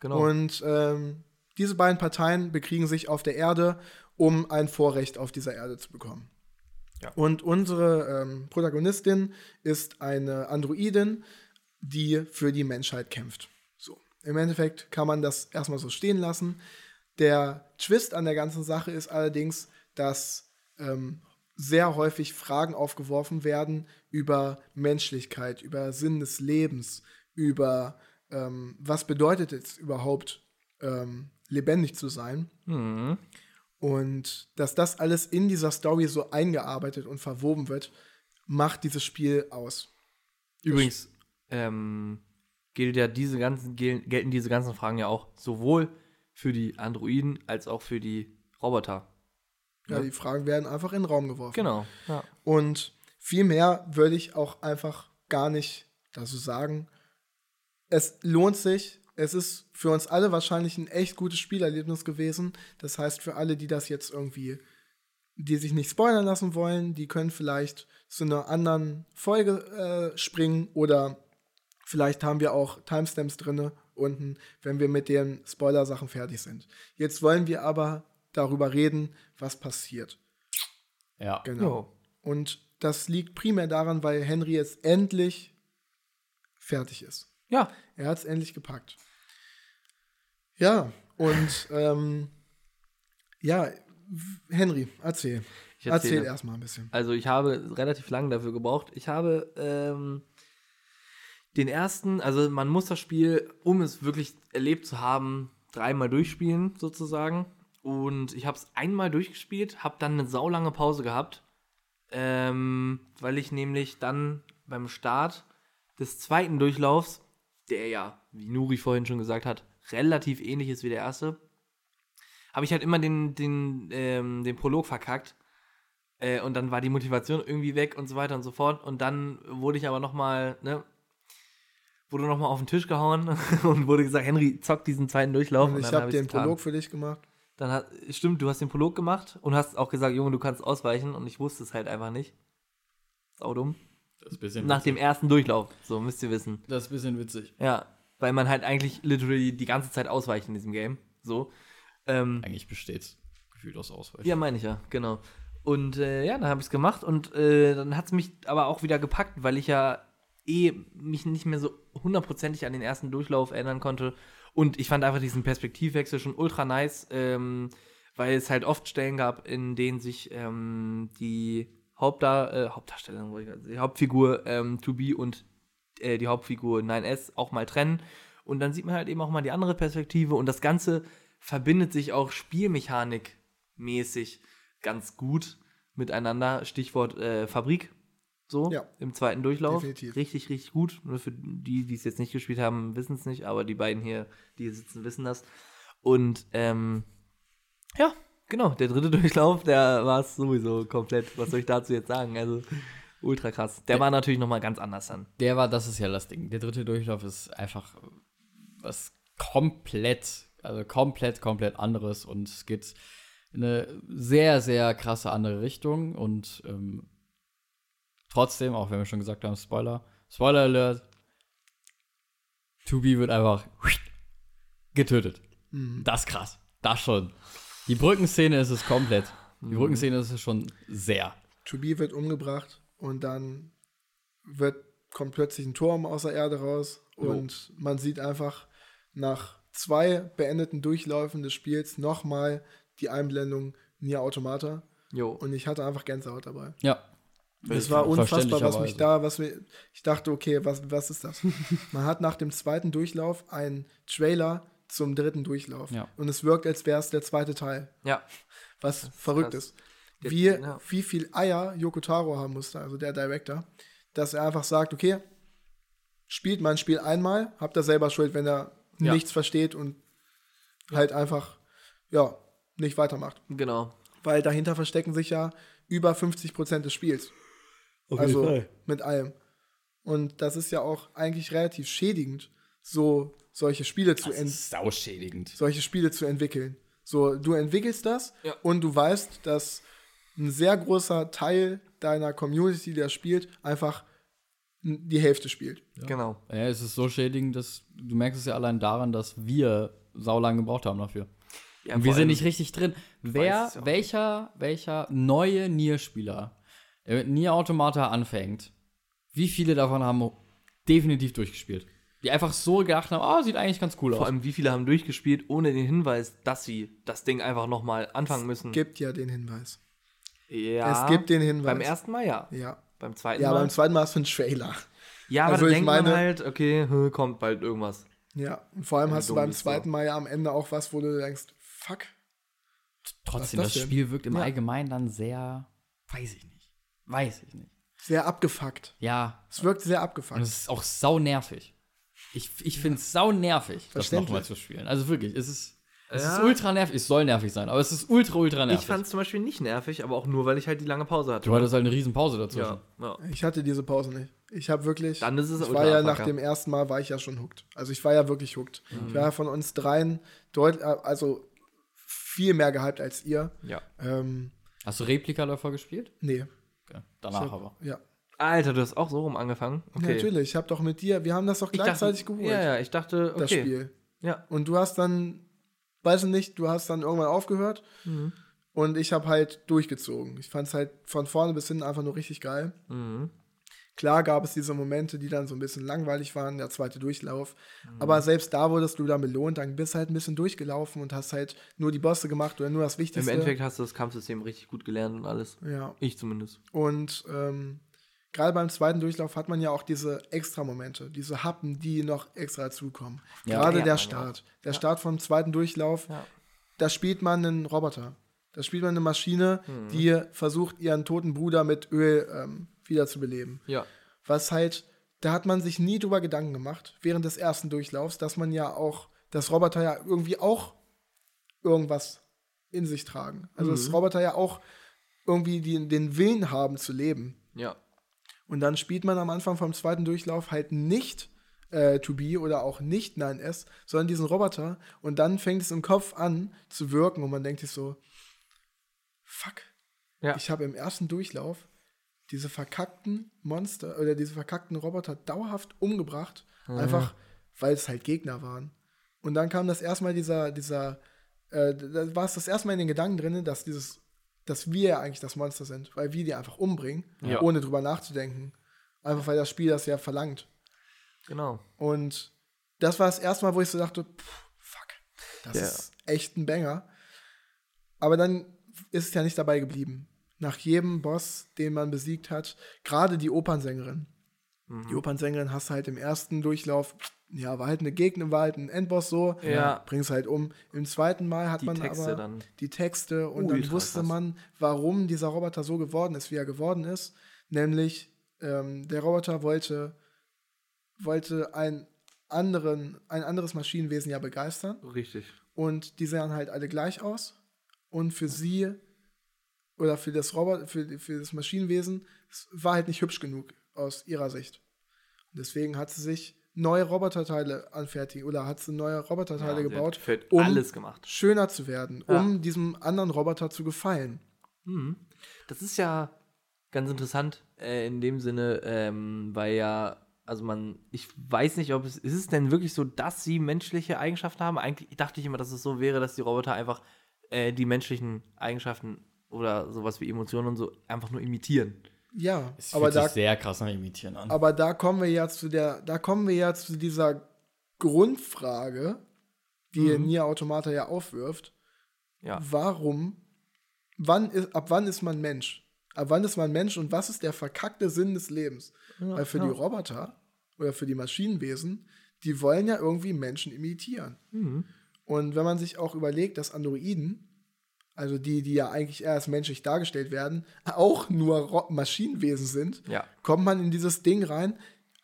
Speaker 3: genau.
Speaker 1: Und ähm, diese beiden Parteien bekriegen sich auf der Erde, um ein Vorrecht auf dieser Erde zu bekommen. Und unsere ähm, Protagonistin ist eine Androidin, die für die Menschheit kämpft. So. Im Endeffekt kann man das erstmal so stehen lassen. Der Twist an der ganzen Sache ist allerdings, dass ähm, sehr häufig Fragen aufgeworfen werden über Menschlichkeit, über Sinn des Lebens, über ähm, was bedeutet es überhaupt, ähm, lebendig zu sein.
Speaker 3: Mhm.
Speaker 1: Und dass das alles in dieser Story so eingearbeitet und verwoben wird, macht dieses Spiel aus.
Speaker 3: Übrigens ähm, gilt ja diese ganzen, gel- gelten diese ganzen Fragen ja auch sowohl für die Androiden als auch für die Roboter.
Speaker 1: Ja,
Speaker 3: Ja.
Speaker 1: Die Fragen werden einfach in den Raum geworfen.
Speaker 3: Genau. Ja.
Speaker 1: Und viel mehr würde ich auch einfach gar nicht dazu sagen. Es lohnt sich. Es ist für uns alle wahrscheinlich ein echt gutes Spielerlebnis gewesen. Das heißt, für alle, die das jetzt irgendwie, die sich nicht spoilern lassen wollen, die können vielleicht zu einer anderen Folge äh, springen oder vielleicht haben wir auch Timestamps drinne unten, wenn wir mit den Spoiler-Sachen fertig sind. Jetzt wollen wir aber darüber reden, was passiert.
Speaker 2: Ja.
Speaker 1: Genau. Und das liegt primär daran, weil Henry jetzt endlich fertig ist.
Speaker 3: Ja.
Speaker 1: Er hat es endlich gepackt. Ja, und ähm, ja, w- Henry, erzähl.
Speaker 3: Ich
Speaker 1: Erzähl
Speaker 3: erzähle.
Speaker 1: erzähl erstmal ein bisschen.
Speaker 3: Also ich habe relativ lange dafür gebraucht. Ich habe ähm, den ersten, also man muss das Spiel, um es wirklich erlebt zu haben, dreimal durchspielen sozusagen. Und ich habe es einmal durchgespielt, habe dann eine saulange Pause gehabt, ähm, weil ich nämlich dann beim Start des zweiten Durchlaufs, der ja, wie Nuri vorhin schon gesagt hat, relativ ähnlich ist wie der erste, habe ich halt immer den, den, ähm, den Prolog verkackt äh, und dann war die Motivation irgendwie weg und so weiter und so fort. Und dann wurde ich aber nochmal, ne, wurde nochmal auf den Tisch gehauen [laughs] und wurde gesagt, Henry, zock diesen zweiten Durchlauf.
Speaker 1: Und ich
Speaker 3: dann
Speaker 1: habe
Speaker 3: hab
Speaker 1: den
Speaker 3: ich's getan.
Speaker 1: Prolog für dich gemacht.
Speaker 3: Dann hat, stimmt, du hast den Prolog gemacht und hast auch gesagt, Junge, du kannst ausweichen und ich wusste es halt einfach nicht. Sau dumm.
Speaker 2: Das ist ein bisschen
Speaker 3: Nach dem
Speaker 2: witzig.
Speaker 3: ersten Durchlauf, so müsst ihr wissen.
Speaker 2: Das ist ein bisschen witzig.
Speaker 3: Ja, weil man halt eigentlich literally die ganze Zeit ausweicht in diesem Game. So. Ähm,
Speaker 2: Eigentlich besteht gefühlt aus Ausweichen.
Speaker 3: ja, meine ich ja, genau. Und äh, ja, dann habe ich es gemacht und äh, dann hat es mich aber auch wieder gepackt, weil ich ja eh mich nicht mehr so hundertprozentig an den ersten Durchlauf erinnern konnte. Und ich fand einfach diesen Perspektivwechsel schon ultra nice, ähm, weil es halt oft Stellen gab, in denen sich ähm, die Hauptdar äh, Hauptdarstellerin, wollte ich gerade sagen, die Hauptfigur ähm, 2B und äh, die Hauptfigur 9S auch mal trennen. Und dann sieht man halt eben auch mal die andere Perspektive und das Ganze verbindet sich auch spielmechanikmäßig ganz gut miteinander. Stichwort äh, Fabrik. So,
Speaker 1: Ja.
Speaker 3: im zweiten Durchlauf.
Speaker 1: Definitiv.
Speaker 3: Richtig, richtig gut. Nur für die, die es jetzt nicht gespielt haben, wissen es nicht, aber die beiden hier, die hier sitzen, wissen das. Und ähm, ja, genau, der dritte [laughs] Durchlauf, der war es sowieso komplett. Was soll ich dazu jetzt sagen? Also ultra krass. Der war natürlich nochmal ganz anders dann.
Speaker 2: Der war, das ist ja das Ding. Der dritte Durchlauf ist einfach was komplett, also komplett, komplett anderes und es geht in eine sehr, sehr krasse andere Richtung und ähm, trotzdem, auch wenn wir schon gesagt haben, Spoiler, Spoiler Alert, Tubi wird einfach getötet. Das ist krass. Das schon. Die Brückenszene ist es komplett. Die Brückenszene ist es schon sehr.
Speaker 1: To be wird umgebracht und dann wird, kommt plötzlich ein Turm aus der Erde raus und man sieht einfach nach zwei beendeten Durchläufen des Spiels nochmal die Einblendung Nier Automata
Speaker 3: Jo.
Speaker 1: und ich hatte einfach Gänsehaut dabei.
Speaker 2: Ja.
Speaker 1: Es war unfassbar, was mich
Speaker 2: Verständlicherweise.
Speaker 1: da, was mir, ich dachte, okay, was, was ist
Speaker 2: [laughs]
Speaker 1: das? Man hat nach dem zweiten Durchlauf einen Trailer zum dritten Durchlauf
Speaker 2: Ja.
Speaker 1: und es wirkt, als wäre es der zweite Teil
Speaker 3: Ja.
Speaker 1: was verrückt
Speaker 3: krass.
Speaker 1: ist.
Speaker 3: Der-
Speaker 1: Wie,
Speaker 3: ja.
Speaker 1: wie viel Eier Yoko Taro haben musste, also der Director, dass er einfach sagt, okay, spielt mein Spiel einmal, habt ihr selber Schuld, wenn er
Speaker 2: Ja.
Speaker 1: nichts versteht und halt einfach, ja, nicht weitermacht.
Speaker 3: Genau.
Speaker 1: Weil dahinter verstecken sich ja über 50 Prozent des Spiels. also mit allem. Und das ist ja auch eigentlich relativ schädigend, so solche Spiele zu enden
Speaker 2: sauschädigend.
Speaker 1: solche Spiele zu entwickeln. So, du entwickelst das
Speaker 3: Ja.
Speaker 1: und du weißt, dass ein sehr großer Teil deiner Community, der spielt, einfach n- die Hälfte spielt.
Speaker 3: Genau.
Speaker 2: Ja, es ist so schädigend, dass du merkst es ja allein daran, dass wir saulang gebraucht haben dafür.
Speaker 3: Ja,
Speaker 2: Und wir sind nicht richtig drin. Wer,
Speaker 3: es ja auch
Speaker 2: welcher, welcher neue Nier-Spieler der mit Nier Automata anfängt, wie viele davon haben definitiv durchgespielt? Die einfach so gedacht haben, ah, sieht eigentlich ganz cool
Speaker 3: Vor
Speaker 2: aus.
Speaker 3: allem, wie viele haben durchgespielt, ohne den Hinweis, dass sie das Ding einfach nochmal anfangen müssen?
Speaker 1: Es gibt ja den Hinweis.
Speaker 3: ja,
Speaker 1: Es gibt den Hinweis.
Speaker 3: Beim ersten Mal ja.
Speaker 1: Ja.
Speaker 3: Beim zweiten
Speaker 1: Ja,
Speaker 3: Mal.
Speaker 1: beim zweiten Mal ist für einen Trailer.
Speaker 3: ja, aber
Speaker 1: also
Speaker 3: da
Speaker 1: ich
Speaker 3: denkt man
Speaker 1: meine-
Speaker 3: halt, okay, hm, kommt bald irgendwas.
Speaker 1: Ja. Und vor allem
Speaker 3: Ja,
Speaker 1: hast du
Speaker 3: dumm
Speaker 1: beim
Speaker 3: bist du.
Speaker 1: zweiten Mal ja am Ende auch was, wo du denkst, fuck.
Speaker 2: Trotzdem,
Speaker 1: was ist
Speaker 2: das,
Speaker 1: das denn?
Speaker 2: Spiel wirkt im
Speaker 1: Ja.
Speaker 2: Allgemeinen dann sehr, weiß ich nicht. Weiß ich nicht.
Speaker 1: Sehr abgefuckt.
Speaker 2: Ja,
Speaker 1: Es wirkt sehr
Speaker 2: und
Speaker 1: abgefuckt.
Speaker 2: es ist auch sau nervig. Ich, ich finde es sau nervig, das
Speaker 1: Verständlich.
Speaker 2: nochmal zu spielen. Also wirklich, es ist, es
Speaker 3: Ja.
Speaker 2: ist ultra nervig. Es soll nervig sein, aber es ist ultra, ultra nervig.
Speaker 3: Ich fand es zum Beispiel nicht nervig, aber auch nur, weil ich halt die lange Pause hatte.
Speaker 2: du hattest halt eine riesen Pause dazwischen.
Speaker 3: Ja, ja.
Speaker 1: Ich hatte diese Pause nicht. Ich habe wirklich.
Speaker 3: Dann ist es
Speaker 1: ich
Speaker 3: ultra
Speaker 1: war ja
Speaker 3: abfucker.
Speaker 1: nach dem ersten Mal war ich ja schon hooked. Also ich war ja wirklich hooked.
Speaker 3: Mhm.
Speaker 1: Ich war ja von uns dreien deut äh, also viel mehr gehypt als ihr.
Speaker 3: ja.
Speaker 1: Ähm,
Speaker 2: Hast du Replikaläufer gespielt?
Speaker 1: nee.
Speaker 2: Okay.
Speaker 1: Ich
Speaker 2: Danach
Speaker 1: hab,
Speaker 2: aber.
Speaker 1: Ja.
Speaker 3: Alter, du hast auch so rum angefangen. Okay.
Speaker 1: Natürlich. Ich habe doch mit dir. Wir haben das doch
Speaker 3: Ich dachte,
Speaker 1: gleichzeitig geholt.
Speaker 3: Ja, ja, ich dachte, okay.
Speaker 1: Das Spiel.
Speaker 3: Ja.
Speaker 1: Und du hast dann, weiß ich nicht, du hast dann irgendwann aufgehört.
Speaker 3: Mhm.
Speaker 1: Und ich habe halt durchgezogen. Ich fand es halt von vorne bis hinten einfach nur richtig geil.
Speaker 3: Mhm.
Speaker 1: Klar gab es diese Momente, die dann so ein bisschen langweilig waren, der zweite Durchlauf.
Speaker 3: Mhm.
Speaker 1: Aber selbst da wurdest du dann belohnt, dann bist halt ein bisschen durchgelaufen und hast halt nur die Bosse gemacht oder nur das
Speaker 3: Im
Speaker 1: Wichtigste.
Speaker 3: Endeffekt hast du das Kampfsystem richtig gut gelernt und alles.
Speaker 1: Ja.
Speaker 3: Ich zumindest.
Speaker 1: Und ähm, gerade beim zweiten Durchlauf hat man ja auch diese Extra-Momente, diese Happen, die noch extra dazukommen.
Speaker 2: Ja,
Speaker 1: gerade
Speaker 3: ja,
Speaker 1: der
Speaker 3: ja.
Speaker 1: Start. Der Start vom zweiten Durchlauf,
Speaker 3: Ja.
Speaker 1: da spielt man einen Roboter. Da spielt man eine Maschine,
Speaker 3: Mhm.
Speaker 1: die versucht, ihren toten Bruder mit Öl ähm, wiederzubeleben.
Speaker 3: Ja.
Speaker 1: was halt, da hat man sich nie drüber Gedanken gemacht, während des ersten Durchlaufs, dass man ja auch, dass Roboter ja irgendwie auch irgendwas in sich tragen. Also dass Roboter ja auch irgendwie die, den Willen haben zu leben.
Speaker 3: Ja.
Speaker 1: Und dann spielt man am Anfang vom zweiten Durchlauf halt nicht äh, To Be oder auch nicht 9S, sondern diesen Roboter. Und dann fängt es im Kopf an zu wirken und man denkt sich so, fuck,
Speaker 3: Ja.
Speaker 1: ich habe im ersten Durchlauf diese verkackten Monster oder diese verkackten Roboter dauerhaft umgebracht, einfach weil es halt Gegner waren. Und dann kam das erstmal dieser, dieser, äh, da war es das erstmal in den Gedanken drin, dass dieses, dass wir ja eigentlich das Monster sind, weil wir die einfach umbringen,
Speaker 3: Ja.
Speaker 1: ohne drüber nachzudenken. Einfach weil das Spiel das ja verlangt.
Speaker 3: Genau.
Speaker 1: Und das war das erste Mal, wo ich so dachte, pff, fuck, das
Speaker 3: Ja.
Speaker 1: ist echt ein Banger. Aber dann ist es ja nicht dabei geblieben. Nach jedem Boss, den man besiegt hat, gerade die Opernsängerin.
Speaker 3: Mhm.
Speaker 1: Die Opernsängerin hast du halt im ersten Durchlauf, ja, war halt eine Gegner, war halt ein Endboss so,
Speaker 3: Ja.
Speaker 1: bringst halt um. Im zweiten Mal hat
Speaker 3: Die
Speaker 1: man
Speaker 3: Texte
Speaker 1: aber
Speaker 3: dann.
Speaker 1: die Texte und
Speaker 3: Ultra
Speaker 1: dann wusste
Speaker 3: krass.
Speaker 1: man, warum dieser Roboter so geworden ist, wie er geworden ist. Nämlich, ähm, der Roboter wollte wollte ein, anderen, ein anderes Maschinenwesen ja begeistern.
Speaker 3: Richtig.
Speaker 1: Und die sahen halt alle gleich aus. Und für sie oder für das Robot, für, für das Maschinenwesen, es war halt nicht hübsch genug aus ihrer Sicht. Und deswegen hat sie sich neue Roboterteile anfertigen oder hat sie neue Roboterteile
Speaker 3: Ja, sie
Speaker 1: gebaut,
Speaker 3: hat für
Speaker 1: um
Speaker 3: alles gemacht.
Speaker 1: schöner zu werden,
Speaker 3: Ja.
Speaker 1: um diesem anderen Roboter zu gefallen.
Speaker 3: Das ist ja ganz interessant äh, in dem Sinne, ähm, weil ja, also man, ich weiß nicht, ob es, ist es denn wirklich so, dass sie menschliche Eigenschaften haben? Eigentlich dachte ich immer, dass es so wäre, dass die Roboter einfach äh, die menschlichen Eigenschaften oder sowas wie Emotionen und so einfach nur imitieren.
Speaker 1: Ja,
Speaker 2: Es
Speaker 1: aber
Speaker 2: fühlt
Speaker 1: da
Speaker 2: sich sehr krass nach Imitieren an.
Speaker 1: Aber da kommen wir ja zu der, da kommen wir ja zu dieser Grundfrage, die
Speaker 2: Mhm.
Speaker 1: Nier Automata ja aufwirft.
Speaker 3: Ja.
Speaker 1: Warum, wann ist, ab wann ist man Mensch? Ab wann ist man Mensch und was ist der verkackte Sinn des Lebens? Weil für die Roboter oder für die Maschinenwesen, die wollen ja irgendwie Menschen imitieren.
Speaker 3: Mhm.
Speaker 1: Und wenn man sich auch überlegt, dass Androiden, also die, die ja eigentlich eher als menschlich dargestellt werden, auch nur Ro Maschinenwesen sind,
Speaker 3: Ja.
Speaker 1: kommt man in dieses Ding rein,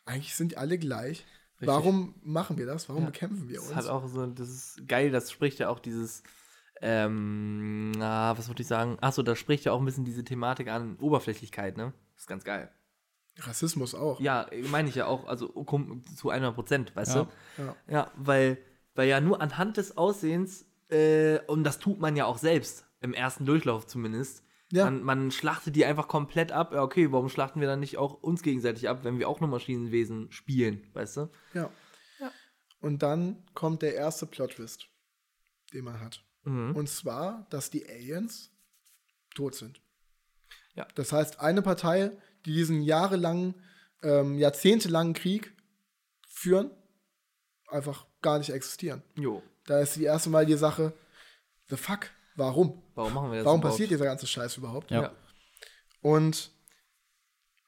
Speaker 1: eigentlich sind alle gleich. Warum machen wir das? Warum bekämpfen wir
Speaker 3: Das
Speaker 1: uns?
Speaker 3: ist halt auch so, das ist geil, das spricht ja auch dieses, ähm, ah, was wollte ich sagen? Achso, das spricht ja auch ein bisschen diese Thematik an, Oberflächlichkeit, ne? Ist ganz geil.
Speaker 1: Rassismus auch.
Speaker 3: Ja, meine ich ja auch, also kom- zu 100 Prozent, weißt
Speaker 2: Ja.
Speaker 3: du?
Speaker 1: Ja.
Speaker 3: Ja, weil, weil ja nur anhand des Aussehens, äh, und das tut man ja auch selbst, im ersten Durchlauf zumindest.
Speaker 1: Ja.
Speaker 3: Man, man schlachtet die einfach komplett ab. Ja, okay, warum schlachten wir dann nicht auch uns gegenseitig ab, wenn wir auch nur Maschinenwesen spielen, weißt du?
Speaker 1: Ja. Und dann kommt der erste Plot-Twist, den man hat. Und zwar, dass die Aliens tot sind.
Speaker 3: Ja.
Speaker 1: Das heißt, eine Partei, die diesen jahrelangen, ähm, jahrzehntelangen Krieg führen, einfach gar nicht existieren.
Speaker 3: Jo.
Speaker 1: Da ist die erste Mal die Sache, the fuck, warum?
Speaker 3: Warum machen wir das
Speaker 1: Warum
Speaker 3: überhaupt?
Speaker 1: passiert dieser ganze Scheiß überhaupt?
Speaker 2: Ja.
Speaker 3: Ja.
Speaker 1: Und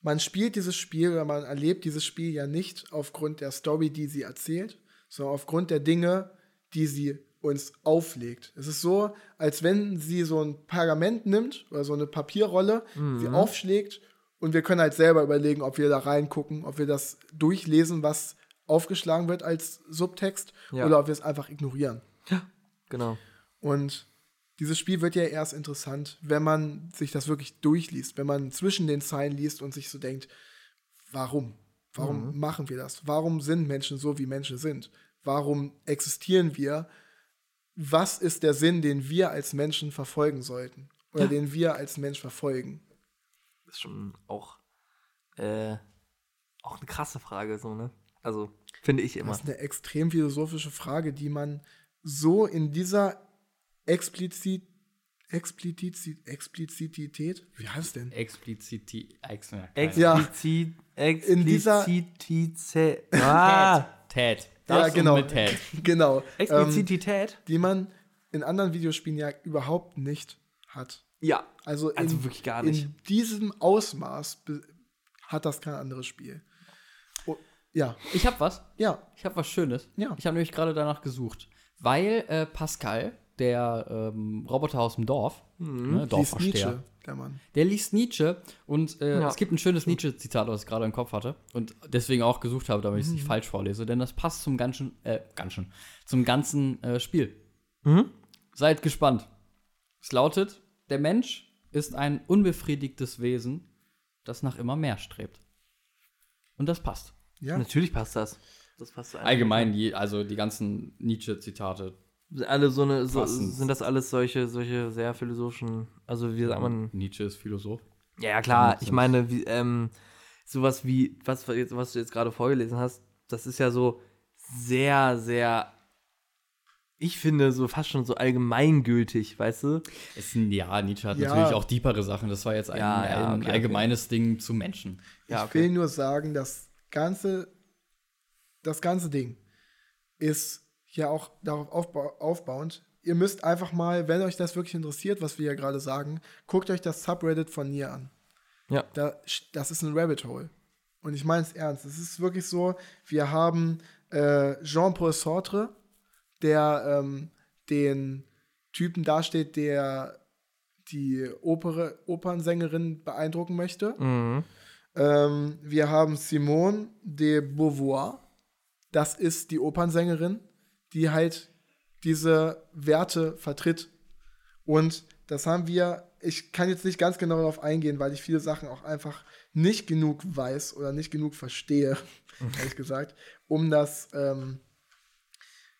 Speaker 1: man spielt dieses Spiel oder man erlebt dieses Spiel ja nicht aufgrund der Story, die sie erzählt, sondern aufgrund der Dinge, die sie uns auflegt. Es ist so, als wenn sie so ein Pergament nimmt oder so eine Papierrolle, sie aufschlägt und wir können halt selber überlegen, ob wir da reingucken, ob wir das durchlesen, was aufgeschlagen wird als Subtext
Speaker 3: Ja.
Speaker 1: oder ob wir es einfach ignorieren.
Speaker 3: Genau.
Speaker 1: Und dieses Spiel wird ja erst interessant, wenn man sich das wirklich durchliest, wenn man zwischen den Zeilen liest und sich so denkt, warum? Warum machen wir das? Warum sind Menschen so, wie Menschen sind? Warum existieren wir? Was ist der Sinn, den wir als Menschen verfolgen sollten? Oder den wir als Mensch verfolgen?
Speaker 3: Ist schon auch, äh, auch eine krasse Frage, so, ne? Also, finde ich immer.
Speaker 1: Das ist eine extrem philosophische Frage, die man so in dieser explizit, explizit, explizitität, wie heißt es denn?
Speaker 2: Expliziti. Ex ja, keine
Speaker 1: Ja.
Speaker 3: Explizit,
Speaker 1: In dieser-
Speaker 3: Explizitize-
Speaker 1: [laughs]
Speaker 3: Ah,
Speaker 2: Ahnung. Tät.
Speaker 1: Ja,
Speaker 2: Das und
Speaker 1: genau.
Speaker 2: Mit Tät.
Speaker 1: [laughs] genau. Ähm,
Speaker 3: Explizitität?
Speaker 1: die man in anderen Videospielen ja überhaupt nicht hat.
Speaker 3: ja.
Speaker 1: Also, in,
Speaker 3: Also wirklich gar nicht.
Speaker 1: in diesem Ausmaß be- hat das kein anderes Spiel. Oh, ja,
Speaker 2: Ich hab was.
Speaker 1: ja,
Speaker 2: Ich habe was Schönes.
Speaker 1: Ja.
Speaker 2: Ich habe nämlich gerade danach gesucht, weil äh, Pascal, der ähm, Roboter aus dem Dorf, ne,
Speaker 1: liest
Speaker 2: Dorfvorsteher,
Speaker 1: Nietzsche, der Mann.
Speaker 2: der liest Nietzsche und äh,
Speaker 3: Ja.
Speaker 2: es gibt ein schönes Nietzsche-Zitat, was ich gerade im Kopf hatte und deswegen auch gesucht habe, damit ich
Speaker 3: Mhm.
Speaker 2: es nicht falsch vorlese, denn das passt zum ganzen, äh, ganzen, zum ganzen äh, Spiel.
Speaker 3: Mhm.
Speaker 2: Seid gespannt. Es lautet: Der Mensch ist ein unbefriedigtes Wesen, das nach immer mehr strebt. Und das passt.
Speaker 1: Ja,
Speaker 3: Natürlich passt das. Das passt einfach.
Speaker 2: Allgemein, je, also die ganzen Nietzsche-Zitate.
Speaker 3: Alle so eine, so,
Speaker 2: Passend.
Speaker 3: sind das alles solche, solche sehr philosophischen, also wie sagt
Speaker 1: Mhm.
Speaker 3: man,
Speaker 2: Nietzsche ist Philosoph.
Speaker 3: Ja, ja klar.
Speaker 2: Macht
Speaker 3: Ich
Speaker 2: Sinn.
Speaker 3: meine, wie, ähm, sowas wie, was, was jetzt- was du jetzt gerade vorgelesen hast, das ist ja so sehr, sehr, ich finde, so fast schon so allgemeingültig, weißt du?
Speaker 2: Es, ja, Nietzsche hat
Speaker 1: Ja.
Speaker 2: natürlich auch deepere Sachen. Das war jetzt ein,
Speaker 3: Ja, ja,
Speaker 2: ein
Speaker 3: okay, okay.
Speaker 2: allgemeines Ding zu Menschen.
Speaker 3: Ja,
Speaker 1: ich will nur sagen, das ganze, das ganze Ding ist ja auch darauf aufba aufbauend. Ihr müsst einfach mal, wenn euch das wirklich interessiert, was wir ja gerade sagen, guckt euch das Subreddit von Nier an.
Speaker 3: Ja.
Speaker 1: da, das ist ein Rabbit Hole. Und ich meine es ernst. Es ist wirklich so, wir haben äh, Jean-Paul Sartre, der ähm, den Typen dasteht, der die Opere, Opernsängerin beeindrucken möchte.
Speaker 3: Mhm.
Speaker 1: Ähm, wir haben Simone de Beauvoir. Das ist die Opernsängerin, die halt diese Werte vertritt. Und das haben wir, ich kann jetzt nicht ganz genau darauf eingehen, weil ich viele Sachen auch einfach nicht genug weiß oder nicht genug verstehe, ehrlich gesagt, um das ähm,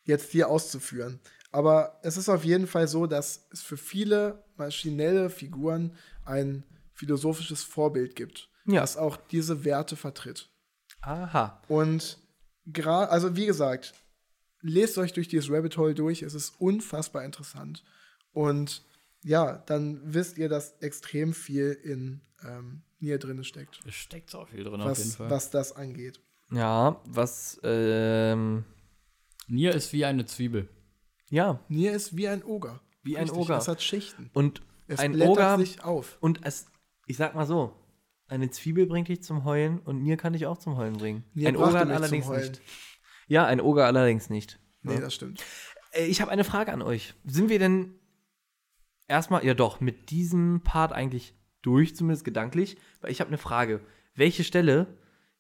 Speaker 1: jetzt hier auszuführen. Aber es ist auf jeden Fall so, dass es für viele maschinelle Figuren ein philosophisches Vorbild gibt,
Speaker 3: Ja.
Speaker 1: das auch diese Werte vertritt.
Speaker 3: Aha.
Speaker 1: Und gerade, also wie gesagt, lest euch durch dieses Rabbit Hole durch, es ist unfassbar interessant. Und ja, dann wisst ihr, dass extrem viel in ähm, Nier drin steckt,
Speaker 2: Es steckt so viel drin auf jeden
Speaker 1: was,
Speaker 2: Fall.
Speaker 1: was das angeht.
Speaker 3: Ja, was, ähm,
Speaker 2: Nier ist wie eine Zwiebel.
Speaker 3: ja.
Speaker 1: Nier ist wie ein Oger.
Speaker 3: Wie ein Oger.
Speaker 1: Es hat Schichten.
Speaker 3: Und
Speaker 1: Es
Speaker 3: ein
Speaker 1: blättert
Speaker 3: Oger,
Speaker 1: sich auf.
Speaker 3: und es, ich sag mal so, eine Zwiebel bringt dich zum Heulen und Nier kann dich auch zum Heulen bringen.
Speaker 1: Nier
Speaker 3: ein
Speaker 1: brachte
Speaker 3: Oger
Speaker 1: mich zum
Speaker 3: allerdings
Speaker 1: Heulen.
Speaker 3: nicht. Ja, ein Oger allerdings nicht.
Speaker 1: Nee,
Speaker 3: Ja.
Speaker 1: das stimmt.
Speaker 3: Äh, Ich habe eine Frage an euch. Sind wir denn erstmal, ja doch, mit diesem Part eigentlich durch, zumindest gedanklich? Weil ich habe eine Frage. Welche Stelle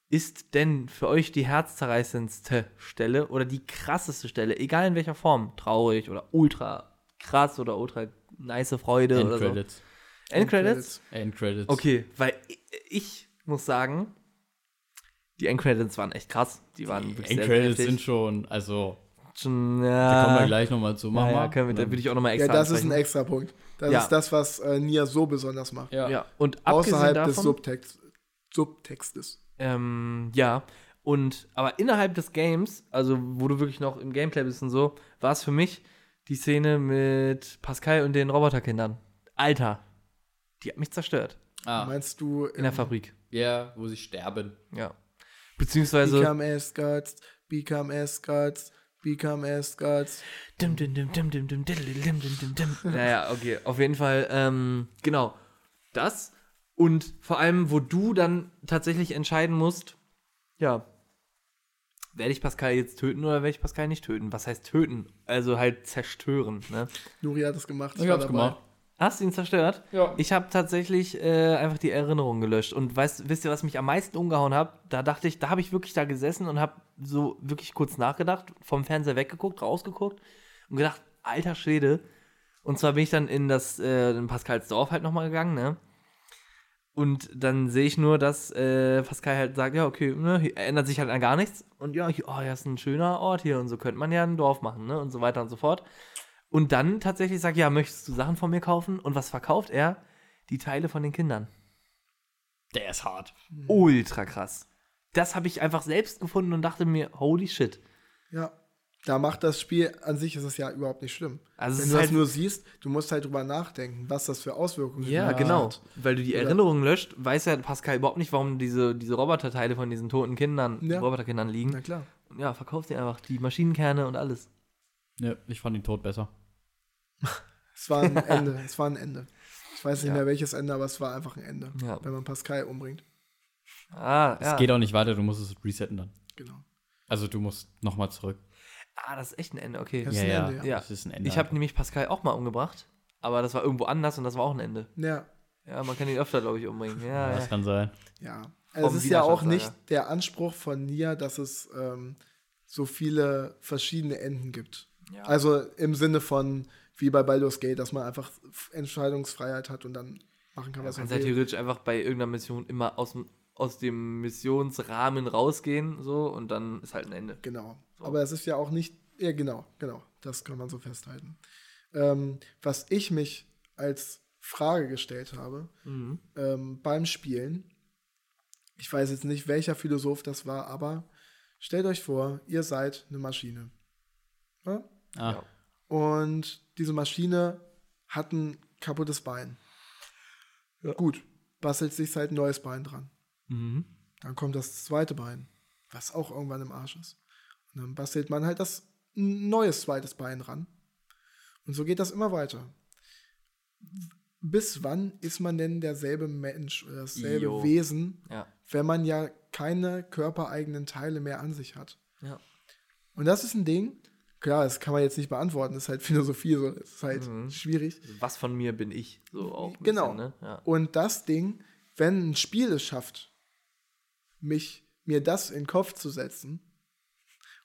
Speaker 3: ist denn für euch die herzzerreißendste Stelle oder die krasseste Stelle, egal in welcher Form? Traurig oder ultra krass oder ultra nice Freude oder so?
Speaker 2: Endcredits.
Speaker 3: Endcredits?
Speaker 2: Endcredits.
Speaker 3: Okay, weil i- ich muss sagen, die Endcredits waren echt krass. Die waren
Speaker 2: Die
Speaker 3: wirklich sehr, sehr
Speaker 2: Endcredits
Speaker 3: heftig.
Speaker 2: sind schon, also,
Speaker 3: schon.
Speaker 2: da kommen wir
Speaker 3: Ja,
Speaker 2: gleich nochmal zu. Mach
Speaker 3: ja, ja,
Speaker 2: mal.
Speaker 3: können wir, da
Speaker 2: Dann-
Speaker 3: will ich auch nochmal
Speaker 1: Ja,
Speaker 3: extra
Speaker 1: das ist ein
Speaker 3: ansprechen.
Speaker 1: extra Punkt. Das
Speaker 3: Ja.
Speaker 1: ist das, was äh, Nier so besonders macht.
Speaker 2: ja.
Speaker 3: Ja, und abgesehen
Speaker 1: Außerhalb
Speaker 3: davon,
Speaker 1: des Subtext, Subtextes.
Speaker 3: ähm, ja, und aber innerhalb des Games, also wo du wirklich noch im Gameplay bist und so, war es für mich die Szene mit Pascal und den Roboterkindern. Alter, die hat mich zerstört.
Speaker 2: Ah,
Speaker 1: Meinst du
Speaker 3: in der Fabrik.
Speaker 2: ja, wo sie sterben.
Speaker 3: Ja. Beziehungsweise.
Speaker 1: Become Escorts, Become Escorts, Become Escorts.
Speaker 3: Dim, dim, dim, dim, dim, dim, diddle, dim, dim, dim, dim. [laughs] Naja, okay, auf jeden Fall, ähm, genau. Das und vor allem, wo du dann tatsächlich entscheiden musst, ja, werde ich Pascal jetzt töten oder werde ich Pascal nicht töten? Was heißt töten? Also halt zerstören, ne?
Speaker 1: Nuri hat es gemacht.
Speaker 2: Ich
Speaker 1: war
Speaker 2: hab's
Speaker 1: dabei.
Speaker 2: gemacht.
Speaker 3: Hast du ihn zerstört?
Speaker 2: Ja.
Speaker 3: Ich habe tatsächlich äh, einfach die Erinnerung gelöscht. Und weißt, wisst ihr, was mich am meisten umgehauen hat? Da dachte ich, da habe ich wirklich da gesessen und habe so wirklich kurz nachgedacht, vom Fernseher weggeguckt, rausgeguckt und gedacht, alter Schwede. Und zwar bin ich dann in das äh, in Pascals Dorf halt nochmal gegangen, ne? Und dann sehe ich nur, dass äh, Pascal halt sagt, ja, okay, ne, hier ändert sich halt an gar nichts. Und ja, ich, oh, ja, ist ein schöner Ort hier und so könnte man ja ein Dorf machen, ne? Und so weiter und so fort. Und dann tatsächlich sagt, ja, möchtest du Sachen von mir kaufen? Und was verkauft er? Die Teile von den Kindern.
Speaker 2: Der ist hart.
Speaker 1: Mhm.
Speaker 3: Ultra krass. Das habe ich einfach selbst gefunden und dachte mir, holy shit.
Speaker 1: Ja. Da macht das Spiel an sich ist es ja überhaupt nicht schlimm.
Speaker 3: Also
Speaker 1: Wenn
Speaker 3: es ist
Speaker 1: du das
Speaker 3: halt-
Speaker 1: nur siehst, du musst halt drüber nachdenken, was das für Auswirkungen
Speaker 3: Ja,
Speaker 1: hat.
Speaker 3: genau. Weil du die
Speaker 1: Oder-
Speaker 3: Erinnerung löscht, weiß ja Pascal überhaupt nicht, warum diese, diese Roboterteile von diesen toten Kindern,
Speaker 1: Ja.
Speaker 3: Roboterkindern liegen.
Speaker 1: Na klar.
Speaker 3: Und ja, verkauft dir einfach die Maschinenkerne und alles.
Speaker 2: Ja, ich fand ihn tot besser.
Speaker 1: Es war ein Ende.
Speaker 3: [laughs]
Speaker 1: Es war ein Ende. Ich weiß nicht
Speaker 3: Ja.
Speaker 1: mehr welches Ende, aber es war einfach ein Ende.
Speaker 3: Ja.
Speaker 1: Wenn man Pascal umbringt.
Speaker 3: Ah,
Speaker 2: Es
Speaker 3: ja.
Speaker 2: geht auch nicht weiter, du musst es resetten dann.
Speaker 1: Genau.
Speaker 2: Also du musst nochmal zurück.
Speaker 3: ah, das ist echt ein Ende, okay.
Speaker 1: Das ist ein Ende,
Speaker 3: ja.
Speaker 2: Das ist ein Ende.
Speaker 3: Ich habe nämlich Pascal auch mal umgebracht, aber das war irgendwo anders und das war auch ein Ende.
Speaker 1: Ja.
Speaker 3: Ja, man kann ihn öfter, glaube ich, umbringen. Ja,
Speaker 2: ja,
Speaker 3: ja.
Speaker 2: das kann sein.
Speaker 1: Ja. Es ist ja auch nicht der Anspruch von Nia, dass es ähm, so viele verschiedene Enden gibt.
Speaker 3: Ja.
Speaker 1: Also im Sinne von wie bei Baldur's Gate, dass man einfach F- Entscheidungsfreiheit hat und dann machen kann,
Speaker 3: Man
Speaker 1: was
Speaker 3: kann
Speaker 1: man
Speaker 3: ja
Speaker 1: will.
Speaker 3: theoretisch einfach bei irgendeiner Mission immer aus dem, aus dem Missionsrahmen rausgehen, so, und dann ist halt ein Ende.
Speaker 1: Genau.
Speaker 3: So.
Speaker 1: Aber es ist ja auch nicht. Ja, genau, genau. Das kann man so festhalten. Ähm, was ich mich als Frage gestellt habe ähm, beim Spielen, ich weiß jetzt nicht, welcher Philosoph das war, aber stellt euch vor, ihr seid eine Maschine. Ja?
Speaker 2: Ah,
Speaker 3: Ja.
Speaker 1: Und diese Maschine hat ein kaputtes Bein. Gut, bastelt sich halt ein neues Bein dran. Dann kommt das zweite Bein, was auch irgendwann im Arsch ist. Und dann bastelt man halt das ein neues zweites Bein ran. Und so geht das immer weiter. Bis wann ist man denn derselbe Mensch oder dasselbe
Speaker 3: Jo.
Speaker 1: Wesen,
Speaker 3: Ja.
Speaker 1: wenn man ja keine körpereigenen Teile mehr an sich hat?
Speaker 3: Ja.
Speaker 1: Und das ist ein Ding, klar, das kann man jetzt nicht beantworten, das ist halt [laughs] Philosophie, so, das ist halt
Speaker 3: Mhm.
Speaker 1: schwierig.
Speaker 3: Was von mir bin ich? So auch. ein
Speaker 1: Genau.
Speaker 3: Bisschen, ne? ja.
Speaker 1: Und das Ding, wenn ein Spiel es schafft, mich, mir das in den Kopf zu setzen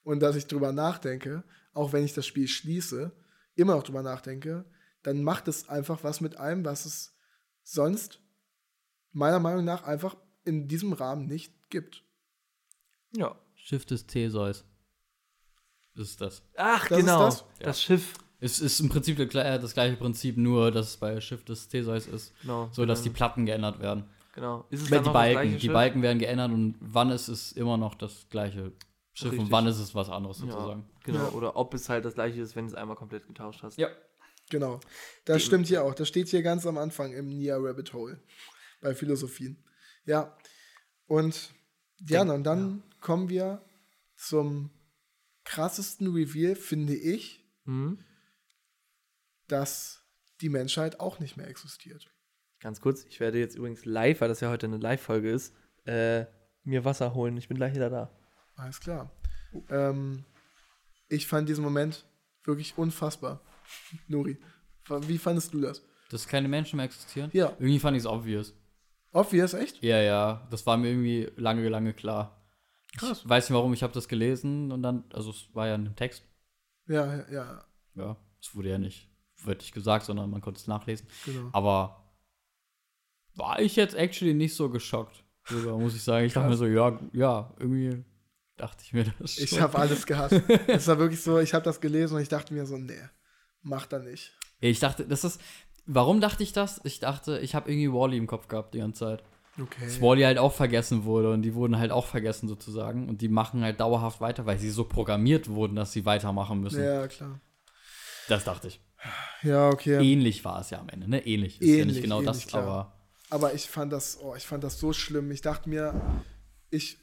Speaker 1: und dass ich drüber nachdenke, auch wenn ich das Spiel schließe, immer noch drüber nachdenke, dann macht es einfach was mit allem, was es sonst meiner Meinung nach einfach in diesem Rahmen nicht gibt.
Speaker 3: ja.
Speaker 2: Schiff des Theseus. Ist das.
Speaker 3: Ach,
Speaker 1: Das ist
Speaker 3: genau.
Speaker 1: das?
Speaker 3: Das, Schiff.
Speaker 2: Es ist im Prinzip das gle- das gleiche Prinzip, nur dass es bei Schiff des Theseus ist,
Speaker 3: Genau.
Speaker 2: so dass die
Speaker 3: Genau.
Speaker 2: Platten geändert werden.
Speaker 3: Genau. Ist es
Speaker 2: Wenn die
Speaker 3: noch das
Speaker 2: Balken,
Speaker 3: gleiche
Speaker 2: die
Speaker 3: Schiff?
Speaker 2: Balken werden geändert und wann ist es immer noch das gleiche Schiff
Speaker 3: Richtig.
Speaker 2: und wann ist es was anderes
Speaker 3: Ja,
Speaker 2: sozusagen.
Speaker 3: genau.
Speaker 1: Ja.
Speaker 3: Oder ob es halt das gleiche ist, wenn du es einmal komplett getauscht hast.
Speaker 2: Ja.
Speaker 1: Genau. Das
Speaker 3: Dem-
Speaker 1: stimmt hier auch. Das steht hier ganz am Anfang im Nia Rabbit Hole bei Philosophien. Ja. Und ja, und dann kommen wir zum krassesten Reveal, finde ich,
Speaker 3: Mhm.
Speaker 1: dass die Menschheit auch nicht mehr existiert.
Speaker 3: Ganz kurz, ich werde jetzt übrigens live, weil das ja heute eine Live-Folge ist, äh, mir Wasser holen. Ich bin gleich wieder da.
Speaker 1: Alles klar. Ähm, ich fand diesen Moment wirklich unfassbar. [laughs] Nuri, fa- wie fandest du das?
Speaker 2: Dass keine Menschen mehr existieren?
Speaker 1: Ja.
Speaker 2: Irgendwie fand ich es obvious.
Speaker 1: Obvious, echt?
Speaker 2: Ja, ja, das war mir irgendwie lange, lange klar.
Speaker 1: Krass.
Speaker 2: Ich weiß nicht warum, ich habe das gelesen und dann, also es war ja in dem Text.
Speaker 1: Ja, ja, ja,
Speaker 2: Ja, es wurde ja nicht wörtlich gesagt, sondern man konnte es nachlesen.
Speaker 1: genau.
Speaker 2: Aber war ich jetzt actually nicht so geschockt, sogar, muss ich sagen. Ich dachte mir so, ja, ja, irgendwie dachte ich mir das schon.
Speaker 1: Ich habe alles gehasst. es war wirklich so, ich habe das gelesen und ich dachte mir so, nee, macht er nicht.
Speaker 2: ich dachte, das ist. Warum dachte ich das? Ich dachte, ich habe irgendwie Wally im Kopf gehabt die ganze Zeit.
Speaker 1: Okay.
Speaker 2: Dass Wally halt auch vergessen wurde und die wurden halt auch vergessen sozusagen. Und die machen halt dauerhaft weiter, weil sie so programmiert wurden, dass sie weitermachen müssen.
Speaker 1: Ja, klar.
Speaker 2: Das dachte ich.
Speaker 1: Ja, okay.
Speaker 2: Ähnlich war es ja am Ende, ne? Ähnlich. Ist ja
Speaker 1: Ähnlich,
Speaker 2: nicht genau
Speaker 1: Ähm, ähnlich,
Speaker 2: das,
Speaker 1: klar.
Speaker 2: aber
Speaker 1: Aber ich fand das, oh, ich fand das so schlimm. Ich dachte mir, ich,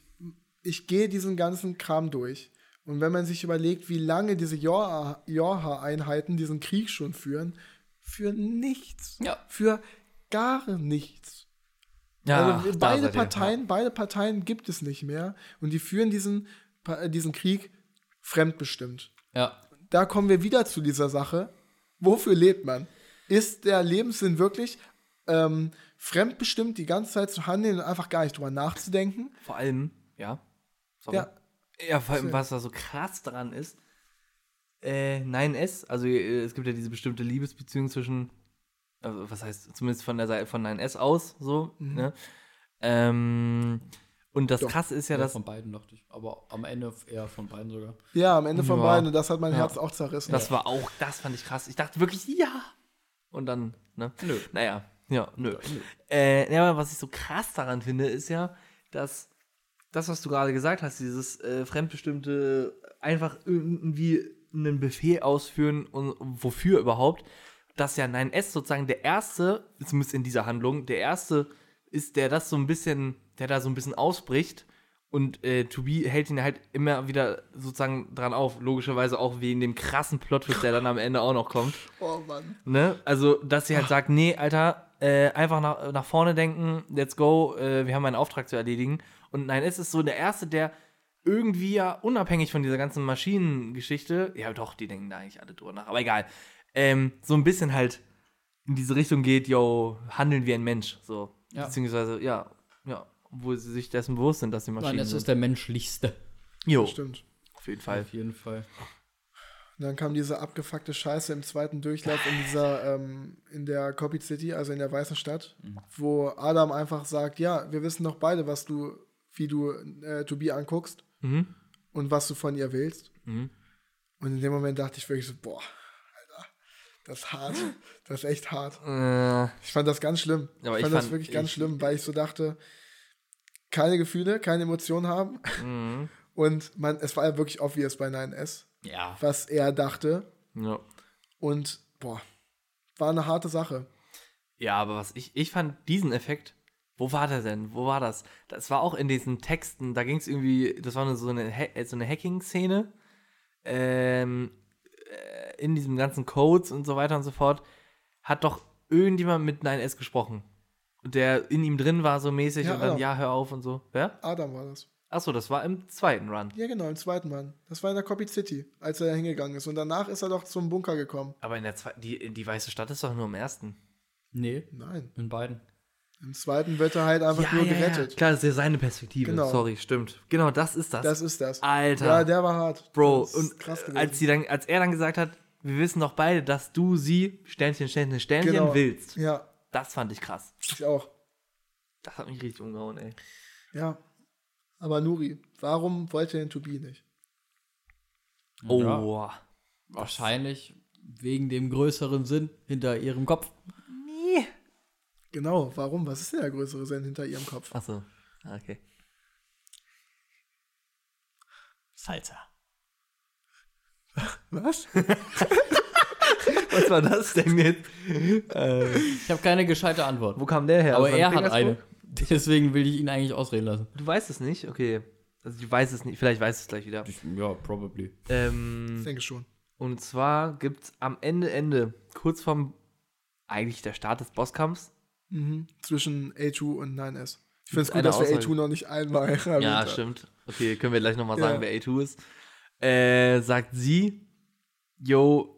Speaker 1: ich gehe diesen ganzen Kram durch. Und wenn man sich überlegt, wie lange diese Jorha- Jorha-Einheiten diesen Krieg schon führen, für nichts.
Speaker 2: Ja.
Speaker 1: Für gar nichts.
Speaker 3: Ja,
Speaker 1: also wir-
Speaker 3: da
Speaker 1: beide
Speaker 3: seid ihr,
Speaker 1: Parteien, beide Parteien gibt es nicht mehr. Und die führen diesen, Pa- äh, diesen Krieg fremdbestimmt.
Speaker 2: Ja.
Speaker 1: Da kommen wir wieder zu dieser Sache. Wofür lebt man? Ist der Lebenssinn wirklich ähm, fremdbestimmt, die ganze Zeit zu handeln und einfach gar nicht drüber nachzudenken?
Speaker 3: Ja. Vor allem, ja. Sorry.
Speaker 1: Ja.
Speaker 3: Ja, vor allem, was da so krass dran ist. Äh, nein, es. Also, äh, es gibt ja diese bestimmte Liebesbeziehung zwischen, also, was heißt, zumindest von der Seite von nein, es aus, so, ne? Ähm, und das
Speaker 1: Mhm. Doch.
Speaker 3: krasse ist ja,
Speaker 2: Ja,
Speaker 3: dass,
Speaker 2: von beiden dachte ich. Aber am Ende eher von beiden sogar.
Speaker 1: Ja, am Ende von
Speaker 3: Ja.
Speaker 1: beiden. Und das hat mein
Speaker 3: Ja.
Speaker 1: Herz auch zerrissen.
Speaker 3: das war auch, das fand ich krass. Ich dachte wirklich, ja. Und dann, ne?
Speaker 2: Nö.
Speaker 3: Naja, ja, nö. Äh, ja, aber was ich so krass daran finde, ist ja, dass das, was du gerade gesagt hast, dieses äh, fremdbestimmte, einfach irgendwie einen Befehl ausführen und wofür überhaupt, dass ja 9S sozusagen der erste, zumindest in dieser Handlung, der erste ist, der das so ein bisschen, der da so ein bisschen ausbricht. Und äh, To Be hält ihn halt immer wieder sozusagen dran auf. Logischerweise auch wegen dem krassen Plot-Twist, der dann am Ende auch noch kommt.
Speaker 1: Oh Mann.
Speaker 3: Ne? Also, dass sie halt sagt, nee, Alter, äh, einfach nach, nach vorne denken, let's go, äh, wir haben einen Auftrag zu erledigen. Und nein, es ist so der Erste, der irgendwie ja unabhängig von dieser ganzen Maschinengeschichte, ja doch, die denken da eigentlich alle drüber nach, aber egal, ähm, so ein bisschen halt in diese Richtung geht, yo, handeln wie ein Mensch, so.
Speaker 2: Ja.
Speaker 3: Beziehungsweise, ja, ja, obwohl sie sich dessen bewusst sind, dass sie Maschinen
Speaker 2: Nein, es ist
Speaker 3: sind.
Speaker 2: der menschlichste.
Speaker 3: Jo,
Speaker 1: Stimmt.
Speaker 3: auf jeden Fall.
Speaker 2: Auf jeden Fall.
Speaker 1: Und dann kam diese abgefuckte Scheiße im zweiten Durchlauf in dieser, ähm, in der Copy City, also in der Weißen Stadt,
Speaker 3: Mhm.
Speaker 1: wo Adam einfach sagt, ja, wir wissen doch beide, was du, wie du äh, To Be anguckst
Speaker 3: Mhm.
Speaker 1: und was du von ihr willst.
Speaker 3: Mhm.
Speaker 1: Und in dem Moment dachte ich wirklich so, boah, Alter, das ist hart. Das ist echt hart.
Speaker 3: Äh,
Speaker 1: Ich fand das ganz schlimm.
Speaker 3: Aber
Speaker 1: ich
Speaker 3: ich
Speaker 1: fand das
Speaker 3: fand-
Speaker 1: wirklich ganz
Speaker 3: ich-
Speaker 1: schlimm, weil ich so dachte, keine Gefühle, keine Emotionen haben.
Speaker 3: mhm.
Speaker 1: Und man, es war ja wirklich obvious bei 9S,
Speaker 2: Ja.
Speaker 1: was er dachte.
Speaker 3: ja.
Speaker 1: Und boah, war eine harte Sache.
Speaker 3: Ja, aber was ich, ich fand diesen Effekt, wo war der denn? Wo war das? Das war auch in diesen Texten, da ging es irgendwie, das war so eine, Ha- äh, so eine Hacking-Szene, ähm, äh, in diesem ganzen Codes und so weiter und so fort, hat doch irgendjemand mit 9S gesprochen. Und der in ihm drin war so mäßig
Speaker 1: Ja,
Speaker 3: und dann,
Speaker 1: ja.
Speaker 3: ja, hör auf und so. Wer?
Speaker 1: Adam war das.
Speaker 3: Achso, das war im zweiten Run.
Speaker 1: Ja, genau, im zweiten Mann. Das war in der Copy City, als er da hingegangen ist. Und danach ist er doch zum Bunker gekommen.
Speaker 3: Aber in der zweiten, die, die Weiße Stadt ist doch nur im ersten.
Speaker 2: Nee,
Speaker 1: Nein.
Speaker 2: in beiden.
Speaker 1: Im zweiten wird er halt einfach nur gerettet.
Speaker 3: Klar, das ist ja seine Perspektive.
Speaker 1: Genau.
Speaker 3: Sorry, stimmt. Genau, das ist das.
Speaker 1: Das ist das.
Speaker 3: Alter.
Speaker 1: Ja, der war hart.
Speaker 3: Bro,
Speaker 1: Das ist
Speaker 3: und
Speaker 1: krass
Speaker 3: äh,
Speaker 1: gewesen.
Speaker 3: als, sie dann, als er dann gesagt hat, wir wissen doch beide, dass du sie Sternchen, Sternchen, Sternchen willst.
Speaker 1: Genau. Ja,
Speaker 3: Das fand ich krass.
Speaker 1: ich auch.
Speaker 3: Das hat mich richtig umgehauen, ey.
Speaker 1: Ja. Aber Nuri, warum wollte er den Tobi nicht?
Speaker 3: Oh.
Speaker 2: Wahrscheinlich wegen dem größeren Sinn hinter ihrem Kopf.
Speaker 3: Nee.
Speaker 1: Genau, warum? Was ist denn der größere Sinn hinter ihrem Kopf?
Speaker 3: Achso. Ah, Okay.
Speaker 2: Salsa.
Speaker 1: [laughs] Was?
Speaker 3: Was war das denn jetzt?
Speaker 2: Ich habe keine gescheite Antwort.
Speaker 3: Wo kam der her?
Speaker 2: Aber
Speaker 3: Aus meinem
Speaker 2: er hat
Speaker 3: Fingersburg?
Speaker 2: eine.
Speaker 1: [laughs]
Speaker 2: Deswegen will ich ihn eigentlich ausreden lassen.
Speaker 3: Du weißt es nicht? Okay. Also, du weißt es nicht. Vielleicht weißt du es gleich wieder.
Speaker 2: ja, probably.
Speaker 3: Ähm,
Speaker 1: Ich denke schon.
Speaker 3: Und zwar gibt's am Ende, Ende, kurz vorm, eigentlich der Start des Bosskampfs.
Speaker 1: Mhm. Zwischen A2 und 9S. Ich finde es gut,
Speaker 3: eine
Speaker 1: dass wir
Speaker 3: Aussage.
Speaker 1: A2 noch nicht einmal [laughs] erwähnt
Speaker 3: Ja,
Speaker 1: haben.
Speaker 3: stimmt. Okay, können wir gleich nochmal
Speaker 1: Ja.
Speaker 3: sagen, wer A2 ist. Äh, sagt sie, yo,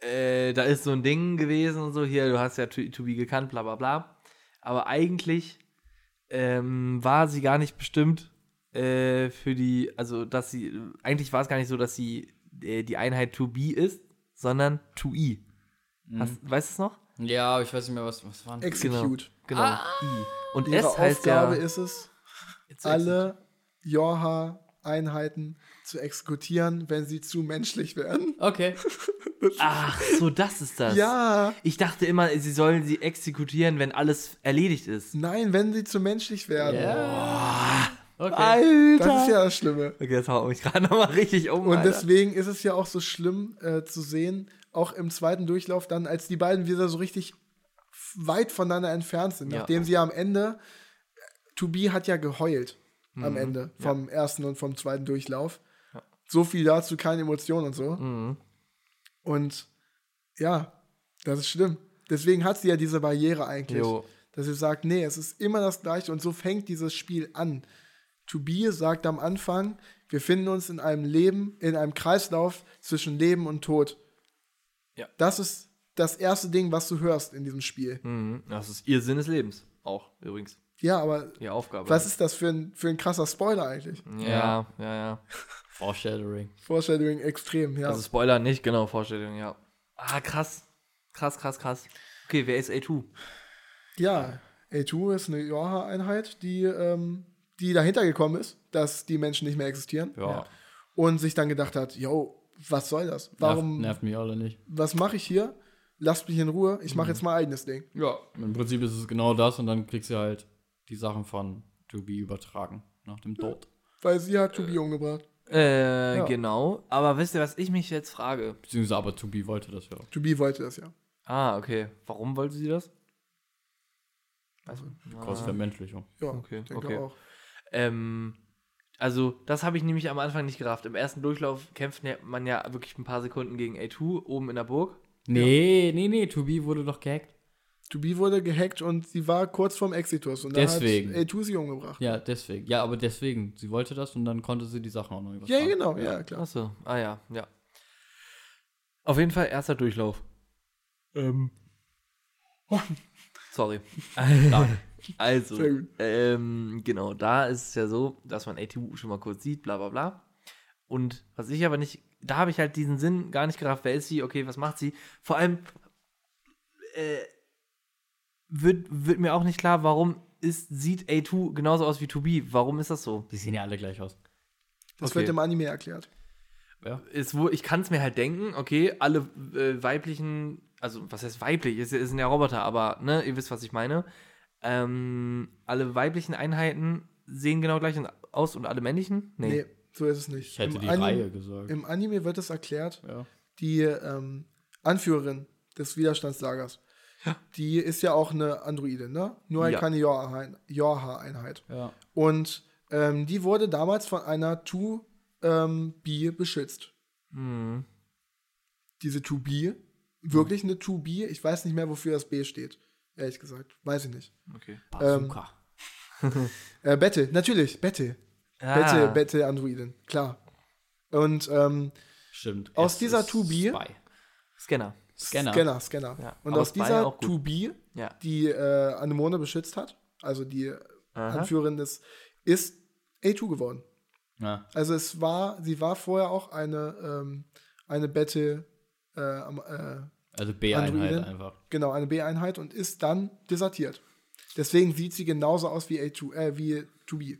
Speaker 3: äh, da ist so ein Ding gewesen und so, hier, du hast ja To, to Be gekannt, bla bla bla. Aber eigentlich ähm, war sie gar nicht bestimmt äh, für die, also dass sie, eigentlich war es gar nicht so, dass sie äh, die Einheit To Be ist, sondern To E. Hast, weißt du es noch?
Speaker 2: Ja, aber ich weiß nicht mehr, was, was war denn-
Speaker 1: Execute.
Speaker 3: Genau. I. Und
Speaker 1: Ihre
Speaker 3: S heißt
Speaker 1: Aufgabe
Speaker 3: ja
Speaker 1: ist es,
Speaker 3: It's
Speaker 1: alle Jorha-Einheiten zu exekutieren, wenn sie zu menschlich werden. [laughs]
Speaker 2: Okay.
Speaker 3: Ach so, das ist das.
Speaker 1: Ja,
Speaker 3: Ich dachte immer, sie sollen sie exekutieren, wenn alles erledigt ist.
Speaker 1: nein, wenn sie zu menschlich werden.
Speaker 2: Okay.
Speaker 3: Alter!
Speaker 1: Das ist ja das Schlimme.
Speaker 3: okay, das haut mich gerade nochmal richtig um.
Speaker 1: Und
Speaker 3: Alter.
Speaker 1: deswegen ist es ja auch so schlimm äh, zu sehen, auch im zweiten Durchlauf dann, als die beiden wieder so richtig weit voneinander entfernt sind.
Speaker 3: Ja.
Speaker 1: Nachdem sie ja am Ende, To Be hat ja geheult
Speaker 3: Mhm.
Speaker 1: am Ende vom ersten und vom zweiten Durchlauf. So viel dazu, keine Emotionen und so. Und ja, das ist schlimm. Deswegen hat sie ja diese Barriere eigentlich.
Speaker 3: Jo.
Speaker 1: Dass sie sagt, nee, es ist immer das Gleiche und so fängt dieses Spiel an. To be sagt am Anfang, wir finden uns in einem Leben, in einem Kreislauf zwischen Leben und Tod.
Speaker 3: Ja.
Speaker 1: Das ist das erste Ding, was du hörst in diesem Spiel.
Speaker 3: Mhm. Das ist ihr Sinn des Lebens. Auch, übrigens.
Speaker 1: Ja, aber
Speaker 3: Ihre Aufgabe.
Speaker 1: was ist das für ein, für ein krasser Spoiler eigentlich?
Speaker 3: Hm. Ja, ja, ja.
Speaker 2: Foreshadowing.
Speaker 1: Foreshadowing extrem, ja.
Speaker 3: Also Spoiler nicht, genau, Vorstellung, ja. Ah, krass. Krass, krass, krass. Okay, wer ist A2?
Speaker 1: Ja, A2 ist eine Joha-Einheit, die, ähm, die dahinter gekommen ist, dass die Menschen nicht mehr existieren.
Speaker 2: Ja.
Speaker 1: Und sich dann gedacht hat, yo, was soll das?
Speaker 2: Warum?
Speaker 1: Warum,
Speaker 2: Nervt, Mhm. nervt mich alle nicht.
Speaker 1: was mache ich hier? Lasst mich in Ruhe, ich mache jetzt mein eigenes Ding.
Speaker 2: Ja. Im Prinzip ist es genau das und dann kriegst du halt die Sachen von To Be übertragen nach dem Tod.
Speaker 1: Weil sie hat Tobi umgebracht.
Speaker 3: Äh,
Speaker 1: Ja.
Speaker 3: genau. Aber wisst ihr, was ich mich jetzt frage?
Speaker 2: Beziehungsweise aber To Be wollte das ja.
Speaker 1: Tobi wollte das ja.
Speaker 3: Ah, okay. Warum wollte sie das?
Speaker 2: Because Vermenschlichung.
Speaker 1: Ja,
Speaker 3: Okay,
Speaker 1: denke
Speaker 3: okay.
Speaker 1: auch.
Speaker 3: Ähm, also, das habe ich nämlich am Anfang nicht gerafft. Im ersten Durchlauf kämpft ja- man ja wirklich ein paar Sekunden gegen A2 oben in der Burg.
Speaker 2: Nee, nee, nee, To Be wurde doch gehackt.
Speaker 1: Tobi wurde gehackt und sie war kurz vorm Exitus. Und dann
Speaker 2: Deswegen.
Speaker 1: hat A2 sie umgebracht.
Speaker 2: Ja, deswegen. Ja, aber deswegen. Sie wollte das und dann konnte sie die Sachen auch noch
Speaker 1: Ja,
Speaker 2: übertragen.
Speaker 1: genau, ja, klar.
Speaker 3: Achso, ah ja, ja. Auf jeden Fall erster Durchlauf.
Speaker 1: [laughs]
Speaker 3: Ähm. Sorry. also,
Speaker 1: Sehr gut.
Speaker 3: ähm, genau, da ist es ja so, dass man ATU schon mal kurz sieht, bla bla bla. Und was ich aber nicht, da habe ich halt diesen Sinn gar nicht gerafft, wer ist sie, okay, was macht sie? Vor allem äh, wird, wird mir auch nicht klar, warum ist, sieht A2 genauso aus wie 2B? Warum ist das so?
Speaker 2: Die sehen ja alle gleich aus.
Speaker 1: Das
Speaker 3: Okay.
Speaker 1: wird im Anime erklärt.
Speaker 2: Ja.
Speaker 3: ist wo, ich kann es mir halt denken, okay, alle äh, weiblichen, also was heißt weiblich, es es sind ja Roboter, aber ne, ihr wisst, was ich meine. Ähm, alle weiblichen Einheiten sehen genau gleich aus und alle männlichen?
Speaker 1: Nee,
Speaker 3: Nee.
Speaker 1: so ist es nicht.
Speaker 2: Ich hätte
Speaker 1: Im
Speaker 2: die
Speaker 1: Anime-
Speaker 2: Reihe gesagt.
Speaker 1: Im Anime wird es erklärt,
Speaker 2: ja.
Speaker 1: die ähm, Anführerin des Widerstandslagers. Die ist ja auch eine Androide, ne? Nur halt
Speaker 3: Ja.
Speaker 1: keine Jorha-Einheit.
Speaker 2: ja.
Speaker 1: Und ähm, die wurde damals von einer 2B beschützt.
Speaker 3: Hm.
Speaker 1: Diese 2B, wirklich eine 2B, ich weiß nicht mehr, wofür das B steht. Ehrlich gesagt, weiß ich nicht.
Speaker 3: Okay.
Speaker 2: Bazooka.
Speaker 1: ähm, Äh, Bette, natürlich, Bette.
Speaker 3: Ah,
Speaker 1: Bette, Bette Androiden, klar. Und ähm,
Speaker 2: Stimmt.
Speaker 1: Aus
Speaker 2: Es
Speaker 1: dieser
Speaker 2: ist
Speaker 1: To Be-
Speaker 2: Spy.
Speaker 3: Scanner.
Speaker 2: Scanner.
Speaker 1: Scanner, Scanner.
Speaker 3: Ja,
Speaker 1: Und
Speaker 3: aber
Speaker 1: aus
Speaker 3: Spy
Speaker 1: dieser
Speaker 3: auch gut.
Speaker 1: 2B
Speaker 3: Ja.
Speaker 1: die äh, Anemone beschützt hat, also die
Speaker 3: Aha.
Speaker 1: Anführerin des, ist A2 geworden.
Speaker 2: Ja.
Speaker 1: Also es war, sie war vorher auch eine, ähm, eine Battle, äh, am- äh,
Speaker 2: Also B-Einheit
Speaker 1: Androiden.
Speaker 2: einfach.
Speaker 1: genau, eine B-Einheit und ist dann desertiert. Deswegen sieht sie genauso aus wie A2, äh, wie 2B.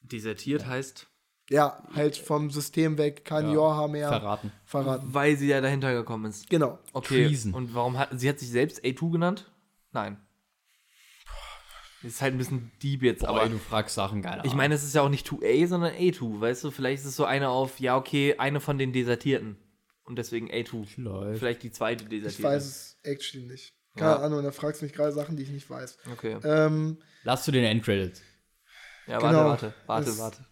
Speaker 3: Desertiert heißt,
Speaker 1: Ja, halt vom System weg, kein
Speaker 2: Ja.
Speaker 1: Jorha mehr
Speaker 2: Verraten.
Speaker 1: verraten.
Speaker 3: weil sie ja dahinter gekommen ist.
Speaker 1: Genau.
Speaker 3: Okay.
Speaker 2: Treason.
Speaker 3: Und warum hat sie hat sich selbst A2 genannt? Nein. Ist halt ein bisschen deep jetzt,
Speaker 2: Boah,
Speaker 3: aber
Speaker 2: aber du fragst Sachen geil.
Speaker 1: Ah.
Speaker 3: Ich meine, es ist ja auch nicht 2A, sondern A2, weißt du? Vielleicht ist es so eine auf, ja, okay, eine von den Desertierten. Und deswegen A2.
Speaker 2: Läuft.
Speaker 3: Vielleicht die zweite
Speaker 1: Ich
Speaker 3: Desertierte.
Speaker 1: weiß es actually nicht.
Speaker 3: Ja.
Speaker 1: Keine Ahnung, da fragst du mich gerade Sachen, die ich nicht weiß.
Speaker 3: Okay.
Speaker 1: Ähm,
Speaker 2: Lass du den Endcredits.
Speaker 3: Ja,
Speaker 1: genau.
Speaker 3: warte, warte, warte,
Speaker 1: Das-
Speaker 3: warte.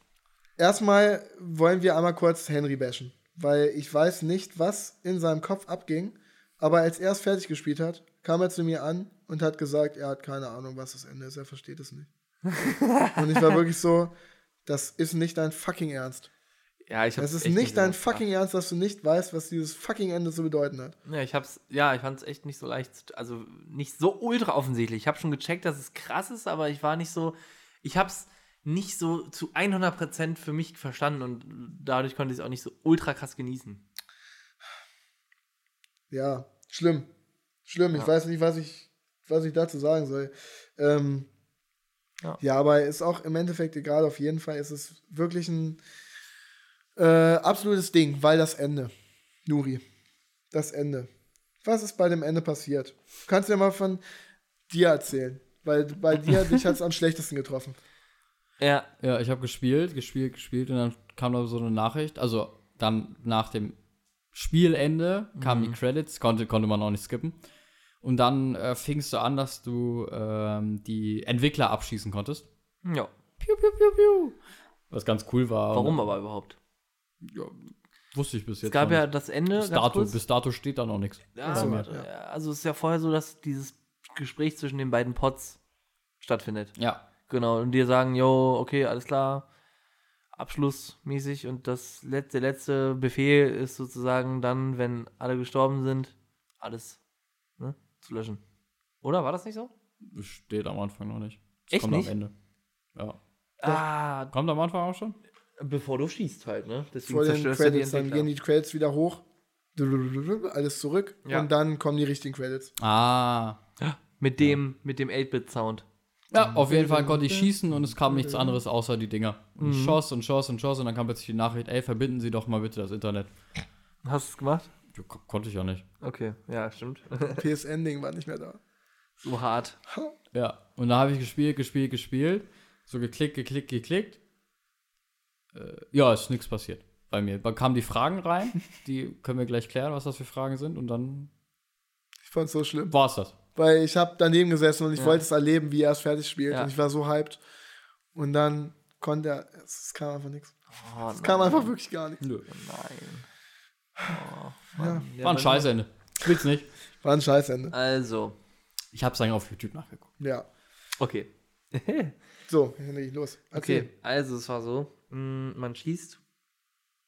Speaker 1: Erstmal wollen wir einmal kurz Henry bashen, weil ich weiß nicht, was in seinem Kopf abging, aber als er es fertig gespielt hat, kam er zu mir an und hat gesagt, er hat keine Ahnung, was das Ende ist, er versteht es
Speaker 3: [laughs]
Speaker 1: nicht. und ich war wirklich so, das ist nicht dein fucking Ernst.
Speaker 3: Ja, ich
Speaker 1: Das
Speaker 3: hab's
Speaker 1: ist
Speaker 3: echt
Speaker 1: nicht dein
Speaker 3: so leicht
Speaker 1: fucking Ernst, dass du nicht weißt, was dieses fucking Ende zu bedeuten hat.
Speaker 3: gemacht. Ja, ich hab's, ja, ich fand's echt nicht so leicht, also nicht so ultra offensichtlich. Ich hab schon gecheckt, dass es krass ist, aber ich war nicht so, ich hab's nicht so zu 100% für mich verstanden und dadurch konnte ich es auch nicht so ultra krass genießen.
Speaker 1: Ja, schlimm. Schlimm. Ich
Speaker 3: Ja.
Speaker 1: weiß nicht, was ich, was ich dazu sagen soll. Ähm, ja.
Speaker 3: Ja.
Speaker 1: aber ist auch im Endeffekt egal. Auf jeden Fall ist es wirklich ein äh, absolutes Ding, weil das Ende. Nuri, das Ende. Was ist bei dem Ende passiert? Du kannst ja mal von dir erzählen, weil
Speaker 3: [laughs]
Speaker 1: bei dir dich hat es am schlechtesten getroffen.
Speaker 3: Ja,
Speaker 2: Ja, ich habe gespielt, gespielt, gespielt und dann kam da so eine Nachricht. Also Mhm. dann nach dem Spielende kamen die Credits, konnte, konnte man auch nicht skippen. Und dann äh, fingst du an, dass du ähm, die Entwickler abschießen konntest.
Speaker 3: Ja.
Speaker 2: Piu, piu, piu, piu. Was ganz cool war.
Speaker 3: Warum aber überhaupt?
Speaker 2: Ja, wusste ich bis jetzt.
Speaker 3: Es gab
Speaker 2: noch
Speaker 3: ja
Speaker 2: nicht.
Speaker 3: das Ende.
Speaker 2: bis, dato, bis dato steht da noch nichts.
Speaker 3: Ja,
Speaker 1: Also,
Speaker 3: also,
Speaker 1: ja.
Speaker 3: also es ist ja vorher so, dass dieses Gespräch zwischen den beiden Pots stattfindet.
Speaker 2: Ja.
Speaker 3: Genau. Und dir sagen, yo, okay, alles klar, abschlussmäßig. Und das letzte, der letzte Befehl ist sozusagen dann, wenn alle gestorben sind, alles ne, zu löschen. Oder war das nicht so?
Speaker 2: Steht am Anfang noch nicht. Das
Speaker 3: Echt
Speaker 2: kommt
Speaker 3: nicht?
Speaker 2: am Ende. Ja.
Speaker 3: Ah,
Speaker 2: Kommt am Anfang auch schon?
Speaker 3: bevor du schießt halt, ne? Deswegen
Speaker 1: vor den
Speaker 3: zerstörst du die
Speaker 1: Credits, dann gehen
Speaker 3: Entwickler.
Speaker 1: die Credits wieder hoch, alles zurück
Speaker 3: Ja.
Speaker 1: und dann kommen die richtigen
Speaker 3: [laughs]
Speaker 1: Credits.
Speaker 2: Ah.
Speaker 3: Mit dem, mit dem 8-Bit-Sound.
Speaker 2: Ja, auf jeden Fall konnte ich schießen und es kam nichts anderes außer die Dinger. Und
Speaker 3: Mhm.
Speaker 2: ich schoss und schoss und schoss und dann kam plötzlich die Nachricht, ey, verbinden Sie doch mal bitte das Internet.
Speaker 3: Hast du es gemacht?
Speaker 2: Ja, ko- konnte ich ja nicht.
Speaker 3: Okay, ja, stimmt.
Speaker 1: PS-Ending war nicht mehr da.
Speaker 3: so hart.
Speaker 2: Ja, und da habe ich gespielt, gespielt, gespielt. So geklickt, geklickt, geklickt. Äh, ja, ist nichts passiert bei mir. Da kamen die Fragen
Speaker 3: [laughs]
Speaker 2: rein, die können wir gleich klären, was das für Fragen sind und dann
Speaker 1: Ich fand's so schlimm.
Speaker 2: war's das.
Speaker 1: Weil ich habe daneben gesessen und ich
Speaker 3: Ja.
Speaker 1: wollte es erleben, wie er es fertig spielt.
Speaker 3: Ja.
Speaker 1: Und ich war so hyped. Und dann konnte er. Es kam einfach nichts.
Speaker 3: Oh,
Speaker 1: Es kam einfach wirklich gar nichts.
Speaker 2: Nö.
Speaker 3: Nein.
Speaker 2: War ein Scheißende. Ich will's nicht.
Speaker 1: War ein Scheißende.
Speaker 3: Also,
Speaker 2: Ich hab's dann auf YouTube nachgeguckt.
Speaker 1: Ja.
Speaker 3: okay.
Speaker 1: So, Henry, los.
Speaker 3: Okay,
Speaker 1: Erzähl.
Speaker 3: also es war so, mm, man schießt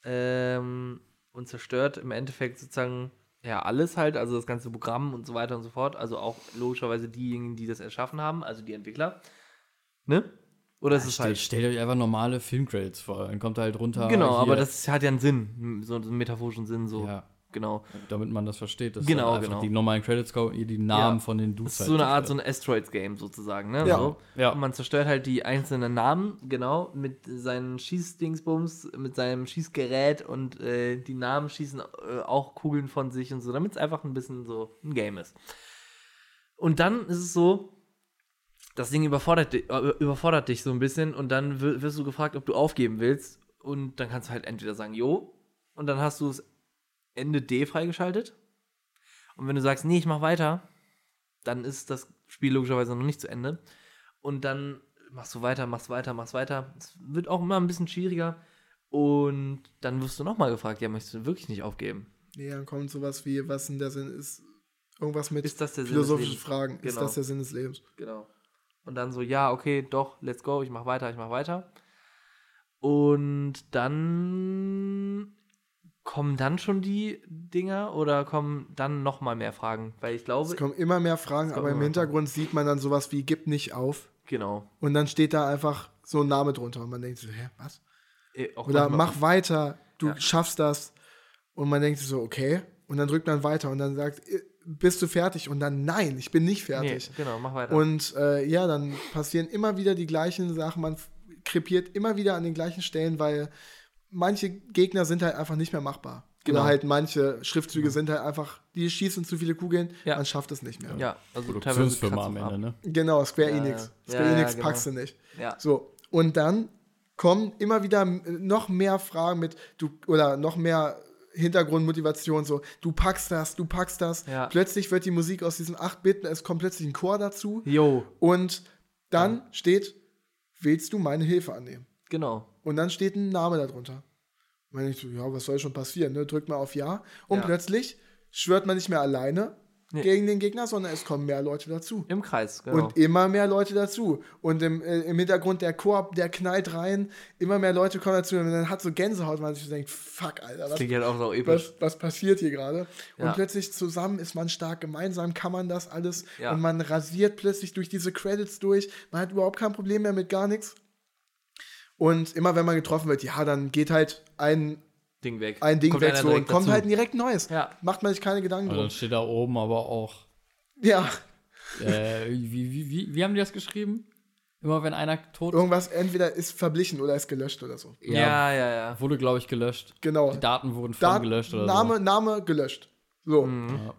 Speaker 3: ähm, und zerstört im Endeffekt sozusagen ja alles halt, also das ganze Programm und so weiter und so fort, also auch logischerweise diejenigen, die das erschaffen haben, also die Entwickler. Ne? Oder ist es
Speaker 2: Stellt,
Speaker 3: falsch?
Speaker 2: stellt euch einfach normale Filmcredits vor. Dann kommt halt runter.
Speaker 3: Genau,
Speaker 2: hier.
Speaker 3: aber das hat ja einen Sinn, so einen metaphorischen Sinn, so.
Speaker 2: Ja.
Speaker 3: Genau.
Speaker 2: Damit man das versteht, dass
Speaker 3: Genau,
Speaker 2: dann einfach
Speaker 3: genau.
Speaker 2: die normalen Credits kommen und ihr die Namen
Speaker 3: Ja.
Speaker 2: von den Dudes halt
Speaker 3: Das ist so eine Art, so
Speaker 2: gestellt.
Speaker 3: ein Asteroids-Game sozusagen, ne?
Speaker 1: Ja.
Speaker 3: So.
Speaker 2: Ja.
Speaker 3: Und man zerstört halt die einzelnen Namen, genau, mit seinen Schießdingsbums, mit seinem Schießgerät und äh, die Namen schießen äh, auch Kugeln von sich und so, damit es einfach ein bisschen so ein Game ist. Und dann ist es so, das Ding überfordert, di- äh, überfordert dich so ein bisschen und dann wir- wirst du gefragt, ob du aufgeben willst. Und dann kannst du halt entweder sagen, jo, und dann hast du das Ende D freigeschaltet. Und wenn du sagst, nee, ich mach weiter, dann ist das Spiel logischerweise noch nicht zu Ende. Und dann machst du weiter, machst weiter, machst weiter. Es wird auch immer ein bisschen schwieriger. Und dann wirst du nochmal gefragt, ja, möchtest du wirklich nicht aufgeben?
Speaker 1: Nee, dann kommt sowas wie, was denn der Sinn ist. Irgendwas mit
Speaker 3: Ist das der Sinn des
Speaker 1: philosophischen
Speaker 3: Lebens?
Speaker 1: Fragen. Ist
Speaker 3: Genau.
Speaker 1: das der Sinn des Lebens?
Speaker 3: Genau. Und dann so, ja, okay, doch, let's go, ich mach weiter, ich mach weiter. Und dann kommen dann schon die Dinger oder kommen dann nochmal mehr Fragen? Weil ich
Speaker 1: Es
Speaker 3: glaube,
Speaker 1: kommen immer mehr Fragen,
Speaker 3: kommen
Speaker 1: aber im
Speaker 3: immer mehr
Speaker 1: Hintergrund sieht man dann sowas wie, gib nicht auf.
Speaker 3: genau.
Speaker 1: Und dann steht da einfach so ein Name drunter. Und man denkt so, hä, was?
Speaker 3: Äh, auch
Speaker 1: Oder
Speaker 3: manchmal-
Speaker 1: mach weiter, du
Speaker 3: Ja.
Speaker 1: schaffst das. Und man denkt sich so, okay. Und dann drückt man weiter und dann sagt, bist du fertig? Und dann, nein, ich bin nicht fertig.
Speaker 3: Nee, genau, mach weiter.
Speaker 1: Und äh, ja, dann passieren immer wieder die gleichen Sachen. Man f- krepiert immer wieder an den gleichen Stellen, weil manche Gegner sind halt einfach nicht mehr machbar.
Speaker 3: Genau.
Speaker 1: Oder halt manche Schriftzüge sind halt einfach, die schießen zu viele Kugeln,
Speaker 3: Ja.
Speaker 1: man schafft es nicht mehr.
Speaker 3: ja, also teilweise
Speaker 2: Produktionsfirma am
Speaker 3: kratzt es
Speaker 2: Ende,
Speaker 3: ab.
Speaker 2: ne?
Speaker 1: Genau, Square
Speaker 3: Ja,
Speaker 1: Enix.
Speaker 3: ja.
Speaker 1: Square
Speaker 3: Ja, ja,
Speaker 1: Enix
Speaker 3: genau.
Speaker 1: packst du nicht.
Speaker 3: Ja.
Speaker 1: So, und dann kommen immer wieder m- noch mehr Fragen mit, du, oder noch mehr Hintergrundmotivation, so, du packst das, du packst das.
Speaker 3: Ja.
Speaker 1: Plötzlich wird die Musik aus diesem 8-Bit, es kommt plötzlich ein Chor dazu.
Speaker 3: Jo,
Speaker 1: Und dann steht, willst du meine Hilfe annehmen?
Speaker 3: genau.
Speaker 1: Und dann steht ein Name darunter. Und dann denk ich so, ja, was soll schon passieren? Ne? Drückt mal auf Ja. Und
Speaker 3: Ja.
Speaker 1: plötzlich schwört man nicht mehr alleine
Speaker 3: Nee.
Speaker 1: gegen den Gegner, sondern es kommen mehr Leute dazu.
Speaker 3: Im Kreis, genau.
Speaker 1: Und immer mehr Leute dazu. Und im, äh, im Hintergrund der Korb, der knallt rein, immer mehr Leute kommen dazu. Und dann hat so Gänsehaut, weil man sich so denkt, fuck, Alter,
Speaker 3: das
Speaker 1: was,
Speaker 3: klingt halt auch so
Speaker 1: was,
Speaker 3: episch.
Speaker 1: was passiert hier gerade?
Speaker 3: Ja.
Speaker 1: Und plötzlich zusammen ist man stark, gemeinsam kann man das alles.
Speaker 3: Ja.
Speaker 1: Und man rasiert plötzlich durch diese Credits durch. Man hat überhaupt kein Problem mehr mit gar nichts. Und immer wenn man getroffen wird, ja, dann geht halt ein,
Speaker 3: Ding weg.
Speaker 1: ein Ding weg
Speaker 3: einer
Speaker 1: so und
Speaker 3: direkt
Speaker 1: kommt
Speaker 3: dazu.
Speaker 1: halt ein direkt neues.
Speaker 3: Ja.
Speaker 1: Macht man sich keine Gedanken
Speaker 2: Und dann
Speaker 1: drum.
Speaker 2: steht da oben aber auch,
Speaker 1: Ja,
Speaker 2: äh, wie, wie, wie, wie haben die das geschrieben? Immer wenn einer tot
Speaker 1: irgendwas entweder ist verblichen oder ist gelöscht oder so.
Speaker 3: Ja, ja, ja.
Speaker 2: Wurde, glaube ich, gelöscht.
Speaker 1: Genau.
Speaker 2: Die Daten wurden von
Speaker 1: Da,
Speaker 2: gelöscht oder
Speaker 1: Name,
Speaker 2: so.
Speaker 1: Name gelöscht. So.
Speaker 2: Ja.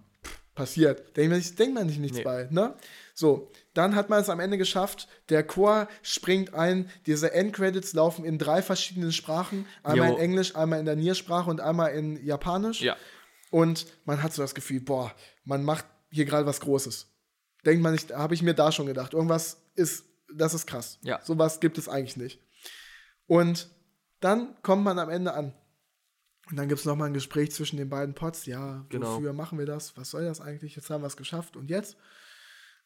Speaker 1: Passiert. Denkt man sich, denkt man sich nichts
Speaker 3: Nee.
Speaker 1: bei. Ne? So, dann hat man es am Ende geschafft. Der Chor springt ein. Diese Endcredits laufen in drei verschiedenen Sprachen. Einmal
Speaker 3: Jo.
Speaker 1: in Englisch, einmal in der Niersprache und einmal in Japanisch.
Speaker 3: Ja.
Speaker 1: Und man hat so das Gefühl, boah, man macht hier gerade was Großes. Denkt man nicht, habe ich mir da schon gedacht. Irgendwas ist, das ist krass.
Speaker 3: Ja.
Speaker 1: Sowas gibt es eigentlich nicht. Und dann kommt man am Ende an. Und dann gibt es nochmal ein Gespräch zwischen den beiden Pots. Ja,
Speaker 3: Genau.
Speaker 1: wofür machen wir das? Was soll das eigentlich? Jetzt haben wir es geschafft. Und jetzt?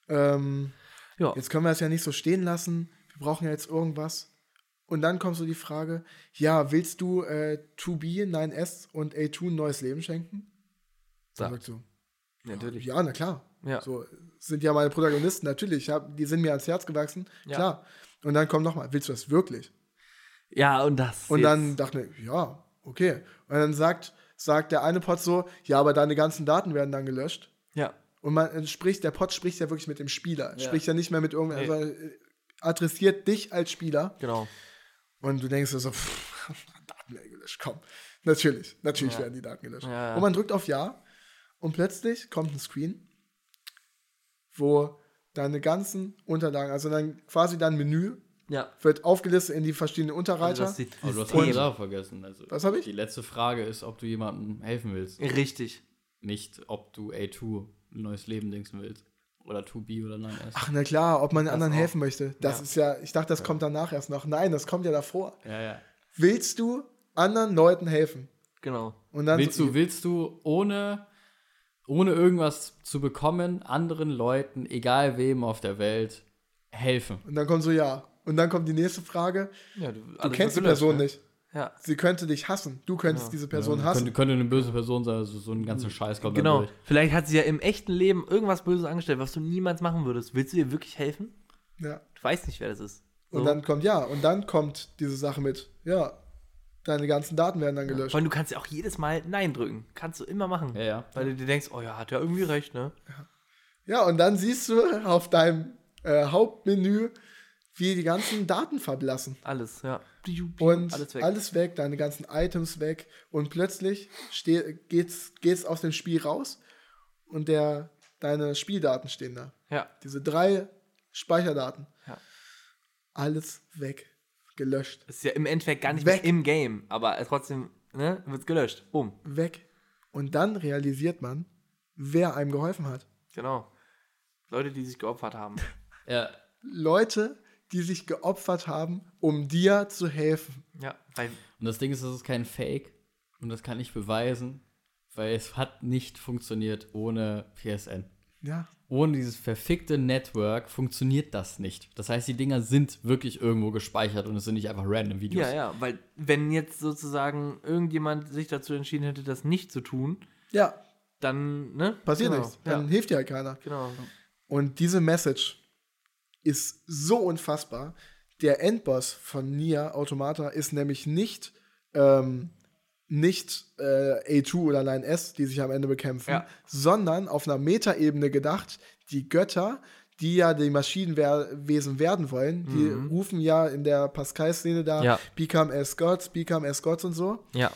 Speaker 1: Ähm,
Speaker 3: Ja.
Speaker 1: Jetzt können wir es ja nicht so stehen lassen. Wir brauchen ja jetzt irgendwas. Und dann kommt so die Frage: Ja, willst du äh, 2B, 9S und A2 ein neues Leben schenken?
Speaker 3: Sag.
Speaker 1: Dann sagst du,
Speaker 3: Natürlich.
Speaker 1: ja, na klar.
Speaker 3: Ja.
Speaker 1: So sind ja meine Protagonisten, natürlich. Hab, die sind mir ans Herz gewachsen.
Speaker 3: Ja.
Speaker 1: Klar. Und dann kommt nochmal, willst du das wirklich?
Speaker 3: Ja, und das.
Speaker 1: Und
Speaker 3: jetzt.
Speaker 1: dann dachte ich, ja, okay. Und dann sagt, sagt der eine Pod so, ja, aber deine ganzen Daten werden dann gelöscht.
Speaker 3: Ja.
Speaker 1: Und man äh, spricht, der Pod spricht ja wirklich mit dem Spieler.
Speaker 2: Ja.
Speaker 1: Spricht ja nicht mehr mit irgendeinem,
Speaker 3: Nee.
Speaker 1: sondern äh, adressiert dich als Spieler.
Speaker 3: Genau.
Speaker 1: Und du denkst dir so, pff, [laughs] Daten werden gelöscht, komm. Natürlich, natürlich
Speaker 3: Ja.
Speaker 1: werden die Daten gelöscht.
Speaker 3: Ja, ja.
Speaker 1: Und man drückt auf Ja und plötzlich kommt ein Screen, wo deine ganzen Unterlagen, also dann quasi dein Menü,
Speaker 3: Ja.
Speaker 1: wird aufgelistet in die verschiedenen Unterreiter.
Speaker 3: das sieht
Speaker 2: Aber du hast
Speaker 3: System.
Speaker 2: eine Sache vergessen. Also
Speaker 1: Was hab ich?
Speaker 2: Die letzte Frage ist, ob du jemandem helfen willst.
Speaker 3: Richtig.
Speaker 2: Nicht, ob du A2 ein neues Leben dingsen willst. Oder 2B oder 9S.
Speaker 1: Ach, na klar, ob man den anderen
Speaker 3: auch.
Speaker 1: helfen möchte. Das
Speaker 3: Ja.
Speaker 1: ist ja, ich dachte, das kommt danach erst noch. Nein, das kommt ja davor.
Speaker 2: Ja, ja.
Speaker 1: Willst du anderen Leuten helfen?
Speaker 3: Genau.
Speaker 1: Und dann
Speaker 2: Willst du, willst du ohne, ohne irgendwas zu bekommen, anderen Leuten, egal wem auf der Welt, helfen?
Speaker 1: Und dann kommt so Ja. Und dann kommt die nächste Frage.
Speaker 3: Ja, du ne?
Speaker 1: Du kennst die Person nicht.
Speaker 3: Ja.
Speaker 1: Sie könnte dich hassen. Du könntest diese Person hassen.
Speaker 2: Könnte, könnte eine böse Person sein, also so ein ganzer Scheiß kommt da
Speaker 3: Genau.
Speaker 2: durch.
Speaker 3: Vielleicht hat sie ja im echten Leben irgendwas Böses angestellt, was du niemals machen würdest. Willst du ihr wirklich helfen?
Speaker 1: Ja.
Speaker 3: Du weißt nicht, wer das ist.
Speaker 1: Und dann kommt ja. Und dann kommt diese Sache mit Ja. Deine ganzen Daten werden dann gelöscht.
Speaker 3: Vor allem, du kannst ja auch jedes Mal Nein drücken. Kannst du immer machen.
Speaker 2: Ja, ja.
Speaker 3: Weil du dir denkst, oh ja, hat ja irgendwie recht, ne?
Speaker 1: Ja, und dann siehst du auf deinem äh, Hauptmenü, wie die ganzen Daten verblassen.
Speaker 3: Alles, ja.
Speaker 1: Und
Speaker 3: Alles
Speaker 1: alles
Speaker 3: weg.
Speaker 1: weg. deine ganzen Items weg. Und plötzlich steh, geht's, geht's aus dem Spiel raus und der, deine Spieldaten stehen da.
Speaker 3: Ja.
Speaker 1: Diese drei Speicherdaten.
Speaker 3: Ja.
Speaker 1: Alles weg. Gelöscht.
Speaker 3: Ist ja im Endeffekt gar nicht
Speaker 1: Weg.
Speaker 3: mehr im Game, aber trotzdem, ne? Wird's gelöscht. Bumm.
Speaker 1: Weg. Und dann realisiert man, wer einem geholfen hat.
Speaker 3: Genau. Leute, die sich geopfert haben.
Speaker 2: Ja,
Speaker 1: Leute, die sich geopfert haben, um dir zu helfen.
Speaker 3: [laughs] ja. Weil,
Speaker 2: Und das Ding ist, das ist kein Fake und das kann ich beweisen, weil es hat nicht funktioniert ohne PSN.
Speaker 1: Ja.
Speaker 2: Ohne dieses verfickte Network funktioniert das nicht. Das heißt, die Dinger sind wirklich irgendwo gespeichert und es sind nicht einfach random Videos.
Speaker 3: ja, ja. Weil, wenn jetzt sozusagen irgendjemand sich dazu entschieden hätte, das nicht zu tun,
Speaker 1: Ja,
Speaker 3: dann, ne?
Speaker 1: passiert
Speaker 3: genau.
Speaker 1: nichts. Dann
Speaker 3: Ja.
Speaker 1: hilft dir halt keiner.
Speaker 3: Genau.
Speaker 1: Und diese Message ist so unfassbar. Der Endboss von Nier Automata ist nämlich nicht, ähm, nicht äh, A2 oder 9S, die sich am Ende bekämpfen,
Speaker 3: Ja.
Speaker 1: sondern auf einer Metaebene gedacht, die Götter, die ja die Maschinenwesen werden wollen, die rufen ja in der Pascal-Szene da,
Speaker 3: Mhm. Ja.
Speaker 1: become as gods, become as gods und so
Speaker 3: Ja.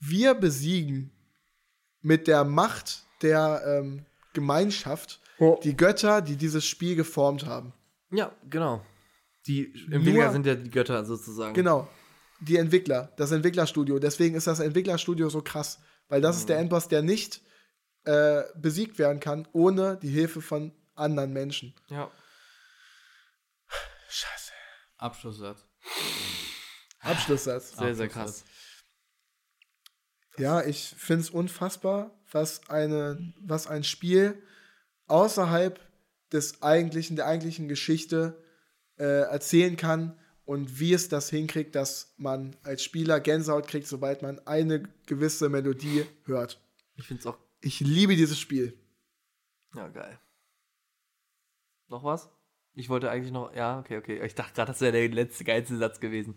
Speaker 1: wir besiegen mit der Macht der ähm, Gemeinschaft die Götter, die dieses Spiel geformt haben.
Speaker 3: Ja, genau. Die im
Speaker 1: Nur-
Speaker 3: Weniger sind ja die Götter sozusagen.
Speaker 1: Genau. Die Entwickler, das Entwicklerstudio. Deswegen ist das Entwicklerstudio so krass, weil das ist der Endboss, der nicht äh, besiegt werden kann ohne die Hilfe von anderen Menschen.
Speaker 3: Ja.
Speaker 1: Scheiße.
Speaker 2: Abschlusssatz.
Speaker 1: Abschlusssatz.
Speaker 3: Ah, Sehr, sehr krass.
Speaker 1: Ja, ich finde es unfassbar, was, eine, was ein Spiel außerhalb des eigentlichen, der eigentlichen Geschichte äh, erzählen kann und wie es das hinkriegt, dass man als Spieler Gänsehaut kriegt, sobald man eine gewisse Melodie hört.
Speaker 3: Ich find's auch.
Speaker 1: Ich liebe dieses Spiel.
Speaker 3: Ja, geil. Noch was? Ich wollte eigentlich noch. Ja, okay, okay. Ich dachte gerade, das wäre der letzte geilste Satz gewesen.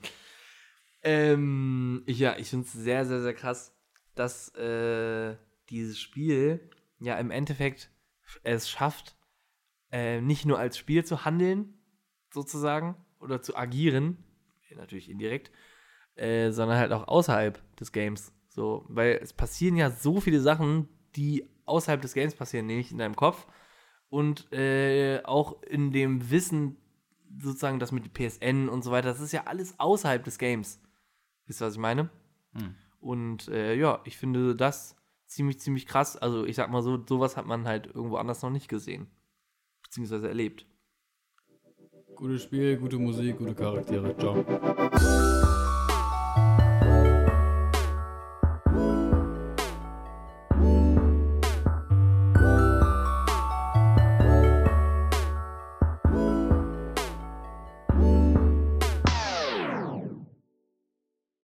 Speaker 3: Ähm, ich, ja, ich find's sehr, sehr, sehr krass, dass äh, dieses Spiel ja im Endeffekt es schafft, äh, nicht nur als Spiel zu handeln, sozusagen, oder zu agieren, natürlich indirekt, äh, sondern halt auch außerhalb des Games. So, weil es passieren ja so viele Sachen, die außerhalb des Games passieren, nämlich in deinem Kopf und äh, auch in dem Wissen, sozusagen das mit PSN und so weiter, das ist ja alles außerhalb des Games. Wisst ihr, was ich meine? Und äh, ja, ich finde, das ziemlich, ziemlich krass. Also ich sag mal so, sowas hat man halt irgendwo anders noch nicht gesehen. Beziehungsweise erlebt.
Speaker 2: Gutes Spiel, gute Musik, gute Charaktere. Ciao.